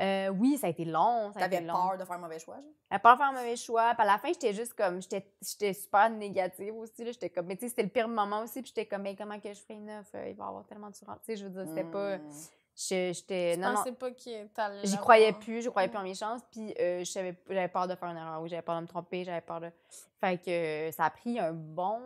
Euh, oui, ça a été long. Ça a
T'avais
été long.
peur de faire un mauvais choix? genre?
À part faire un mauvais choix. Puis à la fin, j'étais juste comme, j'étais j'étais super négative aussi. là. J'étais comme, mais tu sais, c'était le pire moment aussi. Puis j'étais comme, mais comment que je fais neuf? Euh, Il va y avoir tellement de souffrance. Tu sais, je veux dire, c'était pas.
Hmm.
je- J'étais.
Je
non, non.
pensais pas que t'allais
J'y
l'avoir.
croyais plus, je croyais plus
Mm.
en mes chances, puis euh, je savais- j'avais peur de faire une erreur, oui, j'avais peur de me tromper, j'avais peur de. Fait que euh, ça a pris un bon.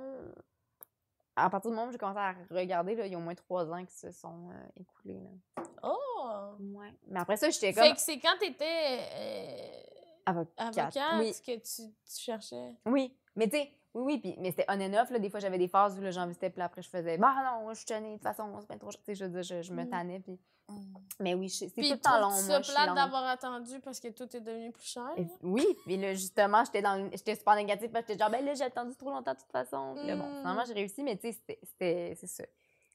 À partir du moment où j'ai commencé à regarder, là, il y a au moins trois ans qui se sont euh, écoulés. Là.
Oh!
Ouais. Mais après ça, j'étais
Fait
comme
que c'est quand t'étais euh,
avocate.
avocate
Oui,
que tu, tu cherchais.
oui. Mais tu sais, oui, oui, puis, mais c'était on and off, là. Des fois, j'avais des phases où là, j'en visitais, puis là, après, je faisais, bah non, je suis tannée, de toute façon, on se met trop. Tu sais, je veux dire, je, je me
Mm.
tannais, puis.
Hmm.
Mais oui, je- c'est tout
Puis
le temps long.
trouves-tu
moi,
ça
je suis
plate
longue.
d'avoir attendu parce que tout est devenu plus cher.
Et- Oui, puis là, justement, j'étais dans le- j'étais super négative parce que j'étais genre, ben là, j'ai attendu trop longtemps de toute façon. Puis là, bon,
Mm.
finalement, j'ai réussi, mais tu sais, c'était- c'était- c'est ça.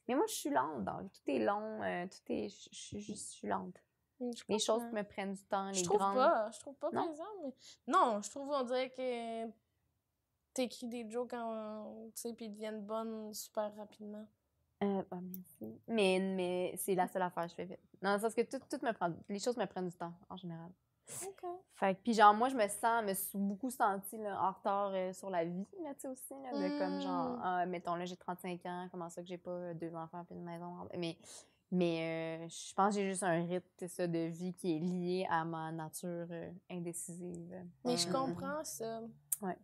Mais moi, je suis lente, donc tout est long, euh, tout est. Je je- je- je suis lente. Les choses me prennent du temps, les
Je trouve
grandes.
pas. Je trouve pas,
Non?
par exemple. mais- Non, je trouve, on dirait que t'écris des jokes en. Tu sais, puis ils deviennent bonnes super rapidement.
Euh, ah, merci. Mais, mais c'est la seule affaire que je fais vite. Dans le sens que tout, tout me prend. Les choses me prennent du temps, en général.
OK.
Fait que, puis genre, moi, je me sens, me suis beaucoup sentie là, en retard euh, sur la vie, là, tu sais, aussi, là, de comme genre,
Mm.
ah, mettons, là, j'ai 35 ans, comment ça que j'ai pas euh, deux enfants puis une maison? Mais, mais euh, je pense que j'ai juste un rythme, c'est ça, de vie qui est lié à ma nature euh, indécisive.
Mais je
Mm.
comprends ça.
Ouais.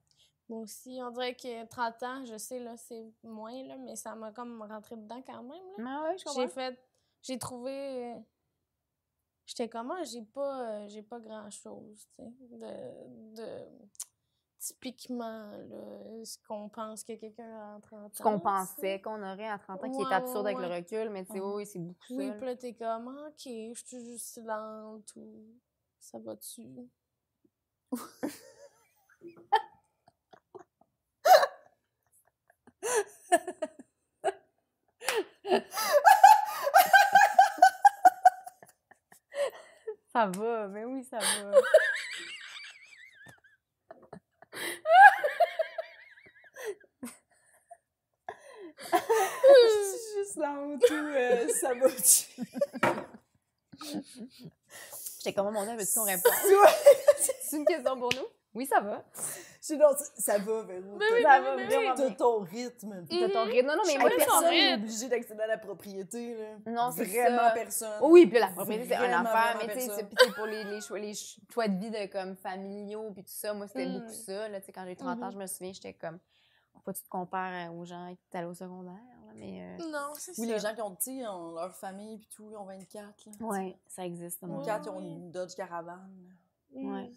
Moi aussi, on dirait que 30 ans, je sais, là, c'est moins, là, mais ça m'a comme rentré dedans quand même, là.
Ah ouais, je
J'ai
comprends.
fait. J'ai trouvé. euh, J'étais comment? J'ai pas, euh, j'ai pas grand-chose, tu sais. De, de. Typiquement, là, ce qu'on pense que quelqu'un a en 30 ans.
Ce qu'on
tu sais.
pensait qu'on aurait à 30 ans, qui
Ouais,
est absurde
ouais,
avec le
ouais. Mm.
recul, mais tu sais,
Mhm.
oui, c'est beaucoup ça.
Oui,
là.
puis là, t'es comme, Ah, ok, je suis juste lente ou ça va-tu?
Ça va, mais oui, ça va.
Je suis juste là en tout, euh, ça va.
J'étais comme, oh mon Dieu, veux-tu qu'on répond? C'est une question pour nous? Oui, ça va.
Je suis dans- ça va, Véro.
Mais oui,
T'as-
ça va
mais oui.
vraiment
T'as
bien.
ton rythme.
T'as ton rythme. Non, non, mais
Chacun
moi,
son
personne...
rythme.
Personne n'est obligé d'accéder à la propriété. Là.
Non, c'est
Vraiment
ça.
personne.
Oh Oui, puis là, la propriété, c'est un
Vraiment,
affaire,
vraiment
mais tu sais,
personne.
c'est- puis tu sais, pour les, les choix, les ch- choix de vie de, comme, familiaux, puis tout ça, moi, c'était
Mm.
beaucoup ça, là, tu sais, quand j'ai 30 ans, je me souviens, j'étais comme, faut que tu te compares euh, aux gens qui allaient au secondaire, là, mais... euh,
Non, c'est
Oui,
ça.
les gens qui ont, tu sais, ont leur famille, puis tout, ils ont 24. Là,
Ouais, ça existe,
Ils ont
moi.
Ouais.
24, ils ont une Dodge Caravane. là.
Mm.
Ouais.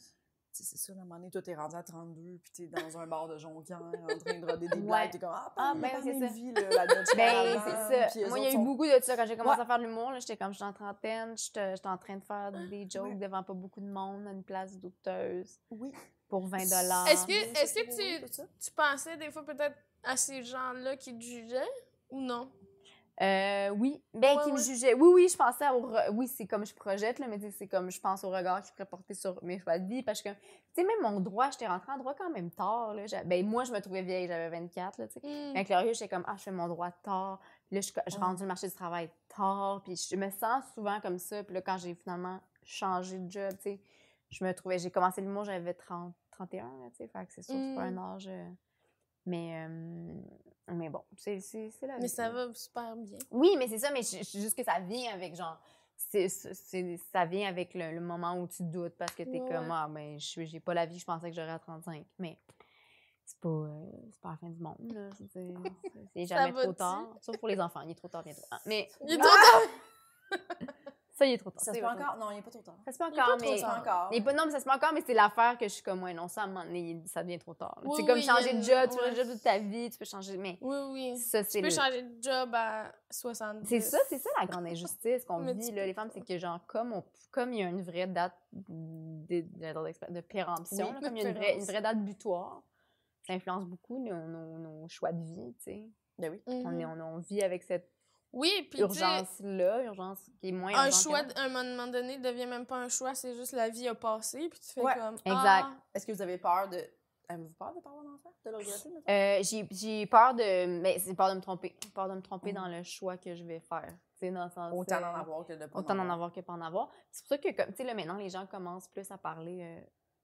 Tu sais, C'est ça, là, à un moment donné, toi, t'es rendu à 32, puis t'es dans un bar de jonquière en train de roder des
Ouais.
blagues. T'es comme, ah,
Ah,
parle-
ben,
parle
c'est
de
ça.
vie, là, la Dodge
Ben,
Caravane.
c'est
puis eux
ça. Moi, il
autres
y a eu
sont-
beaucoup de ça quand j'ai commencé à faire de l'humour. là, J'étais comme, je suis en trentaine, j'étais j'étais en train de faire
Ah,
des jokes devant pas beaucoup de monde, à une place douteuse,
Oui.
pour 20 dollars.
Est-ce
Oui,
que,
ça,
est-ce
c'est beau,
que
tout ça.
tu, tu pensais des fois peut-être à ces gens-là qui te jugeaient ou non?
Euh, oui, ben
Ouais,
qui me
ouais.
jugeait. Oui, oui, je pensais au... re- Oui, c'est comme je projette, là, mais tu sais, c'est comme je pense au regard qu'il pourrait porter sur mes choix de vie. Parce que, tu sais, même mon droit, j'étais rentrée en droit quand même tard. Là, J'a- ben, moi, je me trouvais vieille, j'avais 24, là, tu sais.
Mm.
Avec le recul, j'étais comme, ah, je fais mon droit tard. Puis là, je, je
Ouais.
rentre sur le marché du travail tard. Puis je me sens souvent comme ça. Puis là, quand j'ai finalement changé de job, tu sais, je me trouvais, j'ai commencé le mot, j'avais 30, 31, là, tu sais. Fait que c'est sûr, c'est pas un
Mm.
âge. euh, Mais, euh, mais bon, c'est c'est- c'est la
Mais
vie, là.
ça va super bien.
Oui, mais c'est ça, mais je- je- juste que ça vient avec genre. c'est- c'est- ça vient avec le, le moment où tu doutes parce que t'es
Ouais,
comme
ouais.
Ah, ben, je suis- j'ai pas la vie que je pensais que j'aurais à 35. Mais c'est pas, euh, c'est pas la fin du monde, là. Je veux dire, C'est
Ça
jamais trop
va-tu?
tard. Sauf pour les enfants, il est trop tard bientôt. Ah, mais
Il est
Ah! Ça, il est trop tard.
Ça se
c'est
peut
trop tard.
encore? Non, il n'est pas trop tard.
Ça se peut
Il est pas
encore,
trop
mais.
tard.
encore.
Il est pas- non, mais ça se peut encore, mais c'est l'affaire que je suis comme, ouais, non, ça, à un moment donné, ça devient trop tard. là.
Oui,
c'est comme
oui,
changer
il
de
y a
job,
une-
tu fais le
ouais.
job de ta vie, tu peux changer. Mais
Oui, oui.
ça, c'est
Tu peux
le-
changer de job à 70.
C'est ça, c'est ça la grande injustice qu'on
Euh, Mais
vit,
tu
là,
peux
les femmes,
pas.
c'est que, genre, comme, on- comme il y a une vraie date de, de- de péremption,
Oui,
là,
de
comme il y a une vraie, une
péremption.
vraie date butoir, ça influence beaucoup nos, nos- nos choix de vie, tu sais.
Ben oui.
Mhm.
On, est- on, on vit avec cette
Oui, puis tu sais,
urgence-là, urgence qui est moins
un
urgente
choix,
qu'avant.
à un moment donné, devient même pas un choix, c'est juste la vie a passé, puis tu fais
Ouais,
comme. ah, Exact.
Est-ce que vous avez peur de. Avez-vous peur de pas avoir d'enfant? De le regretter, mettons?
Euh, j'ai- J'ai peur de... Mais c'est peur de me tromper. Peur de me tromper
Mm.
dans le choix que je vais faire. Tu sais, dans le sens...
Autant d'en
euh,
avoir que de pas.
Autant d'en avoir que pas en avoir. C'est pour ça que, comme, tu sais, là, maintenant, les gens commencent plus à parler euh,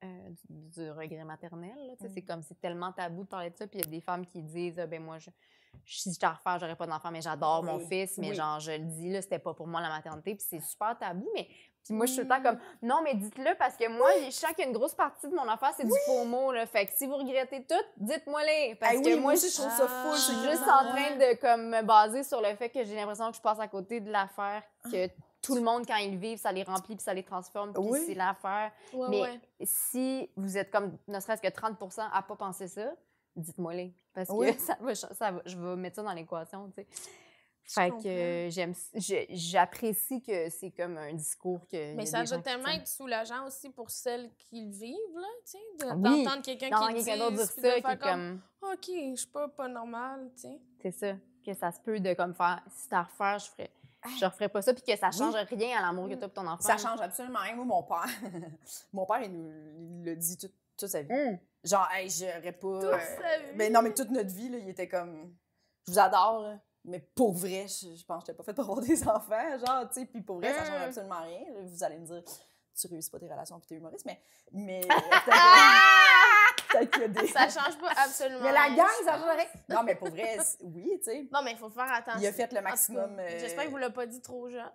euh, du, du regret maternel. là. Tu sais,
Mm.
C'est comme, c'est tellement tabou de parler de ça. Puis il y a des femmes qui disent, Ah, ben moi, je, je- si j'étais à refaire, j'aurais pas d'enfant, mais j'adore mon
Oui,
fils. Mais
oui. Ah.
genre, je le dis, là, c'était pas pour moi la maternité. Puis c'est super tabou. Mais puis moi, je suis tout le temps comme, non, mais dites-le parce que moi, je sens qu'une grosse partie de mon enfant, c'est du faux mot. Là. Fait que si vous regrettez tout, dites-moi-les. Parce
Parce
que Eh moi, je
je trouve ça
Ah,
fou.
je suis
c'est
juste
vraiment
en train
euh.
de comme, me baser sur le fait que j'ai l'impression que je passe à côté de l'affaire
Ah.
que tout le monde, quand ils le vivent, ça les remplit puis ça les transforme. Puis
Oui.
c'est l'affaire.
Ouais,
Mais
ouais.
Si vous êtes comme ne serait-ce que 30 à pas penser ça, dites-moi les Parce que
Oui.
ça va, cha- ça va- je vais mettre ça dans l'équation. tu sais.
Je
Fait
comprends.
que euh, j'aime, je- j'apprécie que c'est comme un discours que. il y a
Mais ça
des gens
doit
qui
tellement
tiennent.
être soulageant aussi pour celles qui le vivent, là, tu sais, de-
Ah oui,
d'entendre quelqu'un
D'entendre
qui le
quelqu'un d'autre dire
dise, puis de
ça, qui
faire
est comme.
OK, je suis pas, pas normale, tu sais.
C'est ça. Que ça se peut de comme faire. Si t'as à refaire, je ferais. Je referais pas ça, puis que ça change rien à l'amour
Mm.
que t'as pour ton enfant.
Ça change absolument rien. Moi, mon père, mon père, il nous il le dit toute, toute sa vie.
Hum.
Genre, hey, j'aurais pas. euh,
Toute sa vie.
Mais non, mais toute notre vie, là, il était comme. Je vous adore, là, mais pour vrai, je, je pense que j'étais pas faite pour avoir des enfants. Genre, tu sais, puis pour vrai, ça change
Euh.
Hum.
absolument rien. Vous allez me dire, tu réussis pas tes relations puis t'es humoriste, mais. mais peut-être qu'il y a des.
Ça change pas absolument.
mais la
rien,
gang,
je
ça
pense.
change rien. Non, mais pour vrai, c'est- oui, tu sais.
Non, mais il faut faire attention.
Il a fait le
En tout cas,
maximum. euh,
J'espère que vous l'avez pas dit trop jeune.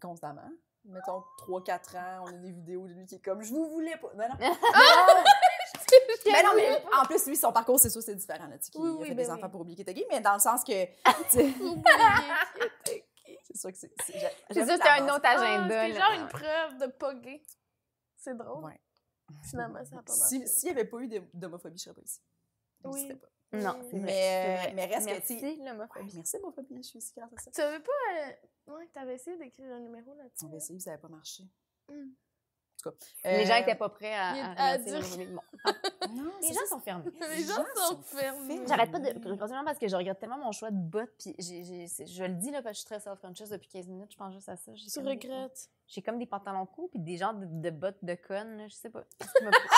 constamment. Mettons 3-4 ans, on a des vidéos de lui qui est comme Je vous voulais pas. Mais non. Mais non, mais, Ben non, mais en plus, lui, son parcours, c'est sûr, c'est différent. Là, tu sais, qu'il
Oui,
a
oui,
fait
ben
des
oui.
enfants pour oublier qu'il était gay, mais dans le sens que. tu sais, c'est sûr que c'est. C'est j'a-
C'est
j'aime
sûr que
ta
c'est un
base.
autre agenda.
Ah, C'est
là.
genre une preuve de pas gay. C'est drôle.
Ouais.
Oh, Finalement, ça a pas
Si- S'il n'y avait pas eu d'hom- d'homophobie, je serais pas ici. Je
Oui.
serais pas.
Non, c'est vrai,
Mais-
c'est vrai.
mais reste que,
Merci,
tu sais-
l'homophobie.
Ouais, merci, homophobie, je suis ici grâce à ça.
Tu avais pas. euh, Ouais, t'avais essayé d'écrire un numéro là-dessus.
On va essayer, ça n'avait pas marché.
Hum.
En tout cas.
Les gens
euh,
étaient pas prêts à,
il-
à
à
relancer
dire-
l'homophobie. Bon.
Non,
Les
c'est
gens
ça.
sont fermés.
Les gens sont fermés.
J'arrête pas de continuellement parce que je regarde tellement mon choix de bottes puis j'ai- j'ai- c'est- je le dis là parce que je suis très self-conscious depuis 15 minutes, je pense juste à ça. J'ai
Tu
comme des-
regrettes.
J'ai comme des pantalons courts puis des genres de, de bottes de conne, là, je sais pas. Qu'est-ce qui m'a pris?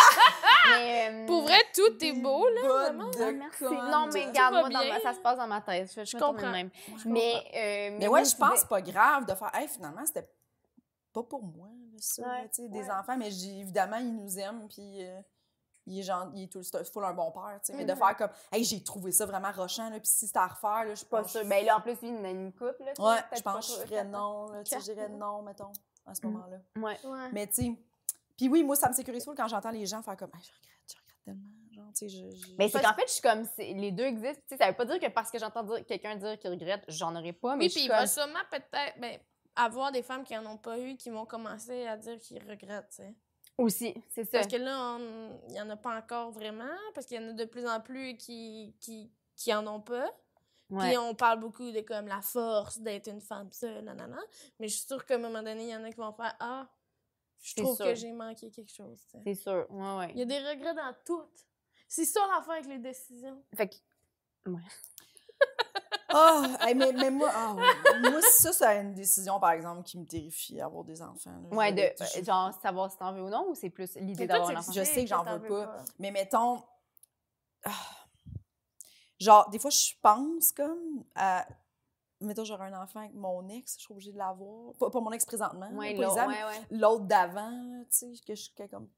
mais, euh,
Pour vrai, tout est beau, là.
Bonne
vraiment.
de
ah, merci.
conne.
Non, mais
Tout
regarde,
va
moi, dans
bien.
ma- ça se passe dans ma tête. Je, je me tourne de
comprends.
même.
comprends.
Mais, euh,
Mais ouais,
oui,
je
tu
pense
dis-
pas grave de faire, hey, finalement, c'était pas pour moi, là, ça, là,
Ouais,
tu sais, des
ouais.
enfants, mais j'ai- évidemment, ils nous aiment, puis euh, il, est gen- il est tout le c'est full un bon père, tu sais, mais de
Mhm.
faire comme, hey, j'ai trouvé ça vraiment rochant, là, puis si c'était à refaire, là, je suis
Pas sûr. Ben là, en plus, lui, il en a une couple. Là, tu sais,
Ouais,
peut-être
je pense que
pas
je
trop-
ferais non, là, tu sais,
Quatre.
je dirais non, mettons, à ce
Mhm.
moment-là.
Ouais.
Ouais.
Mais tu sais, puis oui, moi, ça me sécurise full quand j'entends les gens faire comme, hey, je regrette, je regrette tellement, genre, tu sais, je... je-
Mais c'est
Parce-
qu'en fait, je suis comme, c'est- les deux existent. Tu sais, ça veut pas dire que parce que j'entends dire- quelqu'un dire qu'il regrette, j'en aurais pas, mais
Oui,
je
puis
suis
il
comme...
va sûrement peut-être ben, avoir des femmes qui en ont pas eu qui vont commencer à dire qu'ils regrettent, tu sais.
Aussi, c'est ça.
Parce que là, on- il y en a pas encore vraiment, parce qu'il y en a de plus en plus qui, qui, qui en ont pas.
Ouais.
Puis on parle beaucoup de comme la force d'être une femme seule, nanana. Mais je suis sûre qu'à un moment donné, il y en a qui vont faire Ah, je
C'est
trouve
sûr.
que j'ai manqué quelque chose. tu sais.
C'est sûr, ouais, ouais.
Il y a des regrets dans tout. C'est ça l'affaire avec les décisions.
Fait que,
Ah, hey, mais, mais moi, ah ouais. moi, ça, c'est une décision, par exemple, qui me terrifie, avoir des enfants. là.
ouais,
Je-
de,
je-
euh, genre, savoir si t'en veux ou non, ou c'est plus l'idée
Mais toi,
d'avoir
tu
un
le
enfant?
je sais que j'en
t'en
veux pas. Mais mettons. ah, genre, des fois, je pense comme à. Mettons, j'aurais un enfant avec mon ex, je suis obligée de l'avoir. Pas, pas mon ex présentement,
Ouais,
là, pas
là,
Isa,
ouais, ouais.
mais l'autre d'avant, là, tu sais, que je que comme.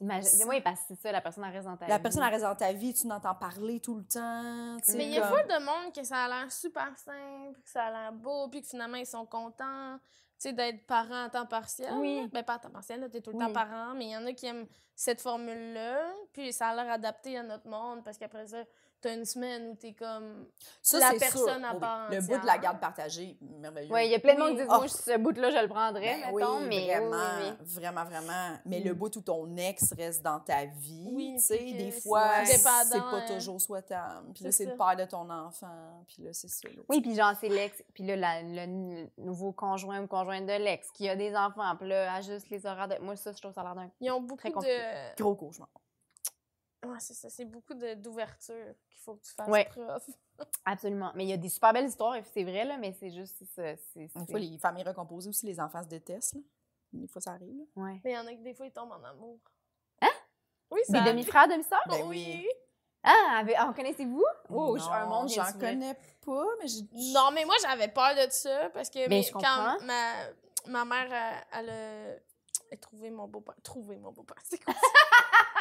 Imagine, ouais, parce que c'est ça, la personne, elle reste dans ta
La
Ben
vie.
personne, elle reste dans ta vie, tu n'entends parler tout le temps. tu sais,
Mais il y a
comme-
pas de monde que ça a l'air super simple, que ça a l'air beau, puis que finalement ils sont contents, tu sais, d'être parents à temps partiel.
Oui.
là. Ben pas à temps partiel, là, t'es tout le
Oui.
temps parent, mais il y en a qui aiment cette formule-là, puis ça a l'air adapté à notre monde, parce qu'après ça, t'as une semaine où t'es comme.
Ça,
La
c'est
personne
sûr.
à
Oui.
part
Le bout de la
entière.
garde partagée, merveilleux.
Oui, il y a plein de
Oui.
monde qui disent,
Ah.
moi, ce bout-là, je le prendrais,
Ben
mettons,
oui,
mais
vraiment,
oui, oui.
vraiment, vraiment. Mais le bout où ton ex reste dans ta vie,
Mm. Oui,
tu sais,
puis que
des
c'est
fois, c'est
dépendant,
pas
hein.
toujours souhaitable. Puis là,
C'est
c'est le
ça.
père de ton enfant, puis là, c'est ça. là,
Oui, puis genre, c'est l'ex, puis là, la- le nouveau conjoint ou conjointe de l'ex qui a des enfants, puis là, ajuste les horaires de... Moi, ça, je trouve ça a l'air d'un...
Ils ont beaucoup
Très
de.
compliqué.
Ouais,
Gros cauchemar.
c'est ça. C'est beaucoup de- d'ouverture qu'il faut que tu fasses
Ouais.
preuve.
Absolument. Mais il y a des super belles histoires, et c'est vrai, là, mais c'est juste... c'est- C'est...
Des
c'est-
fois, les familles recomposées aussi, les enfants se détestent. là. Des fois, ça arrive. là.
Ouais.
Mais il y en a qui, des fois, ils tombent en amour. Hein? Oui, ça.
Des
arrive.
demi-frères, demi-sœurs?
Ben
oui.
Ah, avec- ah, en connaissez-vous? Oh, je- un
Non,
monde, bien
J'en
s'ouvrir.
connais pas, mais j'ai.
Non, mais moi, j'avais peur de ça parce que
Mais
mes-
Ben, je
quand
comprends.
ma, ma mère, elle- elle, a- elle a trouvé mon beau-père. Trouvé mon beau-père, c'est quoi?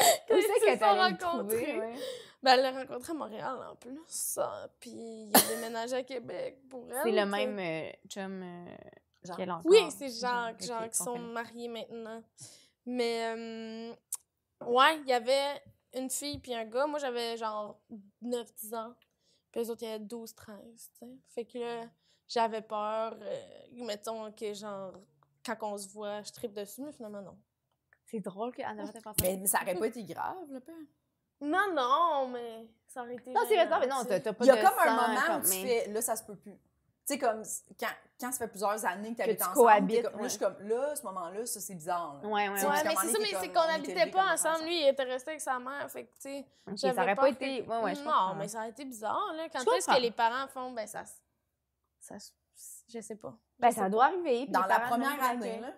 Où c'est
Ils
que
se
t'allais
sont
le trouver,
rencontrés.
ouais?
Ben, elle l'a rencontré à Montréal en plus. hein, Puis il a déménagé à Québec pour
Ah
elle.
C'est
tu
le
sais.
même euh, chum euh,
Jean.
qu'elle a
Oui,
encore.
c'est Jacques,
ok,
Jacques, qui sont
compris.
mariés maintenant. Mais, euh, ouais, il y avait une fille puis un gars. Moi, j'avais genre 9-10 ans. Puis les autres, il y avait 12-13, tu sais. Fait que là, j'avais peur, euh, mettons, que genre, quand on se voit, je tripe dessus, mais finalement, non.
C'est drôle ah, qu'Anna t'ait pensé.
Mais, mais ça aurait pas été grave, le père.
Non, non, mais ça aurait été.
Non, c'est vrai,
gênant,
mais non,
tu
t'as
sais.
t'as pas
Il
de
y a comme un
sang,
moment
comme-
où tu
mais-
fais là, ça se peut plus. Tu sais, comme quand, quand ça fait plusieurs années que, t'habites
tu
ensemble,
cohabites,
t'es comme- là,
ouais.
je suis comme là, ce moment-là, ça, c'est bizarre. là.
Ouais, ouais,
Tu sais,
ouais.
parce
Ouais,
qu'à
mais
un
c'est
moment
ça,
donné,
mais
t'es
c'est
comme-
qu'on
on est
habitait
élevé comme
pas
enfant
ensemble. Lui, il était resté avec sa mère. Fait que, tu sais.
Ok, ça
J'avais
aurait
peur
pas été.
que-
Ouais, ouais, je
Non,
comprends.
mais ça aurait été bizarre, là.
Je
Quand est-ce
comprends.
que les parents font, ben ça. s- ça s- je sais pas.
Ben,
Je sais
ça doit arriver. puis
Dans
les
la
parents
première
demandent
année,
que-
là,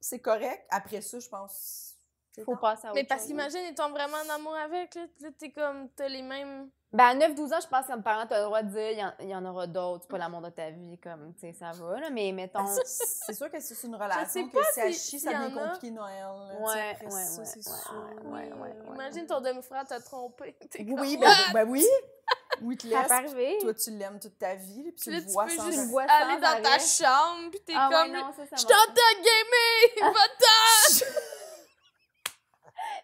c'est correct. Après ça, je pense. c'est
Faut
tard.
passer à
pas.
autre
Mais parce
chose.
qu'imagine, ils tombent vraiment en amour avec, là. Là, t'es comme, t'as les mêmes.
Ben, à 9-12 ans, je pense que comme parent, t'as le droit de dire, il y en- il y, en aura d'autres, c'est pas l'amour de ta vie, comme, tu sais, ça va, là, mais
Ah,
mettons.
C'est sûr que c'est une relation
sais
que si elle
si-
chie,
s'il
ça
y
devient
en a.
compliqué Noël. là. Tu sais,
Ouais,
après
ouais,
ça,
ouais,
c'est
ouais,
sûr.
Ouais, ouais, ouais,
Imagine
ouais.
ton demi-frère t'a trompé. T'es comme,
Oui,
What?
ben, ben oui. Oui, te
Ça peut
laisse.
arriver.
Toi, tu l'aimes toute ta vie, puis tu
Là,
le
tu
vois
peux
sans
juste
Tu le
arrêt.
vois
Aller
sans
dans ta
arrêt.
chambre, pis t'es
Ah, ouais,
comme.
non, ça, ça
je
m'a-
t'entends gamer! Va-t'en!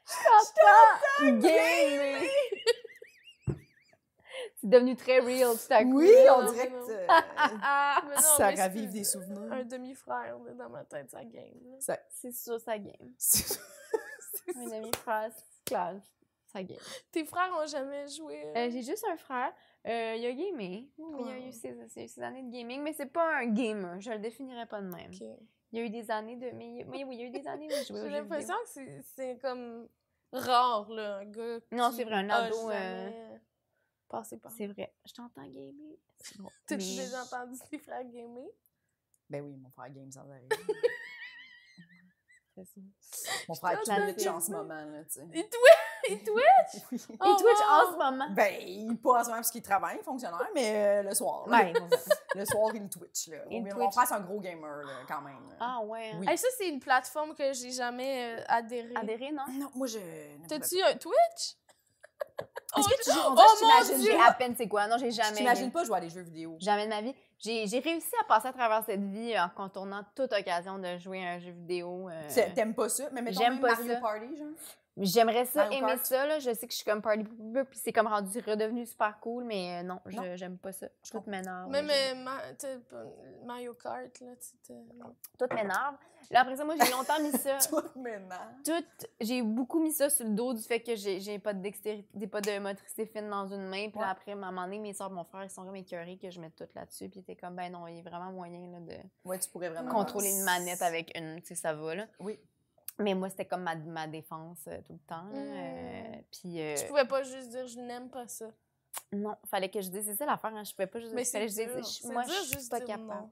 Je t'entends gamer. C'est devenu très real tout à coup.
Oui,
là.
on
non,
dirait
non.
que euh,
Ah,
Mais non,
ça
mais c'est
ravive des souvenirs.
Un demi-frère, là, dans ma tête, ça game. là.
c'est sûr, ça game.
C'est-
Une demi-phrase, classe. Ça game.
Tes frères ont jamais joué.
Euh, j'ai juste un frère. Euh, il a gamé. Oui, oui, Il a
Wow.
eu ses, ses- ses années de gaming, mais c'est pas un gamer. Je le définirais pas de même.
Ok.
Il y a eu des années de. Mais, mais oui, il y a eu des années où il jouait aux
J'ai
jeux
l'impression
vidéo.
que c'est- c'est comme rare, là, un gars.
Non,
qui
c'est vrai, un
a
ado, euh,
jamais Passé par.
C'est vrai. Je t'entends gamer. C'est drôle.
T'as-tu
Mais-
déjà entendu tes frères gamer?
Ben oui, mon frère game sans arrêt.
C'est ça.
Mon frère
t'entends
Twitch
gamer.
en ce moment, là, tu sais.
Et toi? Et toi?
Oui.
Et
Oh,
Twitch en
wow!
ce moment.
Ben, il pas en ce moment parce qu'il travaille, fonctionnaire, mais euh, le soir. là.
Ouais, bon, bon.
Le soir, il Twitch, là.
Il
Mon- Mon
Twitch.
frère, c'est un gros gamer, là, quand même. là.
Ah ouais.
Oui.
Hey, ça, c'est une plateforme que j'ai jamais euh, adhérée.
Adhérer, non?
Non, moi, je... ne pouvais
T'as-tu euh, un Twitch?
Est-ce que tu joues? On dirait
Oh
que
mon
je
Je
t'imagine
sais
pas.
à peine c'est quoi. Non, j'ai
Je
jamais.
t'imagine pas jouer à des jeux vidéo.
Jamais de ma vie. J'ai j'ai réussi à passer à travers cette vie en contournant toute occasion de jouer à un jeu vidéo. euh,
C'est- T'aimes pas ça? Mais mettons
J'aime
même
pas
Mario
ça.
Party, genre.
mais J'aimerais ça,
Mario
aimer
Kart.
ça. Là. Je sais que je suis comme party pooper, puis c'est comme rendu redevenu super cool, mais euh, non, je-
Non.
j'aime pas ça.
Je
Tout m'énerve.
Même
j'aime-
euh, Ma- t'as pas- Mario Kart, là, tu te.
Tout m'énerve. Là, après ça, moi, j'ai longtemps mis ça.
Toi, maintenant.
Tout, j'ai beaucoup mis ça sur le dos du fait que j'ai j'ai pas de dextérité, pas de motricité fine dans une main. Puis là,
Ouais.
après, à un moment donné, mes soeurs, mon frère, ils sont comme écœurés que je mette tout là-dessus. Puis ils étaient comme, ben non, il y a vraiment moyen là, de.
Ouais, tu pourrais
Ah,
vraiment...
contrôler une manette avec une, tu sais, ça va, là.
Oui.
Mais moi, c'était comme ma, ma défense euh, tout le temps. là, euh, puis, euh,
Mmh. Tu pouvais pas juste dire je n'aime pas ça.
non, fallait que je dise, c'est ça l'affaire, hein, je pouvais pas juste
Mais
fallait
c'est
que je dise,
dur.
je-
C'est
moi,
dur
je suis
juste
pas
dire
capable.
non.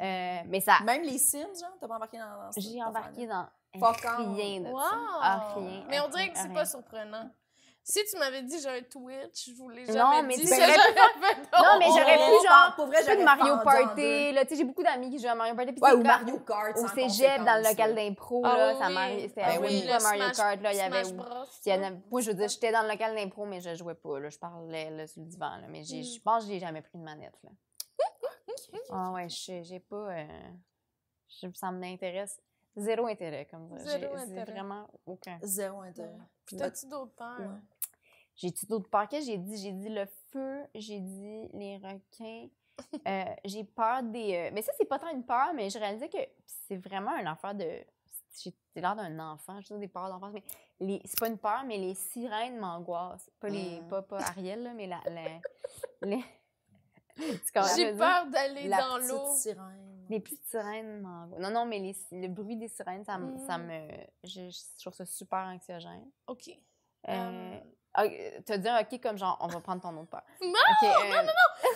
Euh, mais ça,
Ah. Même les Sims, genre, t'as pas embarqué dans... dans cette
j'ai embarqué
affaire-là?
dans
Fuck off.
rien de
Wow!
ça. Ah, rien,
Mais
ah,
on dirait
rien,
que c'est
ah,
pas
rien.
surprenant. Si tu m'avais dit j'ai un Twitch, je voulais jamais
Non, mais
dit
tu
ça,
sais,
j'aurais fait
Non, mais
On-
j'aurais
on-
pu,
on
genre,
parle- pour vrai,
J'ai fait de
j'aurais
Mario
fendu en
Party, là, tu sais, j'ai beaucoup d'amis qui jouent à Mario Party. Puis
deux. Ouais,
c'est
ou
comme-
Mario Kart,
Au
sans
cégep, dans le
conséquence,
local
là.
d'impro,
Ah
là,
oui,
ça
oui.
m'arri- c'était
Ah
arrivé
oui,
beaucoup
le
à Mario
Smash-
Kart, là, il y avait...
Smash Bros,
Puis il y en
là.
a- moi, je veux dire, j'étais dans le local d'impro, mais je jouais pas. Là, je parlais là, sur le divan. Là, mais j'ai-
Mm.
je pense que j'ai jamais pris de manette. Là. Ah ouais, je sais- j'ai pas. euh, je- ça m'intéresse. Zéro intérêt, comme ça. J'ai
Zéro
j'ai
intérêt.
vraiment aucun.
Zéro intérêt.
Puis t'as-tu d'autres peurs?
Ouais.
J'ai-tu d'autres peurs? Qu'est-ce que j'ai dit? J'ai dit le feu, j'ai dit les requins. Euh, j'ai peur des. euh, Mais ça, c'est pas tant une peur, mais je réalisais que c'est vraiment une affaire de. J'ai j'ai l'air d'un enfant, je sais des peurs d'enfance, mais les... c'est pas une peur, mais les sirènes m'angoissent. Pas, les...
Ah.
Mm.
pas, pas Ariel, là, mais la. la- les- Tu comprends ce que je
J'ai
veux dire?
peur d'aller
La
dans
petite
l'eau.
sirène.
Les petites sirènes m'angoissent. Non, non, mais les si- le bruit des sirènes, ça, me- ça
Mm.
me. Je, je trouve ça super anxiogène.
OK.
Euh,
Euh,
ah, euh, te dire, OK, comme genre, on va prendre ton autre peur.
Non,
OK, euh,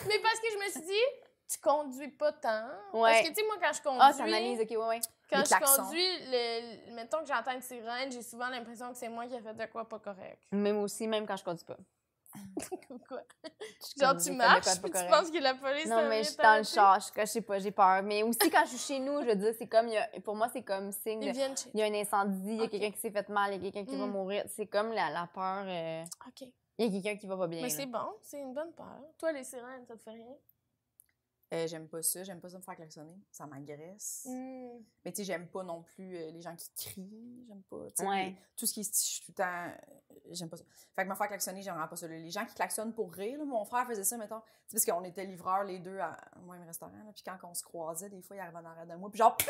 Mais parce que je me suis dit, tu conduis pas tant.
Ouais.
Parce que, tu sais, moi, quand je conduis,
Ah, t'analyses, OK, ouais, ouais.
quand
les
je
klaxons.
conduis, le, le- mettons que j'entends une sirène, j'ai souvent l'impression que c'est moi qui ai fait de quoi pas correct.
Même aussi, même quand je conduis pas.
Comme quoi.
Je
Genre,
conduis,
tu
j'ai fait de quoi
marches,
de
puis
pas
tu
correct.
penses que la police
Non, mais je suis dans le char, je, je sais pas, j'ai peur. Mais aussi, quand je suis chez nous, je veux dire, c'est comme, il y a- pour moi, c'est comme signe
Ils
de-
viennent chez...
Il y a un incendie, il y a
Ok.
quelqu'un qui s'est fait mal, il y a quelqu'un qui va
Mm.
mourir. C'est comme la, la peur, euh,
OK.
il y a quelqu'un qui va pas bien.
Mais
là.
c'est bon, c'est une bonne peur. Toi, les sirènes, ça te fait rien?
Euh, j'aime pas ça, j'aime pas ça me faire klaxonner. Ça m'agresse.
Mm. Hmm.
Mais tu sais, j'aime pas non plus euh, les gens qui crient. J'aime pas. tu sais,
Ouais.
les- Tout ce qui est stitch tout le temps. euh, J'aime pas ça. Fait que me faire klaxonner, j'aime vraiment pas ça. là. Les gens qui klaxonnent pour rire, là, mon frère faisait ça, mettons. Tu sais, parce qu'on était livreurs les deux à un même restaurant. là, Puis quand on se croisait, des fois, il arrivait en arrière de moi. Puis genre, Pii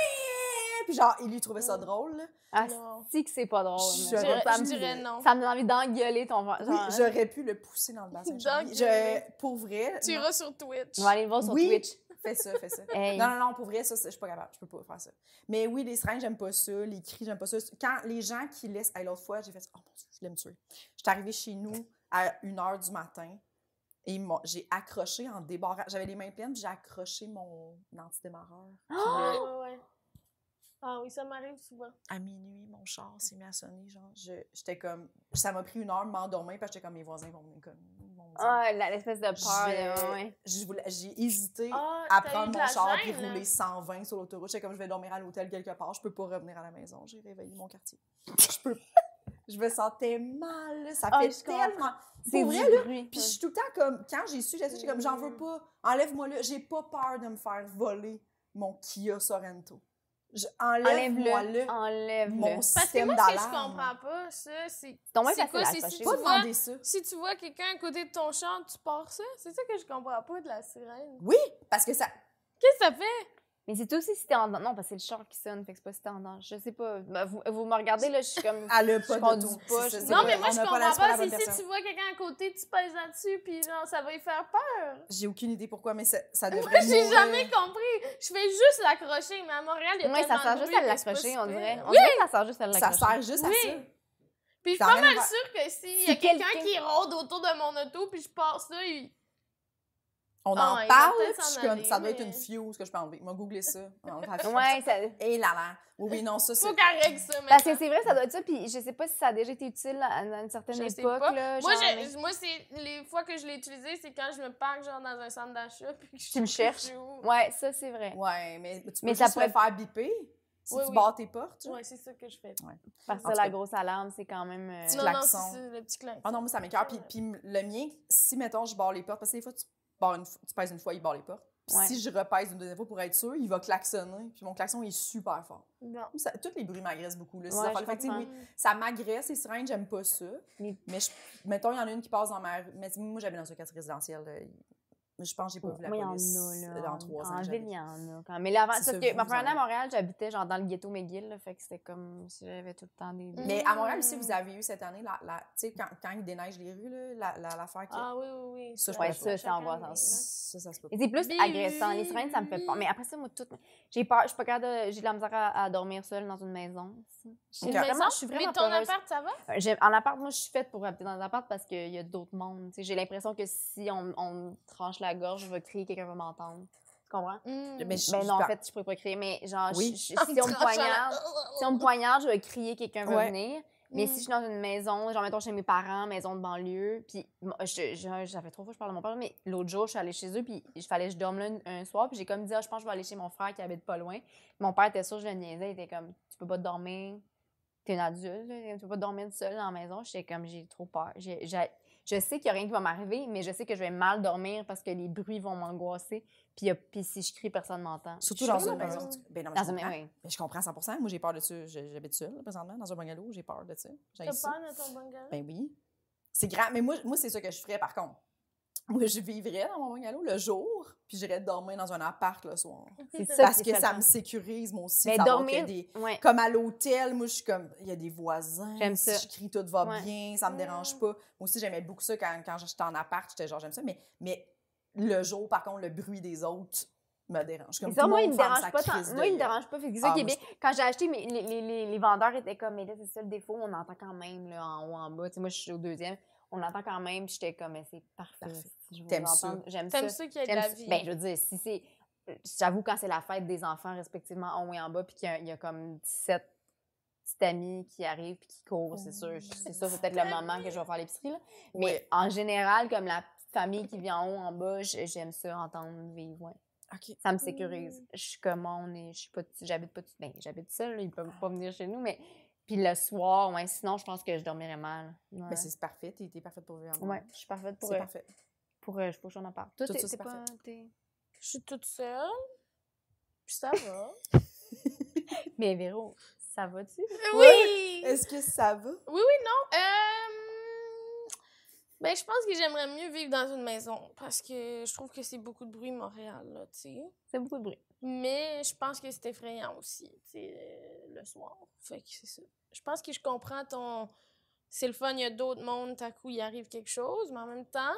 puis genre, il lui trouvait ça
Mm.
drôle. là.
Ah,
Non.
si que c'est pas drôle.
Je
mais
dirais-
genre, ça
je
me-
dirais non.
Ça me donne envie d'engueuler ton genre,
Oui,
hein.
j'aurais pu le pousser dans le bassin. de Charlie.
D'engueuler.
Je- pour vrai.
Tu
non.
iras sur Twitch.
On va aller le voir sur
Oui.
Twitch.
Fais ça, fais ça.
Hey.
Non, non, non, pour vrai, ça, c'est- je suis pas capable. Je peux pas faire ça. Mais oui, les seringues, j'aime pas ça. Les cris, j'aime pas ça. Quand les gens qui laissent. Hey, L'autre fois, j'ai fait Oh mon Dieu, je voulais me tuer. J'étais arrivée chez nous à 1 h du matin et ils m'ont- j'ai accroché en débarrant. J'avais les mains pleines, puis j'ai accroché mon antidémarreur. Puis
Ah,
là,
ouais, ouais. Ah oui, ça m'arrive souvent.
à minuit, mon char s'est mis à sonner. Genre, je- j'étais comme. Ça m'a pris une heure de m'endormir parce que j'étais comme mes voisins vont venir comme. ils vont me dire.
Ah, la- l'espèce de peur.
Je-
là, ouais.
Je voulais- J'ai hésité
Ah,
à
t'as eu
prendre
de
mon
la
char puis
gêne, là.
rouler 120 sur l'autoroute. J'étais comme, je vais dormir à l'hôtel quelque part. Je peux pas revenir à la maison. J'ai réveillé mon quartier. Je peux pas. Je me sentais mal. là. Ça
Ah,
fait
je comprends.
tellement...
C'est
Pour
du
vrai, là,
bruit.
Puis je suis tout le temps comme... Quand j'ai su, j'ai su, j'étais comme, j'en
Mm.
veux pas. Enlève-moi là. J'ai pas peur de me faire voler mon Kia Sorento. Je- Enlève-moi là.
Enlève-le. Enlève-le.
Mon
Parce que
système
moi, ce que je
d'alarme.
comprends pas, ça, c'est...
C'est donc bien
C'est
facile
quoi,
à
c'est
se fâcher.
si
Pas
tu vois-
demander ça.
Si tu vois quelqu'un à côté de ton champ, tu pars ça? C'est ça que je comprends pas de la sirène.
Oui, parce que ça...
Qu'est-ce que ça fait?
Mais c'est aussi si t'es en danger. Non, parce que c'est le char qui sonne, fait que c'est pas si t'es en danger. Je sais pas. Ben, vous, vous me regardez, là, je suis comme.
Elle a
Je
pas
conduis
d'auto.
pas,
C'est
je-
ça, c'est
Non, mais
vrai.
moi,
On
je
a
comprends
la- c'est la
pas.
bonne
C'est si
personne.
tu vois quelqu'un à côté, tu pèses là-dessus, puis genre, ça va y faire peur.
J'ai aucune idée pourquoi, mais ça, ça
Moi,
devrait
j'ai
mourir.
jamais compris. Je fais juste l'accrocher, mais à Montréal, il y a
Oui,
tellement
ça
de
sert juste
bruit
à
que c'est pas
l'accrocher, on
super.
dirait. On
Oui,
dirait que ça sert juste à
Ça
l'accrocher.
sert juste à
Oui.
ça.
puis je suis
ça a
pas
rien à
mal
voir.
sûre que s'il y a
Si
quelqu'un
quelqu'un-
qui rôde autour de mon auto, puis je passe là, il...
On
Ah,
en
il va
parle,
peut-être
puis je suis
s'en
comme,
aller,
ça doit être
mais-
une fuse que je peux enlever. M'a googlé ça. On va faire
Ouais, ça...
ça. Et là là. Oui, oui, non, ça, c'est.
faut qu'elle règle ça
parce
maintenant.
que Ben, c'est vrai, ça doit être ça. Puis je sais pas si ça a déjà été utile à à une certaine
Je sais
époque.
pas.
Là,
Moi,
genre,
j'ai-
mais-
moi c'est les fois que je l'ai utilisé, c'est quand je me parque genre dans un centre d'achat puis que je
Tu le cherches. Ouais, ça, c'est vrai.
Ouais, mais tu peux
Mais ça
juste le
pourrait-
faire biper si
Oui,
tu
oui.
barres tes portes. genre.
Ouais, c'est ça que je fais.
Parce
En
que
tout
la
cas.
grosse alarme, c'est quand même. euh,
Petit
non,
klaxon.
non, c'est ça, le petit clac.
Ah non, moi, ça m'écoeure. Puis, puis le mien, si, mettons, je barre les portes, parce que des fois, tu, barres une fois- tu pèses une fois, il barre les portes. Puis
Ouais.
si je repèse une deuxième fois pour être sûr, il va klaxonner. Puis mon klaxon est super fort.
Non.
Ça- tous les bruits m'agressent beaucoup. Là, ces
Ouais, je
affaires-là. Fait que, tu sais,
comprends.
oui, ça m'agresse, les sirènes, j'aime pas ça.
Mais-
Mais je- mettons, il y en a une qui passe dans ma rue. Mais moi, j'avais dans un quartier résidentiel. là. Mais je pense que j'ai pas vu la
Moi, il y en
police
a, là.
dans
en-
trois
En
ans. que
ville, il
j'habite.
y en a quand même. Mais là, avant,
C'est
parce
ça,
que
vous,
ma
vous
première
en
année à Montréal, j'habitais genre dans le ghetto McGill, là, fait que c'était comme si j'avais tout le temps des.
Mm.
Mais à Montréal aussi,
Mm.
vous avez eu cette année, la, la- tu sais, quand, quand il déneige les rues, là, la- la- l'affaire qui...
Ah oui, oui, oui.
Ça, je
Ouais,
pense
ça, c'est
envoie
angoissant.
ça, ça se peut pas.
Et c'est plus
Bi-
agressant. Les sirènes, ça me fait peur. Mais après ça, moi, tout. J'ai peur. Je suis pas capable de. J'ai de la misère à, à dormir seule dans une maison. Je
Une
suis vraiment-
maison?
je suis
Mais
vraiment
ton
peureuse.
appart, ça va?
Euh, j'ai- En appart, moi, je suis faite pour habiter dans un appart parce qu'il y a d'autres mondes. tu sais. J'ai l'impression que si on, on me tranche la gorge, je vais crier, quelqu'un va m'entendre. Tu comprends?
Mais je-
Ben non, en
par-
fait, je pourrais pas crier, mais genre,
Oui.
je- je- si on me poignarde, si on me poignarde, je vais crier, quelqu'un va
Ouais.
venir. Mais si je suis dans une maison, genre, mettons, chez mes parents, maison de banlieue, puis moi, je- je- j'avais trois fois que je parlais à mon père, mais l'autre jour, je suis allée chez eux, puis il fallait que je dorme là un- un soir, puis j'ai comme dit, ah, je pense que je vais aller chez mon frère qui habite pas loin. Mon père était sûr, que je le niaisais, il était comme, tu peux pas dormir, t'es une adulte, là, tu peux pas dormir seule dans la maison. J'étais comme, j'ai trop peur. J'ai- j'ai- je sais qu'il y a rien qui va m'arriver, mais je sais que je vais mal dormir parce que les bruits vont m'angoisser, puis, il y a- puis si je crie, personne m'entend.
Surtout
Je suis
dans
vraiment
une
peureuse.
maison. tu- Ben non, mais
Dans
je
une
comprends.
maison, oui.
Mais je comprends 100 Moi, j'ai peur de ça. Je- J'habite seule, là, présentement, dans un bungalow. J'ai peur de ça. J'ai
T'as
ça.
peur de ton bunker?
Ben oui. C'est grave. Mais moi, moi c'est ça que je ferais, par contre. Moi, je vivrais dans mon bungalow le jour, puis j'irais dormir dans un appart le soir.
C'est ça.
Parce
qui est
que ça
le
me sécurise, moi aussi.
Mais
savoir
dormir-
qu'il y a des-
fun. Ouais.
Comme à l'hôtel, moi, je suis comme, il y a des voisins.
J'aime
si
ça.
je crie, tout va
Ouais.
bien, ça me dérange
Mm.
pas. Moi aussi, j'aimais beaucoup ça quand, quand j'étais en appart, j'étais genre, j'aime ça. Mais, mais le jour, par contre, le bruit des autres me dérange. Comme
Mais ça,
tout le
moi, il
monde
me
ferme
dérange
sa
pas tant.
crise
Moi,
de-
il me dérange pas. Fait que c'est ça
Ah,
qui est
moi,
bien. Quand j'ai acheté, mes- les, les, les, les vendeurs étaient comme, mais là, c'est ça le défaut, on entend quand même, là, en haut, en bas. Tu sais, moi, je suis au deuxième. On entend quand même, puis j'étais comme, mais c'est parfait.
Parfait.
Je veux
T'aimes
l'entendre. J'aime ça.
T'aimes ça qu'il y ait de
J'aime
la
ça.
vie.
Ben, je veux dire, si c'est. euh, J'avoue, quand c'est la fête des enfants, respectivement, en haut et en bas, puis qu'il y, a- il y a comme 17 petites amies qui arrivent puis qui courent, c'est sûr. Je- C'est sûr, c'est peut-être le moment que je vais faire l'épicerie, là. Mais
Ouais.
en général, comme la petite famille qui vit en haut, en bas, j- j'aime ça entendre vivre, ouais.
OK.
Ça me sécurise. Je suis comme, on est, je suis pas, tout- j'habite pas, tout- ben, j'habite seule, là, ils peuvent pas venir chez nous, mais. Puis le soir, ouais, sinon, je pense que je dormirais mal. Ouais.
Mais Ben, c'est parfait, t'es t'es parfaite pour vivre en
Ouais, je suis parfaite pour.
C'est
euh,
parfait.
Pour, euh, je faut que j'en en parle. Toi,
Tout
t'es-
ça, c'est
t'es pas- t'es-
Je suis toute seule. Puis ça va.
Mais Véro, ça va-tu?
oui!
Est-ce que ça va?
Oui, oui, non. Euh... Ben, je pense que j'aimerais mieux vivre dans une maison parce que je trouve que c'est beaucoup de bruit Montréal, là, tu sais.
C'est beaucoup de bruit.
Mais je pense que c'est effrayant aussi, tu sais, euh, le soir. Fait que c'est ça. Je pense que je comprends ton. C'est le fun, il y a d'autres mondes, tout à coup, il arrive quelque chose, mais en même temps,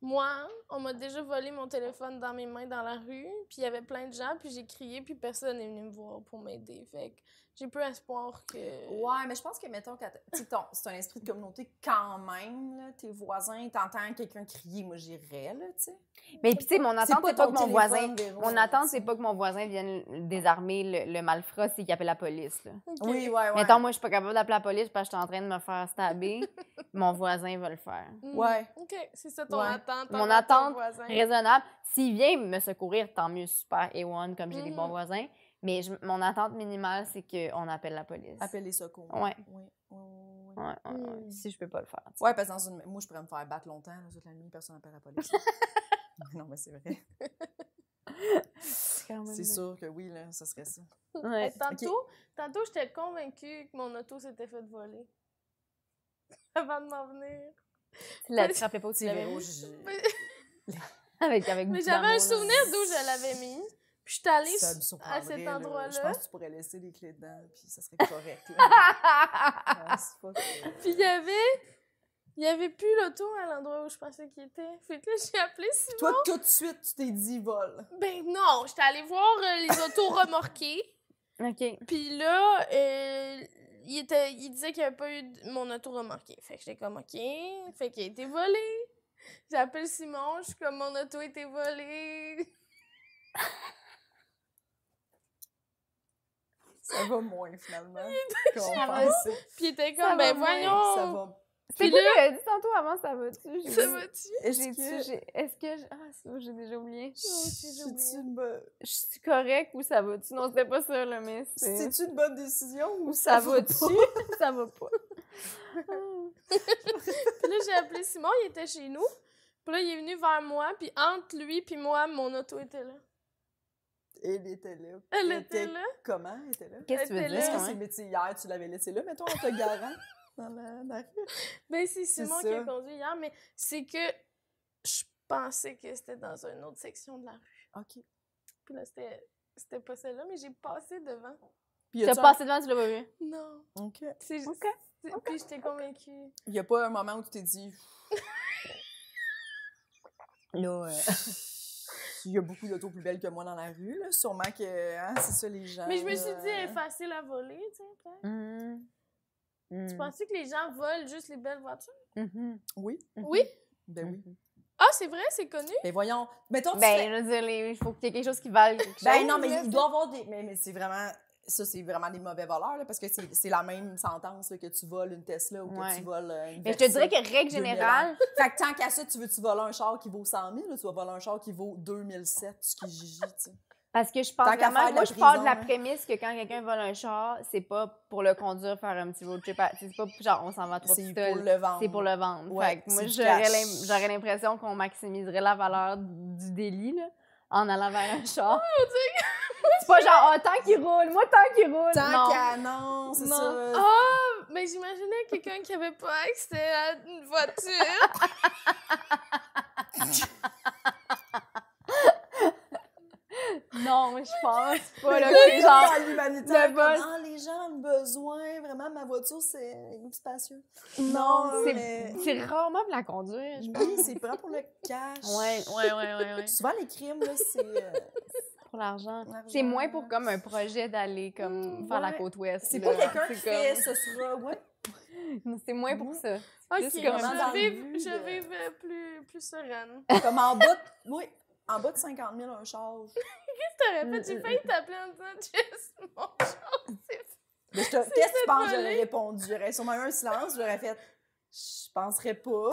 moi, on m'a déjà volé mon téléphone dans mes mains dans la rue, puis il y avait plein de gens, puis j'ai crié, puis personne n'est venu me voir pour m'aider. Fait que j'ai peu espoir que.
Ouais, mais je pense que, mettons, quand t'as- tu sais, ton- c'est un esprit de communauté quand même, là, tes voisins, t'entends quelqu'un crier, moi j'irais, là, tu sais.
Mais puis tu sais, mon attente, c'est pas, que mon voisin. Mon attente, c'est pas
que.
que mon voisin vienne désarmer le, le malfrat, c'est qu'il appelle la police. Là.
Ok.
Oui, ouais, ouais.
Mettons, moi, je suis pas capable d'appeler la police parce que je suis en train de me faire stabber. mon voisin va le faire.
Mm.
Ouais.
OK, c'est ça ton
Ouais.
attente.
Mon
envers ton
attente
voisin.
Raisonnable. S'il vient me secourir, tant mieux, super, et one, comme j'ai des bons
Mhm.
voisins. Mais je- mon attente minimale, c'est qu'on appelle la police.
Appelle les secours.
Ouais.
Oui, oui, oui.
Ouais, ouais, ouais.
Mm.
Si je peux pas le faire. tu sais.
Ouais, parce que dans une... moi, je pourrais me faire battre longtemps, là, toute la nuit, personne n'appelle la police. non, mais c'est vrai.
quand même-
C'est sûr que oui, là, ça serait ça.
Ouais.
Hey, tantôt, tantôt j'étais convaincue que mon auto s'était fait voler. Avant de m'en venir.
Tu la- tu te rappelais pas où tu
C'est
l'avais
vrai,
mis?
je-
Mais-
Avec, avec
Mais
beaucoup
j'avais un
d'amour, là.
souvenir d'où je l'avais mis. Puis j'étais allée
ça me
s-
surprendrait,
à cet
là. Je
endroit-là.
pense que tu pourrais laisser les clés dedans, puis ça serait correct. là. Ouais, c'est pas que-
Puis il y avait. Il y avait plus l'auto à l'endroit où je pensais qu'il était. Fait que là, j'ai appelé Simon.
Toi, tout de suite, tu t'es dit vol.
Ben non, j'étais allée voir euh, les autos remorquées.
OK.
Puis là, euh, il, était, il disait qu'il n'y avait pas eu de- mon auto remorqué. Fait que j'étais comme, OK. Fait qu'il a été volé. J'appelle Simon, je suis comme, mon auto a été volée.
Ça va moins, finalement. qu'on
Ça va-
pensait.
Puis il était
Ça
comme,
va
ben
moins,
voyons.
Ça va.
C'est
Puis
quoi
là-
qu'elle a dit tantôt avant, ça va-tu? J'ai
Ça
dit-
va-tu?
Est-ce
J'ai dit,
que...
j'ai- Est-ce que... je- Ah, c'est bon, j'ai déjà oublié.
aussi, j'ai
C'est-tu
oublié.
une, bonne...
Je suis correcte ou ça va-tu? Non, c'était pas ça, là, mais c'est...
c'est-tu une bonne décision ou
Ça va-tu?
pas?
ça va pas.
Puis là, j'ai appelé Simon, il était chez nous. Puis là, il est venu vers moi, puis entre lui puis moi, mon auto était là.
Elle était là.
Elle était là.
Comment elle était là?
Qu'est-ce que tu veux
Elle
dire?
était
Est-ce
là,
que
ouais?
c'est métier hier, tu l'avais laissé là, mais toi, en te garant dans la, dans la rue?
Ben, c'est
C'est
Simon qui a
ça.
conduit hier, mais c'est que je pensais que c'était dans une autre section de la rue.
OK.
Puis là, c'était c'était pas celle-là, mais j'ai passé devant.
Puis y
T'as
a-tu
passé devant, tu l'as pas vu?
Non.
un- OK.
C'est
OK.
c'est- Puis j'étais convaincue.
Euh,
Y a pas un moment où tu t'es dit,
Là, euh,
il y a beaucoup d'autos plus belles que moi dans la rue, là. Sûrement que, hein, c'est ça, les gens.
Mais je me suis
là. euh,
dit, elle est facile à voler, tu sais. peut-être.
Hmm. Mm.
Tu pensais que les gens volent juste les belles voitures?
Hmm.
Oui.
Mhm.
Oui?
Ben
Hein?
oui.
Ah, c'est vrai, c'est connu.
Ben voyons. Mettons, tu fais-
Ben, je veux dire, les- il faut qu'il y ait quelque chose qui vaille quelque chose.
Ben non, mais
là,
il doit avoir des. Mais, mais c'est vraiment. Ça, c'est vraiment des mauvais voleurs, là, parce que c'est c'est la même sentence là, que tu voles une Tesla ou que
Ouais.
tu voles euh, une
Mais je te dirais
Versa.
que, règle
2000
générale,
Fait que tant qu'à ça, tu veux-tu voler un char qui vaut 100 000 ou tu vas voler un char qui vaut 2007, ce qui est Gigi, tu sais.
Parce que je pense
Tant qu'à
vraiment,
faire de
moi,
la
je pars de
prison,
la
là.
prémisse que quand quelqu'un vole un char, c'est pas pour le conduire, faire un petit road trip. à- C'est pas genre, on s'en va à trois
C'est pour
pistoles.
le vendre.
Ah, C'est pour le vendre.
Ouais,
Fait que moi,
c'est du
j'aurais
cash.
l'im- j'aurais l'impression qu'on maximiserait la valeur du délit, là, en allant vers un char.
Oh
c'est pas genre, ah, tant qu'il roule, moi, tant qu'il roule.
Tant
non.
qu'à non, c'est
Non.
ça.
Ah, Mais j'imaginais quelqu'un qui avait pas accès à une voiture.
Non, je pense pas,
Là,
là, que c'est genre...
l'humanité.
le
comme,
boss.
Ah, les gens ont besoin. Vraiment, ma voiture, c'est spacieux.
Non,
mais-
c'est c'est rarement pour la conduire, je pense.
Oui, c'est vraiment pour le cash.
Ouais, ouais, ouais, ouais, ouais.
Souvent, les crimes, là, c'est. euh,
Pour l'argent.
L'argent.
C'est moins pour comme un projet d'aller comme
Mm,
faire la
ouais.
côte ouest.
C'est
là.
pas quelqu'un qui
C'est
fait Mmh. ce sera. Ouais.
comme- C'est moins pour ça.
Ok,
Juste comme dans
je
le
vive,
but
je
de-
vive euh, plus, plus sereine.
Comme en bas de. Oui, en bas de 50 000, un charge.
T'aurais pas,
Mm,
j'ai failli t'appeler en disant Jess, mon char, c'est
Mais je te- Qu'est-ce que tu penses que
volé.
j'aurais répondu? J'aurais sûrement eu un silence, j'aurais fait Je penserais pas.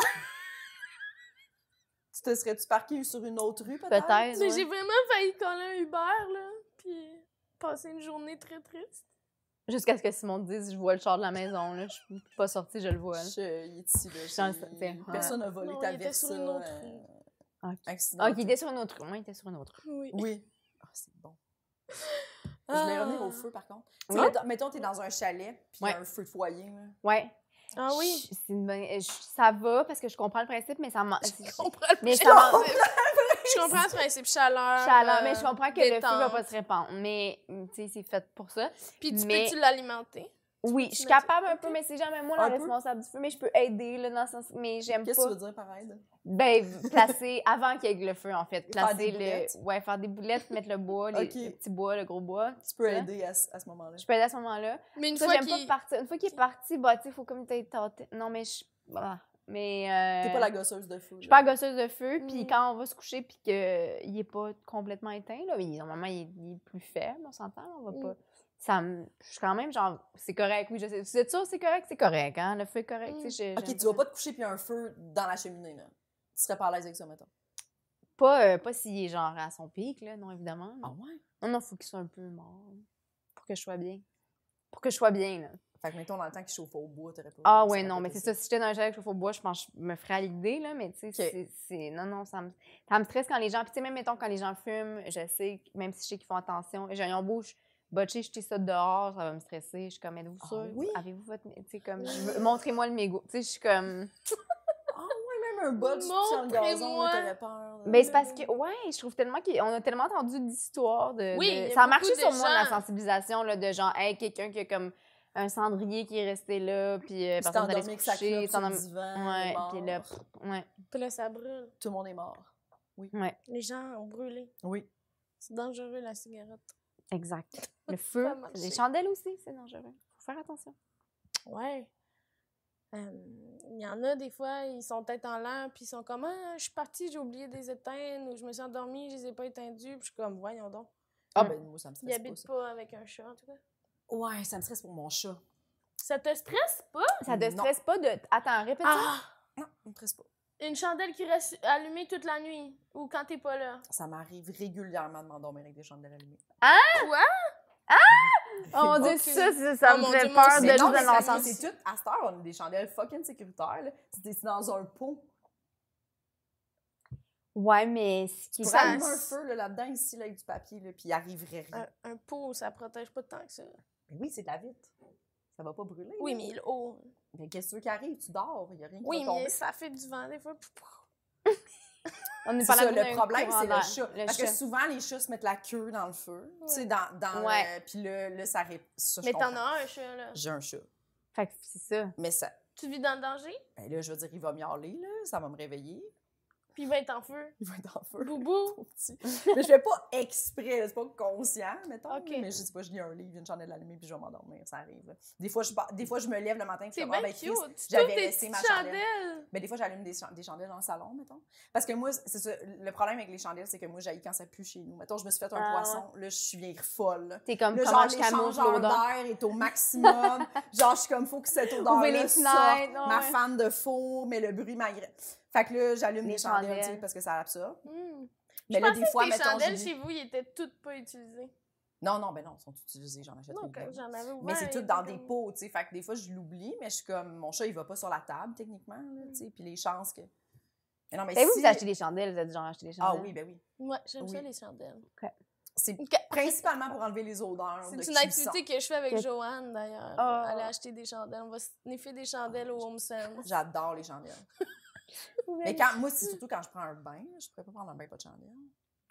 tu te serais-tu parqué sur une autre rue, peut-être?
Peut-être.
Mais
ouais.
j'ai vraiment failli coller un Uber, là, puis passer une journée très triste.
Jusqu'à ce que Simon te dise, je vois le char de la maison, là. Je suis pas sortie, je le vois. là.
Je- il est ici, là,
Je suis dans le
j'ai-
certain, ouais.
Personne n'a volé
Non,
ta
il était sur
Versa,
une autre
euh,
rue. Ok.
accident.
Ah, il était sur une autre. Moi, il était sur une autre.
Oui.
Oui. Ah, c'est bon. Je voulais
Ah.
revenir au feu, par contre. Tu
Ouais.
sais, mettons- Mettons, t'es dans un chalet, puis
Ouais.
t'as un feu de foyer. là.
Ouais.
Ah oui.
Je- c'est une bonne- je- Ça va parce que je comprends le principe, mais ça m'en-
comprends le
Mais ça m'en-
Je comprends ce principe chaleur.
Chaleur,
euh,
mais je comprends que le feu va
détente.
pas se répandre. Mais, mm, tu sais, c'est fait pour ça.
Puis tu
mais-
peux-tu l'alimenter?
Oui,
peux-tu
je suis
mettre-
capable un peu, mais c'est jamais moi la
Un peu?
responsable du feu. Mais je peux aider, là, dans le sens. Mais j'aime
Qu'est-ce que tu
pas.
veux dire par aide?
Ben, placer avant qu'il y ait le feu, en fait.
Faire
Placer
des
le.
boulettes?
Ouais, faire des boulettes, mettre le bois, les,
Ok.
le petit bois, le gros bois.
Tu peux
Ça?
aider à, ce- à ce moment-là.
Hein? Je peux aider à ce moment-là.
Mais une
Ça,
fois
j'aime
qu'il...
pas partir. Une fois qu'il est parti, bah, tu sais, faut comme t'aies tenté. Non, mais je. bah, Mais. euh,
T'es pas la gosseuse de feu.
Je suis
là.
pas gosseuse de feu, puis
Mm.
quand on va se coucher, puis qu'il est pas complètement éteint, là, il- normalement, il est, il est plus faible, on s'entend, on va
Mm.
pas... Ça me... Je suis quand même genre, c'est correct, oui, je sais. Vous êtes sûr c'est correct? C'est correct, hein? Le feu est correct,
Mm.
tu sais, je-
Ok,
j'aime
tu vas
ça.
pas te coucher puis il y a un feu dans la cheminée, là. Tu serais pas à l'aise avec ça, mettons.
Pas, euh, pas s'il est genre à son pic, là, non, évidemment. mais-
ouais?
Non, non, faut qu'il soit un peu mort, pour que je sois bien. Pour que je sois bien, là.
Fait que, mettons, dans le temps qu'il chauffe au bois, t'aurais pas.
Ah
ça
ouais,
serait
non,
pas
mais c'est ça.
possible.
Si j'étais dans un chalet avec chauffe au bois, je pense que je me ferais à l'idée, là. Mais tu sais, c'est- c'est... Non, non, ça me... ça me stresse quand les gens... Puis tu sais, même, mettons, quand les gens fument, je sais, que- même si je sais qu'ils font attention, j'ai un bouche, botché, jeter ça dehors, ça va me stresser. Je suis comme, êtes-vous
Ah
sûr?
oui?
Avez-vous votre... Tu sais, comme, je veux- montrez-moi le mégot. Tu sais, je suis comme...
Même un bol tu sur le gazon,
Montrez-moi.
là, t'aurais peur. là.
Mais Ben, c'est parce que, ouais, je trouve tellement qu'on a tellement entendu d'histoires de...
Oui,
de-
il y a
Ça a
beaucoup
marché
de
sur moi, la
gens.
sensibilisation, là, de genre, hey, quelqu'un qui a comme un cendrier qui est resté là, puis euh,
Tu
personne n'allait
t'endormis
se
avec sa clope
coucher.
sur le
s'endormi-
divan.
Ouais,
mort.
puis là, pff, ouais.
Puis là, ça brûle.
Tout le monde est mort.
Les gens ont brûlé.
Oui.
C'est dangereux, la cigarette.
Exact. Le
Ça
feu,
a marché.
les chandelles aussi, c'est dangereux. Faut faire attention.
Ouais. Euh, Il y en a des fois, ils sont tête en l'air, puis ils sont comme Ah, je suis partie, j'ai oublié de les éteindre, ou je me suis endormie, je les ai pas éteindues, puis je suis comme Voyons donc.
Ah,
Mm.
ben, moi, ça me
Ils
stresse pas,
habitent
ça.
pas avec un chat, en tout cas.
Ouais, ça me stresse pour mon chat.
Ça te stresse pas?
Ça te
Non.
stresse pas de. Attends, répète ça.
Ah!
Non, ça me stresse pas.
Une chandelle qui reste allumée toute la nuit, ou quand t'es pas là.
Ça m'arrive régulièrement de m'endormir avec des chandelles allumées.
Oh mon dieu,
Ok.
ça, ça, ça
Oh
me
mon
fait
Dieu, moi
peur
aussi.
de
Mais
Ah, ben, nous
non, mais ça,
l'entendre.
c'est c'est tout. À cette heure, on a des chandelles fucking sécuritaires. là. Si t'es dans un pot,
Ouais, mais ce qui
tu
est
pourrais
Ça-
allumer un feu là, là-dedans, ici, là, avec du papier, là, puis il arriverait rien.
Un, un pot, ça protège pas tant que ça.
Mais oui, c'est de la vitre. Ça va pas brûler.
Oui,
là.
mais le haut.
Mais qu'est-ce que tu veux qui arrive? Tu dors, il n'y a rien qui
Oui,
va tomber.
mais ça fait du vent des fois. Pou, pou.
on est
C'est
parlé
ça,
d'un
le problème,
courant
c'est le
d'air.
chat.
Le
Parce
chat.
que souvent, les chats se mettent la queue dans le feu. Tu sais, dans, dans
Ouais.
le- Puis là, là, ça répond. Ça, je
Mais t'en
comprends.
as un chat, là.
J'ai un chat.
Fait que c'est ça.
Mais ça...
Tu vis dans le danger,
Ben là, je veux dire, il va miauler, là. Ça va me réveiller.
puis il va être en feu.
Il va être en feu.
Boubou!
trop petit. mais je fais pas exprès, là, c'est pas conscient, mettons.
Ok.
Mais je sais pas, je lis un livre, une chandelle allumée, puis je vais m'endormir, ça arrive. là. Des fois, je, pars- des fois, je me lève le matin, puis je
C'est
suis comme, ah,
bien
ben,
cute!
Chris,
Tu trouves
j'avais
tes
laissé
petites
ma chandelle.
chandelles!
Mais des fois, j'allume des, chan- des chandelles dans le salon, mettons. Parce que moi, c'est ça, le problème avec les chandelles, c'est que moi, j'haïs quand ça pue chez nous. Mettons, je me suis fait un
Ah,
poisson, là, je viens folle. là.
T'es comme
Là,
comment
genre,
je camoufle
l'échangeur
l'odeur.
d'air est au maximum. genre, je suis comme, faut que cette
Ouvrez
odeur-là
les
sorte.
fenêtres, ouais,
Ma
ouais.
fan de four, mais le bruit m'agresse. Fait que là, j'allume
Les
des chandelles,
chandelles.
tu sais, parce que ça absorbe.
Hmm.
Mais
Je
là,
pensais
des fois,
que tes
mettons, j'ai
chandelles
dit-
chez vous, ils étaient toutes pas utilisées.
Non, non, ben non, ils sont utilisés, j'en achète
Non,
régulièrement.
quand j'en avais ouvert.
Mais c'est
ils
tout dans
étaient
des
comme-
pots, tu sais. Fait que des fois, je l'oublie, mais je suis comme, mon chat, il va pas sur la table, techniquement, là, tu sais. Puis les chances que. Mais non, mais
Savez-vous que
si-
vous achetez des chandelles? Vous êtes genre acheté des
Ah
chandelles?
oui, ben oui.
Ouais, j'aime ça
Oui.
les chandelles.
C'est
Ok.
principalement pour enlever les odeurs. de
C'est une
cuisson.
activité que je fais avec
Que-
Joanne, d'ailleurs.
Ah.
Aller acheter des chandelles. On va sniffer des chandelles au Home Sense.
J'adore les chandelles. Mais quand, moi, c'est surtout quand je prends un bain. Je pourrais pas prendre un bain pas de chandelle.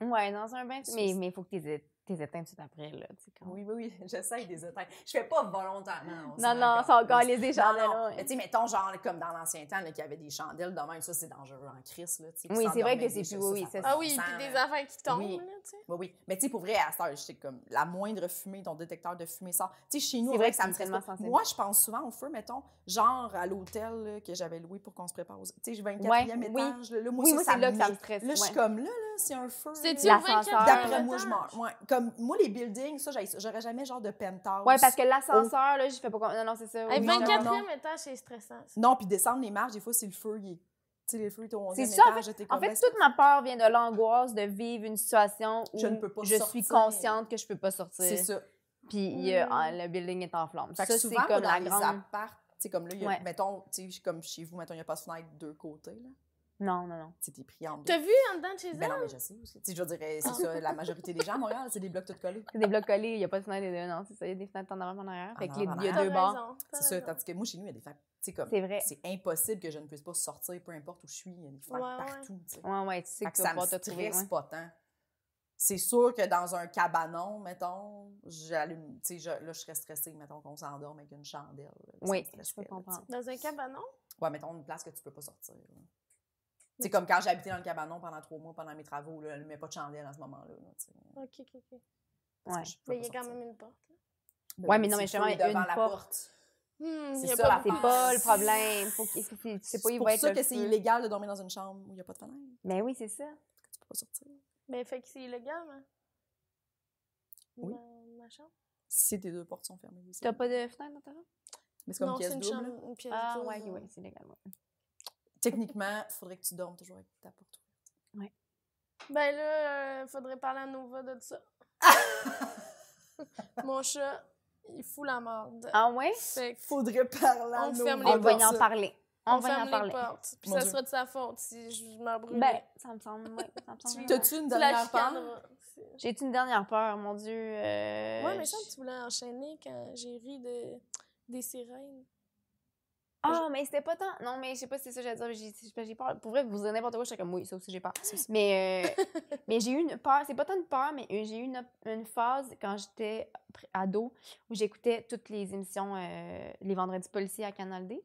Ouais, dans un bain, tu-
C'est-
mais il faut que tu les éteignes tout après, là. tu sais, quand-
Ah Oui, oui, oui. J'essaye des éteindre. Je fais pas volontairement. on
Non,
s'en
non,
accorde.
ça encore les
Non,
échandelles.
non.
ouais.
Mais tu sais, mettons, genre, comme dans l'ancien temps, là, qu'il y avait des chandelles de même, ça, c'est dangereux en crise, là, tu sais, qui
Oui, c'est vrai que
s'endormaient déjà,
c'est plus- oui,
ça, ça
ça,
a pas
Ah
de
oui,
bon
puis
sens,
des
là.
affaires qui tombent,
Oui.
là, tu sais.
Oui, oui. Mais tu sais, pour vrai, à cette heure, je sais comme la moindre fumée, ton détecteur de fumée sort. Tu sais, chez nous,
C'est
on dirait
vrai que
ça
c'est
me stresse
tellement
pas.
sensible.
Moi, je pense souvent au feu, mettons, genre à l'hôtel là, que j'avais loué pour qu'on se prépare aux. Tu sais, je 24e
Ouais, oui.
étage. Là, là, moi,
Oui,
ça,
moi,
ça
c'est là que ça me
m'é-
stresse.
Là, je suis
ouais.
comme là, là, c'est un feu.
C'est-tu
là.
La
24
senteur.
D'après
heures
moi,
de
je
temps?
meurs. Ouais. Comme moi, les buildings, ça, j'haïs ça. j'aurais jamais genre de penthouse.
Ouais, parce que l'ascenseur, là, je fais pas. con- Non, non, c'est ça.
Hey,
oui,
non,
24e
non,
étage, c'est stressant. ça.
Non, puis descendre les marches, des fois, c'est le feu. il est- Tu sais, les feux, ils sont au 11e
C'est ça, en
étage, t'es
En
comme,
fait,
ben, c'est
toute ma peur vient de l'angoisse de vivre une situation où
Je ne peux pas
je suis
sortir.
consciente que je peux pas sortir.
C'est ça.
Puis il y a-
Mm.
ah, le building est en flammes.
Fait
Ça,
que
c'est
souvent, moi,
comme
dans
la
les
grande.
apparts, tu sais, comme là, il y a,
Ouais.
mettons, tu sais, comme chez vous, mettons, il n'y a pas de fenêtre de deux côtés, là.
Non, non, non.
Tu sais, t'es pris en deux.
T'as vu en dedans de chez
Ben
elle?
non, mais je sais aussi. Tu sais, je veux dire, euh, c'est
Ah.
ça, la majorité des gens à Montréal, c'est des blocs tout collés.
C'est des blocs collés, il n'y a pas de fenêtre. Non, c'est ça, il y a des fenêtres en avant, en arrière. Fait
En
que les-
avant, en
il y a
T'as
deux bords.
raison, t'as
C'est ça.
raison.
Tandis que moi, chez nous, il y a des fenêtres. Tu sais, comme,
Ah, C'est vrai.
c'est impossible que je ne puisse pas sortir, peu importe où je suis. Il y a des fenêtres
Ouais, ouais.
partout, tu sais.
Ouais, ouais, tu sais
Fait
que
que
tu
ça
vas
me
pas te trouver.
stresse
ouais.
pas tant. C'est sûr que dans un cabanon, mettons, j'allume, tu sais, je- là, je serais stressée, mettons, qu'on s'endorme avec une chandelle. là, ça me
Oui,
stresserait,
je peux
là, tu sais.
comprendre.
Dans un ah, cabanon?
Ouais, mettons une place que tu peux pas sortir. là. C'est comme quand j'ai habité dans le cabanon pendant trois mois pendant mes travaux, là, je mets pas de chandelle à ce moment-là. là, tu sais,
Ok, ok, ok.
parce que
Ouais.
je peux
Mais
pas
il y a quand
sortir.
même une porte.
Ben
Ouais,
oui,
mais non, mais
c'est
justement,
sûr,
il y a
devant
une
la
porte.
Hmm,
C'est
y a
ça,
pas
la-
beaucoup
Ah, C'est
de-
pas le problème. Faut que, c'est- c'est- tu sais pas,
C'est
il
pour
va être.
ça
le
que c'est
feu.
illégal de dormir dans une chambre où il n'y a pas de fenêtre.
Mais oui, c'est ça.
Tu peux pas sortir.
Mais fait que c'est illégal, hein?
Oui.
Ma, ma chambre?
Si tes deux portes sont fermées. oui, c'est
T'as
vrai.
pas de fenêtre dans ta chambre?
Mais c'est comme
non,
pièce
c'est une
double.
chambre,
là.
une pièce
Ah,
double,
ouais, ok,
euh.
ouais, c'est légal. ouais.
Techniquement, il faudrait que tu dormes toujours avec ta porte.
Ben là, euh, faudrait parler à Nova de ça. Mon chat, il fout la merde.
Ah, ouais?
Fait que
Faudrait parler à
On
nos
ferme les
On
voisins.
va y
portes.
en parler. On
on
va y
ferme
en
les
parler.
portes. Puis
Mon
ça
Dieu.
sera de sa faute si je me brûle.
Ben, ça me semble, ouais, ça me semble.
Tu-
vraiment.
T'as-tu une
tu la
dernière peur?
chicaneras. C'est-
J'ai une dernière peur, mon Dieu. euh,
Ouais, mais ça,
je-
tu voulais enchaîner quand j'ai ri de... des sirènes.
Ah, mais c'était pas tant. Non, mais je sais pas si c'est ça que j'allais dire. mais J'ai, c'est parce que j'ai peur. Pour vrai, vous dire n'importe quoi, j'étais comme oui, ça aussi, j'ai peur. Mais, euh, mais j'ai eu une peur. C'est pas tant une peur, mais euh, j'ai eu une, op- une phase quand j'étais pr- ado où j'écoutais toutes les émissions, euh, les vendredis policiers à Canal D.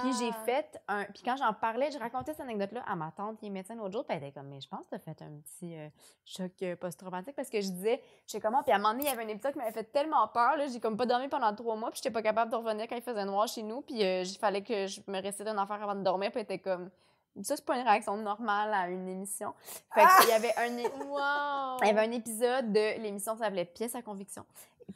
Puis j'ai
Ah.
fait un. Puis quand j'en parlais, je racontais cette anecdote-là à ma tante qui est médecin l'autre jour. Puis elle était comme, mais je pense que t'as fait un petit euh, choc euh, post-traumatique parce que je disais, je sais comment. Puis à un moment donné, il y avait un épisode qui m'avait fait tellement peur. là, J'ai comme pas dormi pendant trois mois. Puis j'étais pas capable de revenir quand il faisait noir chez nous. Puis euh, il fallait que je me restais d'une affaire avant de dormir. Puis elle était comme, ça, c'est pas une réaction normale à une émission. Fait qu'il y avait un. é-
Wow!
Il y avait un épisode de l'émission ça s'appelait Pièce à conviction.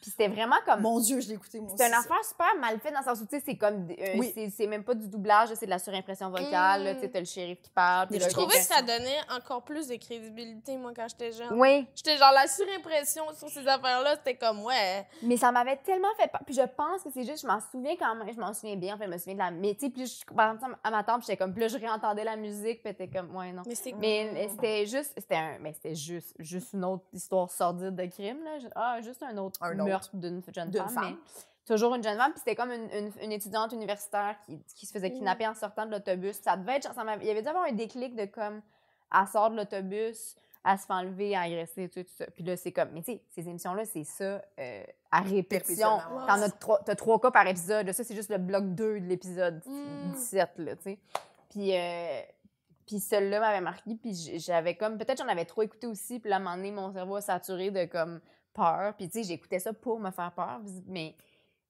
Puis c'était vraiment comme
Mon Dieu, je l'ai écouté, moi aussi.
c'est une
ça.
affaire super mal faite dans le sens où, tu sais, c'est comme. des- euh,
Oui.
c'est- C'est même pas du doublage, c'est de la surimpression vocale. là,
Mm.
Tu sais, t'as le shérif qui parle. puis
Mais
là,
Je trouvais que ça
quelqu'un-
donnait encore plus de crédibilité, moi, quand j'étais jeune.
Oui,
J'étais genre la surimpression sur ces affaires-là, c'était comme, ouais.
mais ça m'avait tellement fait peur. Puis je pense que c'est juste, je m'en souviens quand même, je m'en souviens bien, en fait, je me souviens de la. Mais tu sais, plus je par exemple, à ma tante, puis j'étais comme, puis là, je réentendais la musique, puis t'es comme, ouais, non.
Mais c'est
Ah.
Mais euh, c'était juste, c'était un, mais c'était juste, juste une autre histoire sordide de crime là. Je- Ah, juste un autre,
Un autre.
meurtre d'une jeune
D'une
femme,
femme.
mais toujours une jeune femme. Puis c'était comme une, une- une étudiante universitaire qui, qui se
Mm.
faisait kidnapper en sortant de l'autobus. Ça devait être, genre, ça m'avait- il y avait dû avoir un déclic de comme, elle sort de l'autobus, elle se fait enlever, agresser, tout, tout ça. Puis là, c'est comme, mais tu sais, ces émissions là, c'est ça euh, à répétition.
Perpétuellement, ouais.
T'en as trois, t'as trois cas par épisode. là. Ça, c'est juste le bloc 2 de l'épisode
Mm.
17, là, tu sais. Puis, euh, puis celle-là m'avait marqué, puis j- j'avais comme... Peut-être j'en avais trop écouté aussi, puis là, à un moment donné, mon cerveau a saturé de, comme, peur. Puis, tu sais, j'écoutais ça pour me faire peur, vis- mais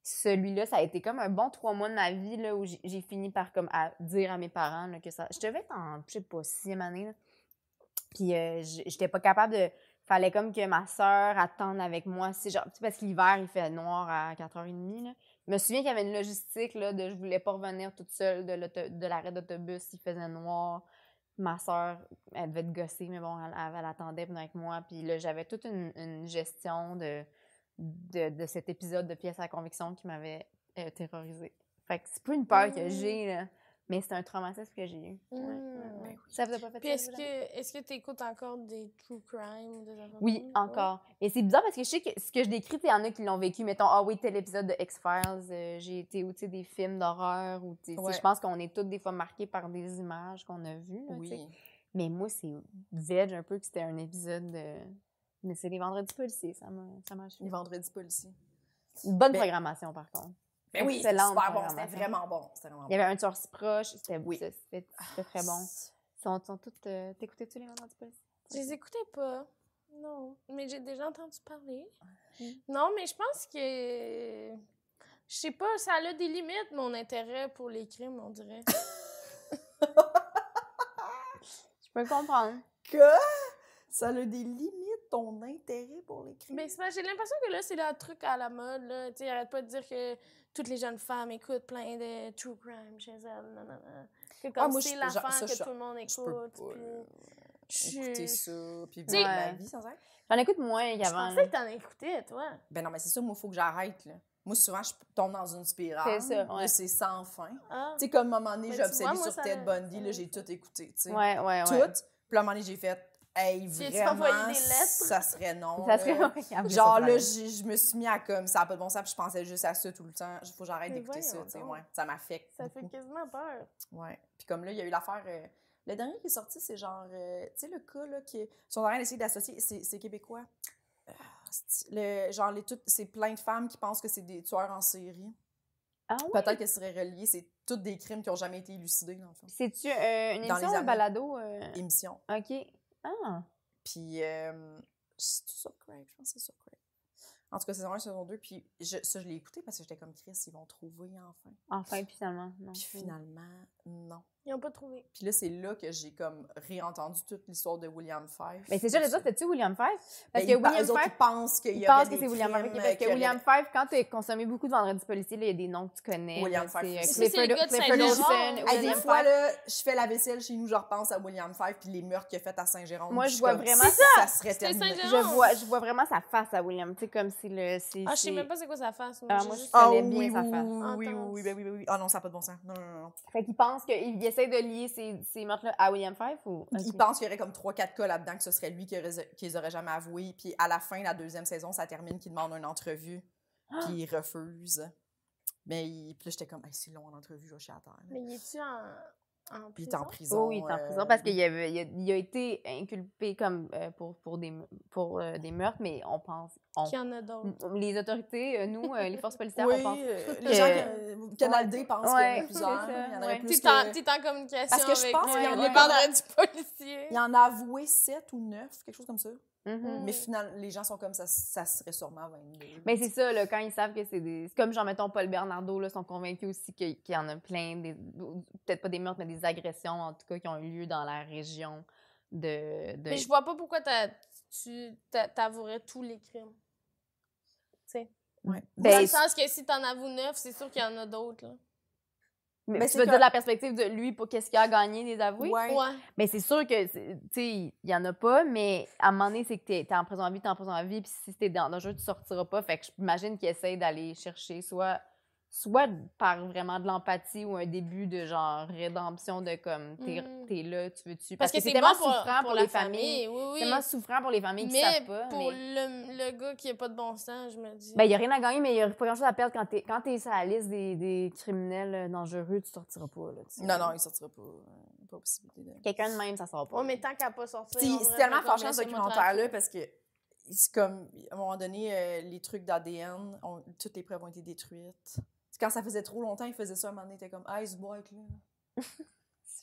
celui-là, ça a été comme un bon trois mois de ma vie, là, où j'ai- j'ai fini par, comme, à dire à mes parents, là, que ça... Je devais être en, je sais pas, sixième année, là. Puis, euh, j- j'étais pas capable de fallait comme que ma sœur attende avec moi. C'est genre, tu sais, parce que l'hiver, il fait noir à 4h30. Là. Je me souviens qu'il y avait une logistique là, de je voulais pas revenir toute seule de, l'auto- de l'arrêt d'autobus, il faisait noir. Ma sœur, elle devait être gossée, mais bon, elle, elle- elle attendait venir avec moi. Puis là, j'avais toute une, une gestion de, de, de cet épisode de Pièce à conviction qui m'avait euh, terrorisée. Fait que c'est plus une peur que
Mm.
j'ai, là. Mais c'est un traumatisme que j'ai eu. Ouais,
Mm.
ouais, ouais. Ça vous a pas fait
Puis
ça,
est-ce
vous,
que
là?
est-ce que t'écoutes encore des true crime ou des affaires de
Oui,
même?
Hein,
encore. Et c'est bizarre parce que je sais que ce que je décris, il y en a qui l'ont vécu. Mettons, ah oui, tel épisode de X-Files, euh, j'ai été, ou tu sais, des films d'horreur, ou tu sais,
Ouais.
je pense qu'on est toutes des fois marquées par des images qu'on a vues. là, tu sais.
Oui.
Mais moi, c'est veg un peu que c'était un épisode de. Mais c'est les vendredis policiers, ça m'a ça m'a achevé.
Les vendredis policiers.
Une bonne
Ben-
programmation, par contre.
Ben oui, c'était
Excellente
super bon. C'était
programmation.
vraiment bon. C'était vraiment
Il y
bon.
avait un tueur si proche, c'était
Oui. Ah.
ça, c'était c'était très bon. Sont, sont toutes. euh, T'écoutais-tu les vendredis policiers?
Je les écoutais pas. Non. Mais j'ai déjà entendu parler. Non, mais je pense que. Je sais pas, ça a des limites, mon intérêt pour les crimes, on dirait.
Je peux comprendre.
Que ça a des limites, ton intérêt pour les crimes.
Mais c'est parce que j'ai l'impression que là, c'est le truc à la mode. Là. Tu sais, arrête pas de dire que toutes les jeunes femmes écoutent plein de true crime chez elles. nanana. Que comme
Ah, moi, je-
c'est
genre,
l'affaire
ça,
que
je-
tout le monde
je peux
écoute.
pas
puis-
là,
Je-
écouter ça, puis
T'sais-
vivre ma
Ouais.
vie sans arrêt.
J'en écoute moins
Je
qu'avant.
pensais
là.
que t'en écoutais, toi.
Ben non, mais c'est ça, moi, il faut que j'arrête. là. Moi, souvent, je tombe dans une spirale.
C'est ça,
là,
ouais.
c'est sans fin.
Ah.
Tu sais, comme à un moment donné,
Mais
j'ai
tu
obsédé
vois, moi,
sur
ça-
Ted Bundy,
ça
là,
me-
j'ai tout écouté, tu sais.
Ouais, ouais,
Tout. Puis
ouais.
à un moment donné, j'ai fait, hey,
Tu as-tu
vraiment,
envoyé des lettres?
ça serait non.
Ça serait.
là.
Ouais, après, ça,
Oh, Genre
c'est
là,
pareil.
j'ai- je me suis mis à comme ça a pas de bon sens, puis je pensais juste à ça tout le temps. Il faut que j'arrête
Mais
d'écouter ça,
voyons
tu sais,
donc.
ouais, ça m'affecte.
Ça fait
beaucoup.
quasiment peur.
Ouais. Puis comme là, il y a eu l'affaire euh, le dernier qui est sorti, c'est genre euh, tu sais le cas là qui est- ils sont en train d'essayer d'associer c'est c'est québécois. Ah, c'est- Le, genre, les, toutes, c'est plein de femmes qui pensent que c'est des tueurs en série.
Ah ouais?
Peut-être que ce serait relié. C'est tous des crimes qui n'ont jamais été élucidés, dans le fond.
C'est-tu euh, une
Dans
émission
les
ou un
années.
balado? euh?
Émission.
OK. Ah!
Puis, euh, c'est sur Crave, je pense que c'est sur Crave. En tout cas, saison 1, saison 2. Puis, je, ça, je l'ai écouté parce que j'étais comme Chris, ils vont trouver enfin.
Enfin, puis finalement. Non.
Puis finalement, non.
Ils n'ont pas trouvé.
Puis là, c'est là que j'ai comme réentendu toute l'histoire de William Fife.
Mais c'est sûr, les autres, c'était-tu William Fife? Parce
Ben,
que
ils pa-
William
eux autres,
Fife,
ils pensent qu'il
il
y aurait
pense que
des
c'est William Fife.
crimes, euh,
Parce
qu'il y
que
aurait-
William Fife, quand tu as consommé beaucoup de Vendredi policiers, là, il y a des noms que tu connais.
William Fife.
là, c'est, euh,
C'est-
c'est le
Clifford-
gars de
Clifford
Saint-Laurent.
Olsen,
Hey, des
William
fois,
Fife.
là, je fais la vaisselle chez nous, je repense à William Fife puis les meurtres qu'il a fait à Saint-Jérôme.
Moi,
puis
je
suis
vois
comme,
vraiment-
ça, ça serait
C'était
terminé.
Saint-Jérôme.
Je vois, je vois vraiment sa face à William. Tu sais, comme si le. c'est-
Ah, je sais
c'est-
même pas c'est quoi sa face. moi,
Ah,
j'ai
moi,
juste-
je
Ah
connais
oui,
bien
oui,
sa
oui,
face.
oui, oui, oui, ben oui, oui, oui. Ah non, ça n'a pas de bon sens. Non, non, non, non.
Fait qu'il pense qu'il essaie de lier ces, ces meurtres-là à William Fife ou.
Ils
Ok.
pensent qu'il y aurait comme 3-4 cas là-dedans, que ce serait lui qui aurait- qu'ils auraient jamais avoué. Puis à la fin, la deuxième saison, ça termine qu'il demande une entrevue,
Ah!
puis il refuse. Mais il- puis là, j'étais comme, Hey, c'est long en entrevue, je vais chier à terre.
Mais il est-tu en, en
Puis Ah, il est en
prison?
prison.
Oh oui, il est en
euh,
prison parce qu'il avait- il a, il a été inculpé comme euh, pour, pour, des, me- pour euh, des meurtres, mais on pense. on-
Qu'il y en a d'autres.
Mm.
les autorités, euh, nous, euh, les forces policières,
Oui,
on pense.
euh,
que-
les gens, euh, Canal D pensent qu'il y en
Ouais,
a plusieurs.
c'est ça,
Il y en aurait
ouais.
plus
T'es
que-
en, t'es en communication
Parce que je
avec
pense
les,
qu'il y en a-
les vendredis policiers.
Il y en a avoué 7 ou 9, quelque chose comme ça.
Mm.
Mhm.
Mais finalement, les gens sont comme ça, ça serait sûrement 22.
Mais c'est ça, là, quand ils savent que c'est des. C'est comme, genre, mettons, Paul Bernardo, là, sont convaincus aussi que- qu'il y en a plein, des... peut-être pas des meurtres, mais des agressions, en tout cas, qui ont eu lieu dans la région de. de...
Mais je vois pas pourquoi t'as- tu t'a- t'avouerais tous les crimes.
Ouais.
Dans le
Ben,
sens que si t'en avoues neuf, c'est sûr qu'il y en a d'autres. là.
mais
mais
tu
c'est
veux
que-
dire la perspective de lui pour qu'est-ce qu'il a gagné des avoués?
Ouais.
Ouais.
Mais c'est sûr que, c'est- tu sais, il y en a pas, mais à un moment donné, c'est que t'es t'es en prison à vie, t'es en prison à vie, puis si t'es dans un jeu, tu sortiras pas. Fait que j'imagine qu'ils essayent d'aller chercher soit, soit par vraiment de l'empathie ou un début de genre rédemption de comme, t'es
Mm.
t'es là, tu veux-tu.
Parce, que, c'est
tellement
bon pour,
souffrant
pour,
pour,
la
les familles.
famille. Oui, oui.
tellement souffrant pour les familles qui
mais
savent pas.
pour
mais...
Le, le gars qui a pas de bon sens, je me dis.
Ben, il n'y a rien à gagner, mais il n'y a pas grand-chose à perdre. Quand t'es quand t'es sur la liste des, des criminels euh, dangereux, tu sortiras pas. Là, tu sais.
Non, non, il sortira pas. euh, Pas possibilité de.
Quelqu'un de même, ça sort pas.
Ouais, Oh, mais tant qu'à pas sortir.
C'est
on
c'est
dirait
tellement
comme,
fâchant ce
laissez-moi
documentaire-là parce que, c'est comme, à un moment donné, euh, les trucs d'ADN, on- toutes les preuves ont été détruites. Quand ça faisait trop longtemps, ils faisaient ça, à un moment donné, ils étaient comme, ah, ils se boivent, là.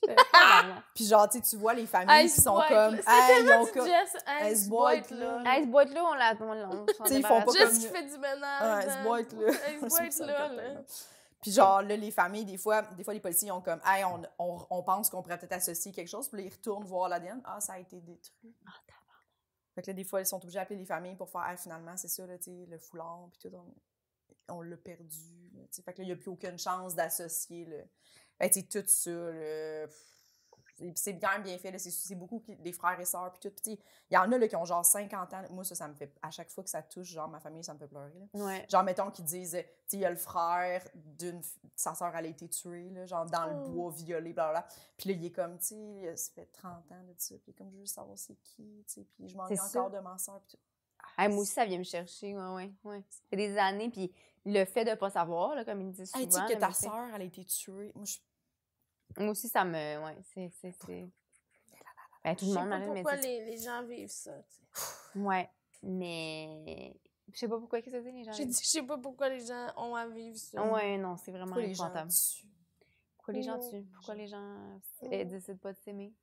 Tabarnak.
Puis genre, tu sais, tu vois les
Ah,
familles
ils
qui
se
sont
boitent,
comme,
là. C'est
ah, ils ont
tranquille.
comme.
Jess,
Elle se boite, là.
Hey, cette boîte-là, on la. on la- on s'en
Mm. Tu sais, ils font
débarrasse.
pas
Juste-
comme-
Juste, tu fais du
Ah,
ménage.
elle se
dans-
boite, là.
Elle hein. se
Ça me
boite,
semble
là,
tellement.
là.
Puis genre, là, les familles, des fois, des fois les policiers ils ont comme, hey, on, on, on pense qu'on pourrait peut-être associer quelque chose. Puis là, ils retournent voir l'ADN. Ah, ça a été détruit. Ah, Fait que là, des fois, ils sont obligés d'appeler les familles pour faire, hey, finalement, c'est ça, là, tu sais, le foulard, puis tout, on, on l'a perdu. là, tu sais. Fait que là, il n'y a plus aucune chance d'associer, le Hey, tu sais, tout ça, là. pff, Et puis c'est bien bien fait, là, c'est, c'est beaucoup qui- des frères et sœurs, puis tout. Puis tu sais, il y en a là, qui ont genre 50 ans. Moi, ça, ça me fait. À chaque fois que ça touche, genre, ma famille, ça me fait pleurer. là.
Ouais.
Genre, mettons qu'ils disent, euh, tu sais, il y a le frère d'une. f- Sa sœur, elle a été tuée, là, genre, dans le
Oh.
bois, violée, blablabla. Puis là, il est comme, tu sais, euh, ça fait 30 ans de ça. Puis il est comme, je veux savoir c'est qui, tu sais. Puis je m'en
C'est
vais
sûr.
encore de ma sœur. Puis tout.
Ah, moi aussi, ça vient me chercher. Ouais, ouais, ouais. Ça fait des années. Puis le fait de ne pas savoir, là, comme ils disent souvent.
Hey, tu sais
là,
que ta
mais c'est-
sœur, elle a été tuée. Moi, je
Moi aussi, ça me. Ouais, c'est. c'est, c'est... Ben, tout
Je
le
sais
monde
pas
m'arrête, mais
pourquoi
c'est-
les, les gens vivent ça. tu sais.
Ouais. Mais. Je sais pas pourquoi qu'est-ce que ça dit, les gens.
J'ai dit, je sais pas pourquoi les gens ont à vivre ça.
Ouais, non, c'est vraiment
Pourquoi les gens
épouvantable.
tuent?
Pourquoi les gens
Non.
tuent? Pourquoi les gens s-
Ouais.
euh, décident pas de s'aimer?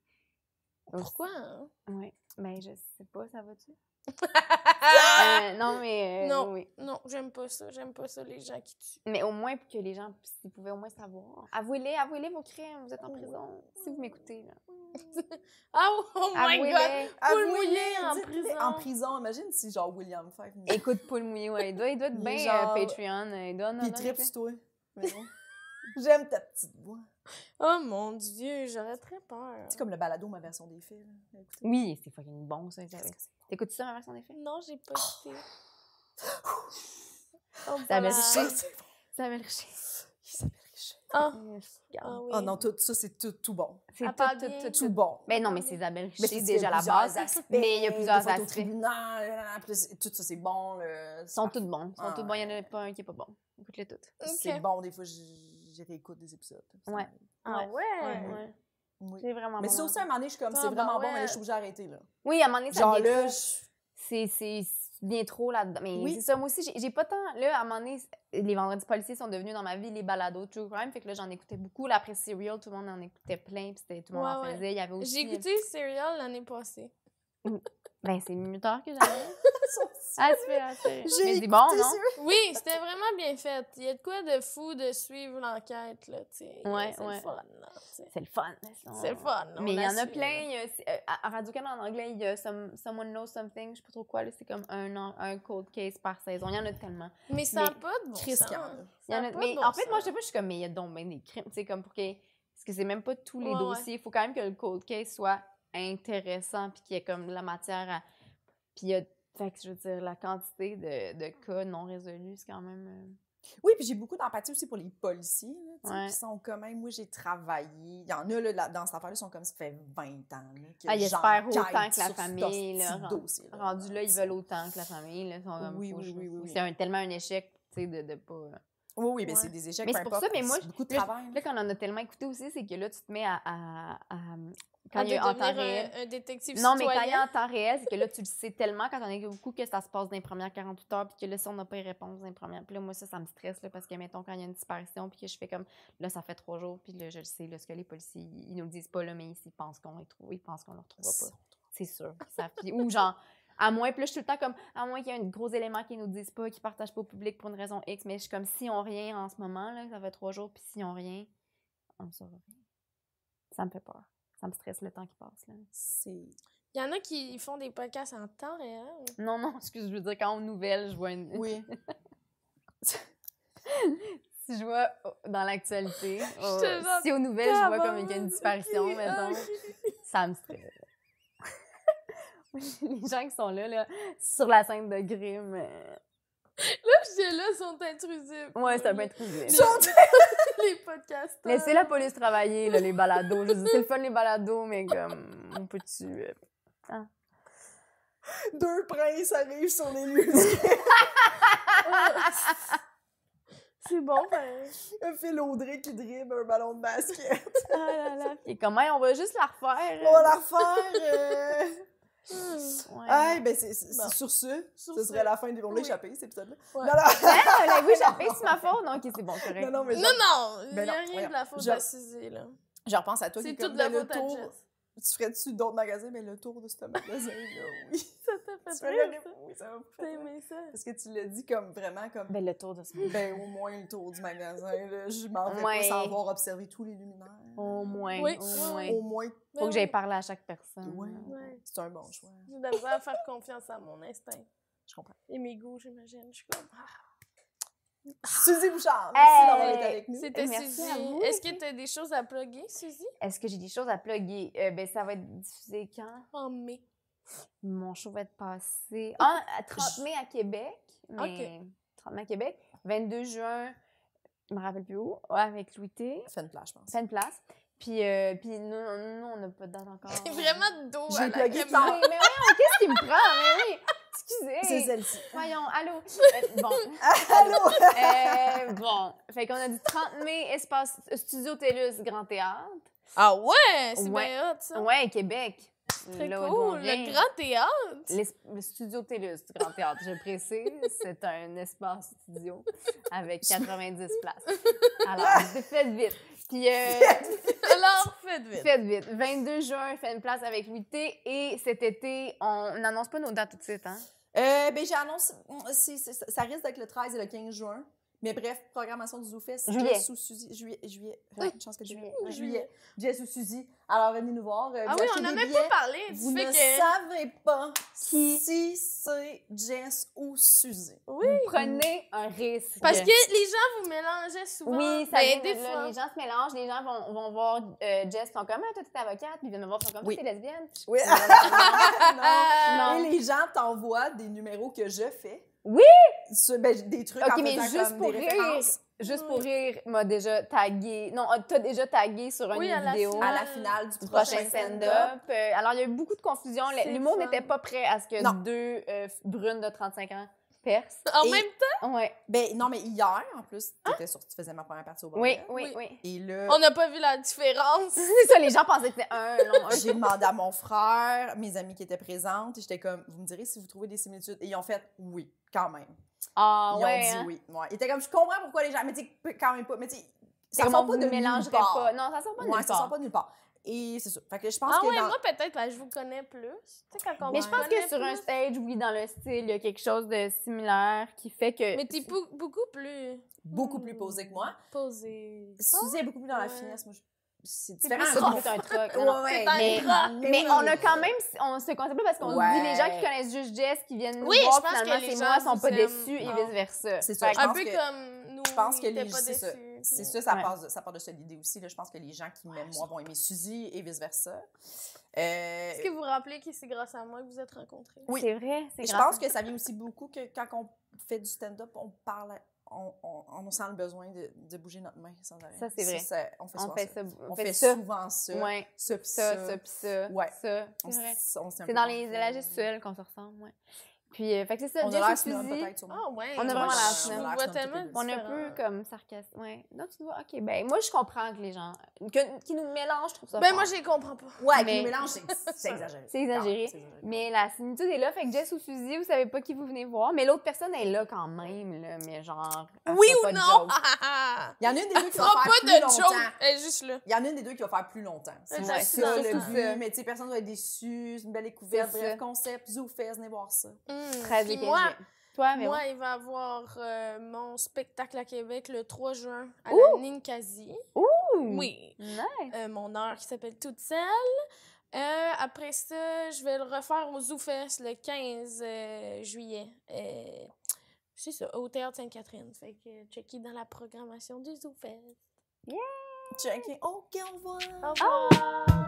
Pourquoi? hein?
Ouais. Ben, je sais pas, ça va-tu? Euh, non, mais. euh,
Non.
oui.
Non, j'aime pas ça. J'aime pas ça, les gens qui tuent.
Mais au moins, que les gens s'ils pouvaient au moins savoir. Avouez-les, avouez-les vos crimes, vous êtes en
Ouais.
prison. Si vous m'écoutez, là.
Ah, oh, oh my god!
Avouez-les.
Poule
Avouez-le,
mouillée en
dites-le.
prison.
En prison, imagine si genre William Fair venait.
Écoute, Paul Mouillé, ouais, il doit, il doit être
Il
bien
est
euh,
genre-
Patreon. euh, Il doit, non,
Puis il
non,
tripe
il-
sur toi. Mais non. J'aime ta petite voix.
Oh mon dieu, j'aurais très peur.
C'est comme le balado, ma version des faits. là. Écoutez.
Oui, c'est fucking bon, ça.
Qu'est-ce
ça, Ben oui.
que c'est?
T'écoutes-tu ça, ma version des faits?
Non, j'ai pas été. Oh,
Ça me
voilà.
Ah
suit.
C'est bon.
Ça m'a lâché.
Il s'appelle Richard.
Ah,
Regarde.
ah oui.
Oh non, tout ça, c'est tout, tout bon.
C'est
Elle
tout,
parle
tout,
bien.
tout, tout.
Tout bon.
Mais non, mais c'est Isabelle
Mais
Richer
c'est-
déjà
il y a
la base.
plusieurs aspects,
mais il y a plusieurs
des fois, t'es au
aspects.
tribunal, là, là, là, puis c'est- tout ça, c'est bon. là.
Ils sont toutes bons. Ils sont
Ah
toutes bons. Il n'y en a pas un qui est pas bon. Écoute-les toutes.
Ok.
C'est bon, des fois, j- je réécoute des épisodes. Ça
Ouais.
m'arrive.
Ah ouais.
ouais.
Oui.
C'est vraiment
Mais
bon.
ça aussi, à un moment donné, je suis comme,
Ah,
c'est
bah
vraiment bon,
ouais.
mais là, je suis obligée d'arrêter. là.
Oui, à un moment donné, ça
Genre
devient
là,
trop.
je-
C'est, c'est c'est bien trop là-dedans. Mais
Oui.
c'est ça, moi aussi, j'ai, j'ai pas tant. Là, à un moment donné, c'est- les vendredis policiers sont devenus dans ma vie les balados de True Crime. Fait que là, j'en écoutais beaucoup. Là, après Serial, tout le monde en écoutait plein. Puis c'était- tout le monde en
Ouais, ouais.
faisait. Il y avait aussi. hein.
J'ai écouté Serial l'année passée.
Ben, c'est minuteur que j'avais.
J'ai
ah, c'est ah, c'est-
écouté
Mais c'est bon, non?
ça.
Oui, c'était vraiment bien fait. Il y a de quoi de fou de suivre l'enquête, là, tu sais.
Ouais,
C'est
ouais.
le fun, là, tu sais.
C'est le fun. sinon- euh,
C'est le fun, on
Mais il y en a
assume,
plein.
là.
il y a- c'est- euh, à à Radio-Canada, en anglais, il y a some- Someone Knows Something, je sais pas trop quoi. là, C'est comme un, an- un cold case par saison. Il y en a tellement.
Mais ça n'a
Mais
pas de bon
Chris,
sens.
il y en a.
Il y
Ça
en
a pas
a-
de
mais
bon
en fait, moi,
sens.
je sais pas, je suis comme, mais il y a donc bien des crimes. Tu sais, comme pour que. Parce que c'est même pas tous les
Ouais, ouais.
dossiers. Il faut quand même que le cold case soit intéressant puis qu'il y ait comme de la matière à. Puis il y a. Fait que je veux dire, la quantité de, de cas non résolus, c'est quand même. euh,
Oui, puis j'ai beaucoup d'empathie aussi pour les policiers, là, tu sais,
Ouais.
qui sont quand même... Moi, j'ai travaillé... Il y en a, là, là, dans cette affaire-là, ils sont comme ça fait 20 ans, là, que
Ah, ils espèrent
j'enquête
autant que la
sur cet
famille, là,
hostie de
rend-
dossier-là.
euh, Rendu là, ils
Tu sais.
veulent autant que la famille. Là, ils sont comme,
Oui,
faut-
oui,
faut-
oui, oui,
faut-
oui.
C'est un- tellement un échec, tu sais, de, de pas.
Oui, oui, mais
Ouais.
c'est des échecs,
Mais
peu
c'est pour ça,
importe,
mais moi,
c'est beaucoup de
là, je-
travail.
Là, qu'on en a tellement écouté aussi, c'est que là, tu te mets à. à- à- quand
Ah,
il y a
de
en temps
devenir
réel.
un, un détective
Non, mais quand il y a
citoyen.
en temps réel, c'est que là, tu le sais tellement quand on a beaucoup que ça se passe dans les premières 48 heures, puis que là, si on n'a pas les réponses dans les premières. Puis là, moi, ça, ça me stresse, là, parce que, mettons, quand il y a une disparition, puis que je fais comme. Là, ça fait trois jours, puis là, je le sais, là, ce que les policiers, ils nous le disent pas, là, mais ils pensent qu'on les trouve, ils pensent qu'on ne le retrouvera pas. C'est sûr. qu'ils savent. Puis- ou genre, à moins, puis là, je suis tout le temps comme, à moins qu'il y ait un gros élément qu'ils nous disent pas, qu'ils partagent pas au public pour une raison X, mais je suis comme, si on rien en ce moment, là, ça fait trois jours, puis si on rien, on ne saura rien. Ça me fait peur. Ça me stresse le temps qui passe, là.
C'est...
Il y en a qui font des podcasts en temps réel.
Non, non, excuse, je veux dire, quand aux nouvelles, je vois une...
Oui.
Si je vois oh, dans l'actualité, oh,
te jure,
si aux nouvelles, je vois comme qu'il y a
tabarnak,
une disparition,
ok,
mettons,
ok.
ça me stresse. Les gens qui sont là, là, sur la scène de Grimm, euh,
Là, j'étais là, sont intrusifs.
ouais, ça peut
Les-
être troublé.
Les, les podcasts.
Laissez la police travailler, là, les balados. Je veux dire, c'est le fun, les balados, mais comme, on peut-tu... euh,
Deux princes arrivent sur les musées.
C'est bon, ben.
Un Phil Audrey qui dribble un ballon de basket.
Ah là là, puis comment on va juste la refaire? euh,
On va la refaire! euh.
Ouais.
Ah, ben c'est, c'est-
Bon.
c'est sur ce,
Sur
ce
ce.
serait la fin du... On l'a
Oui.
échappé, cet épisode-là.
Ouais.
Non, non.
Ah, là, oui, j'appelle, c'est ma faute. Non, ok, c'est bon, correct.
Non, non, mais
Non, non, il n'y
Ben
a
non,
rien
voyons.
de la faute
Je-
de Suzy, là.
je repense à toi. qui
C'est
est
toute
comme,
la
ben, le
faute à
tour-
Jess.
Tu ferais-tu d'autres magasins, mais le tour de ce magasin-là, oui.
Ça t'a
Tu
fait
ferais
rire,
le-
ça?
oui, ça va me
T'as
faire rire.
aimé ça?
Parce que tu l'as dit comme vraiment comme
Ben, le tour de ce
ben au moins le tour du magasin là, je m'en vais
Ouais.
pas sans avoir observé tous les luminaires.
Au moins,
Oui,
au
oui,
moins.
Au moins,
Faut que j'aille
pas.
parler à chaque personne.
ouais.
Ben Ouais.
C'est un bon choix.
J'ai de la misère à faire confiance à mon instinct.
Je comprends.
Et mes goûts, j'imagine. Je suis comme, ah,
Suzy Bouchard, merci
Hey!
d'avoir été avec nous.
C'était
Merci
Suzy.
à vous.
Est-ce que tu as des choses à plugger, Suzy?
Est-ce que j'ai des choses à plugger? Euh, ben, ça va être diffusé quand?
En mai.
Mon show va être passé
Oh,
ah, à 30 mai à Québec. Mais 30 mai à Québec. 22 juin, je me rappelle plus où, ouais, avec Louis T.
Fais une plage, je pense.
Pleine place. Puis, euh, puis nous, nous, on n'a pas de date encore.
T'es vraiment dos à
J'ai
la
plugué
Mais
tant.
caméra.
voyons, qu'est-ce qui me prend? Mais oui!
C'est
Excusez!
celle-ci.
Voyons, allô! Euh, bon.
Allô?
Euh, bon. Fait qu'on a dit 30 mai, espace Studio Télus, Grand Théâtre.
Ah ouais, c'est
Ouais.
bien hot, ça.
Ouais, Québec.
Très
Là où on
cool.
vient.
Le grand théâtre.
L'esp- Le studio Télus du Grand Théâtre, je précise, c'est un espace studio avec 90 places. Alors, faites vite. Puis, euh,
Alors, faites vite.
faites vite. 22 juin, faites une place avec 8 T. Et cet été, on n'annonce pas nos dates tout de suite, hein?
Euh, ben, j'ai annoncé. c'est- c'est- ça- ça risque d'être le 13 et le 15 juin. Mais bref, programmation du ZooFest.
Juillet.
Jess ou Suzy. Juillet. Juillet. Ouais, une chance que j'ai-
Juillet.
ouais. Juillet. Jess ou Suzy. Alors, venez nous voir. euh,
Ah
vous
oui,
achetez
on n'a
des
même
billets.
pas parlé du
Vous
fait
ne
que.
savez pas
Qui?
si c'est Jess ou Suzy.
Oui.
Vous Prenez un risque.
Parce que les gens vous mélangeaient souvent.
Oui, ça
Ben,
vient,
des
là,
fois.
les gens se mélangent, les gens vont, vont voir euh, Jess, sont comme, ah, toi, t'es avocate, puis ils viennent me voir, ils sont comme,
Oui.
t'es lesbienne.
Oui. Non.
Ah,
Non.
Et les gens t'envoient des numéros que je fais.
Oui!
Sur- ben, des trucs
Ok,
en
mais
faisant
juste
comme
pour
des
rire.
références.
Juste pour rire, m'a déjà tagué. Non, ah, t'as déjà tagué sur une
Oui, à la
vidéo.
fin.
À la finale du
du
prochain
prochain
stand-up.
stand-up. Euh, alors, il y a eu beaucoup de confusion. Le-
C'est
L'humour
fun.
n'était pas prêt à ce que
Non.
deux euh, f- brunes de 35 ans percent.
En
Et-
même temps,
Ouais.
Ben, non, mais hier, en plus, t'étais sur, tu faisais ma première partie au bordel.
Ah! Oui, Oh oui,
Oui.
oui.
Et là,
on n'a pas vu la différence.
C'est ça, les gens pensaient que c'était un long, un
j'ai demandé à mon frère, mes amis qui étaient présentes, et j'étais comme, vous me direz si vous trouvez des similitudes. Et ils ont fait oui, quand même.
Ah,
ils
ouais.
ont dit
hein.
oui. Ouais. Ils étaient comme, je comprends pourquoi les gens, mais tu sais, quand même pas. Mais tu sais, ça sort
Fait qu'on
pas de
vous
nulle
mélangerait
part.
pas. Non, ça sort pas de
Ouais,
nulle
ça sort
part.
pas de nulle part. Et c'est ça. Fait que je pense
Ah
que
ouais,
dans-
moi peut-être, parce que je vous connais plus. Tu sais, quand on
Mais
vous
je pense que
connaît
sur un
plus,
stage, oui, dans le style, il y a quelque chose de similaire qui fait que.
Mais t'es pou- beaucoup plus
beaucoup
hmm.
plus posé que
Ah
moi.
posé.
Suzy est beaucoup plus dans la
Ouais.
finesse. Moi, je- c'est
c'est plus
différent.
ça, c'est un truc. Non, non.
Ouais,
C'est un
mais-
drap.
mais
Mais
Eh oui.
on a quand même on se concentre pas parce qu'on se dit
Ouais.
les gens qui connaissent juste Jess qui viennent nous
Oui, je
voir
pense que
finalement
les
c'est
gens
moi sont
vous
pas
aiment.
déçus et
Non.
vice versa.
Ah. C'est ça. Ah,
Fait
Je
que-
pense
Un peu
que-
comme nous.
Je pense que
on était
les-
pas
c'est ça.
déçus, puis-
C'est sûr, ça,
Ouais.
part de, ça part de cette idée aussi. Là. Je pense que les gens qui m'aiment moi vont aimer Suzy et vice-versa. Euh,
Est-ce que vous vous rappelez que c'est grâce à moi que vous êtes rencontrés?
Oui.
C'est vrai, c'est
je
grave.
pense que ça vient aussi beaucoup que quand on fait du stand-up, on parle, on, on, on sent le besoin de, de bouger notre main sans arrêt.
Ça, c'est vrai.
ça, on fait
on
souvent
fait
ça.
ça,
On fait
ça,
souvent ça.
ouais,
Ça, pis ça.
ça, ça puis ça,
Ouais.
ça.
On
C'est vrai.
s- on s'est un
C'est
peu
dans les
compris.
la gestuelle qu'on se ressemble, ouais. Puis euh, fait que c'est ça,
On a
Jess
l'air
et
snob,
Suzy,
peut-être, sûrement.
Ah ouais.
On a
moi,
vraiment la
je- Je
chance.
vous
On a
vois
la
tellement
chance,
on est un peu
différents.
comme sarcastique. Ouais. Non, tu vois, OK, ben moi je comprends que les gens que, qui nous mélangent, je trouve ça
Ben
fort.
moi, je les comprends pas.
Ouais, mais
Ah. Mais-
le mélange, c'est c'est exagéré.
C'est exagéré.
Non, exagéré.
Mais la similitude est là, fait que Jess ou Suzy, vous savez pas qui vous venez voir, mais l'autre personne est là quand même, là, mais genre. elle
Oui
fera
ou
pas de
non?
joke.
Il y en a une des deux qui va
Fera
faire
pas
plus
de
longtemps.
joke. Elle est juste là.
Il y en a une des deux qui va faire plus longtemps. C'est
Ouais,
ça,
c'est
ça,
ça,
le
c'est ça.
but. Mais tu sais, personne doit être déçu. C'est une belle découverte.
C'est
Bref,
ça.
concept. Zoofest, venez voir ça.
Mm.
Très
Puis
bien.
moi,
Toi, Ah, mais
moi, il va y avoir euh, mon spectacle à Québec le 3 juin à
Ouh!
la Ninkasi.
Ouh!
Oui.
Nice.
Euh, mon heure qui s'appelle Toute seule. Euh, après ça, je vais le refaire au ZooFest le 15 euh, juillet. Euh, c'est ça, au Théâtre Sainte-Catherine. Fait que euh, checker dans la programmation du ZooFest.
Check it. OK, au revoir.
Au revoir!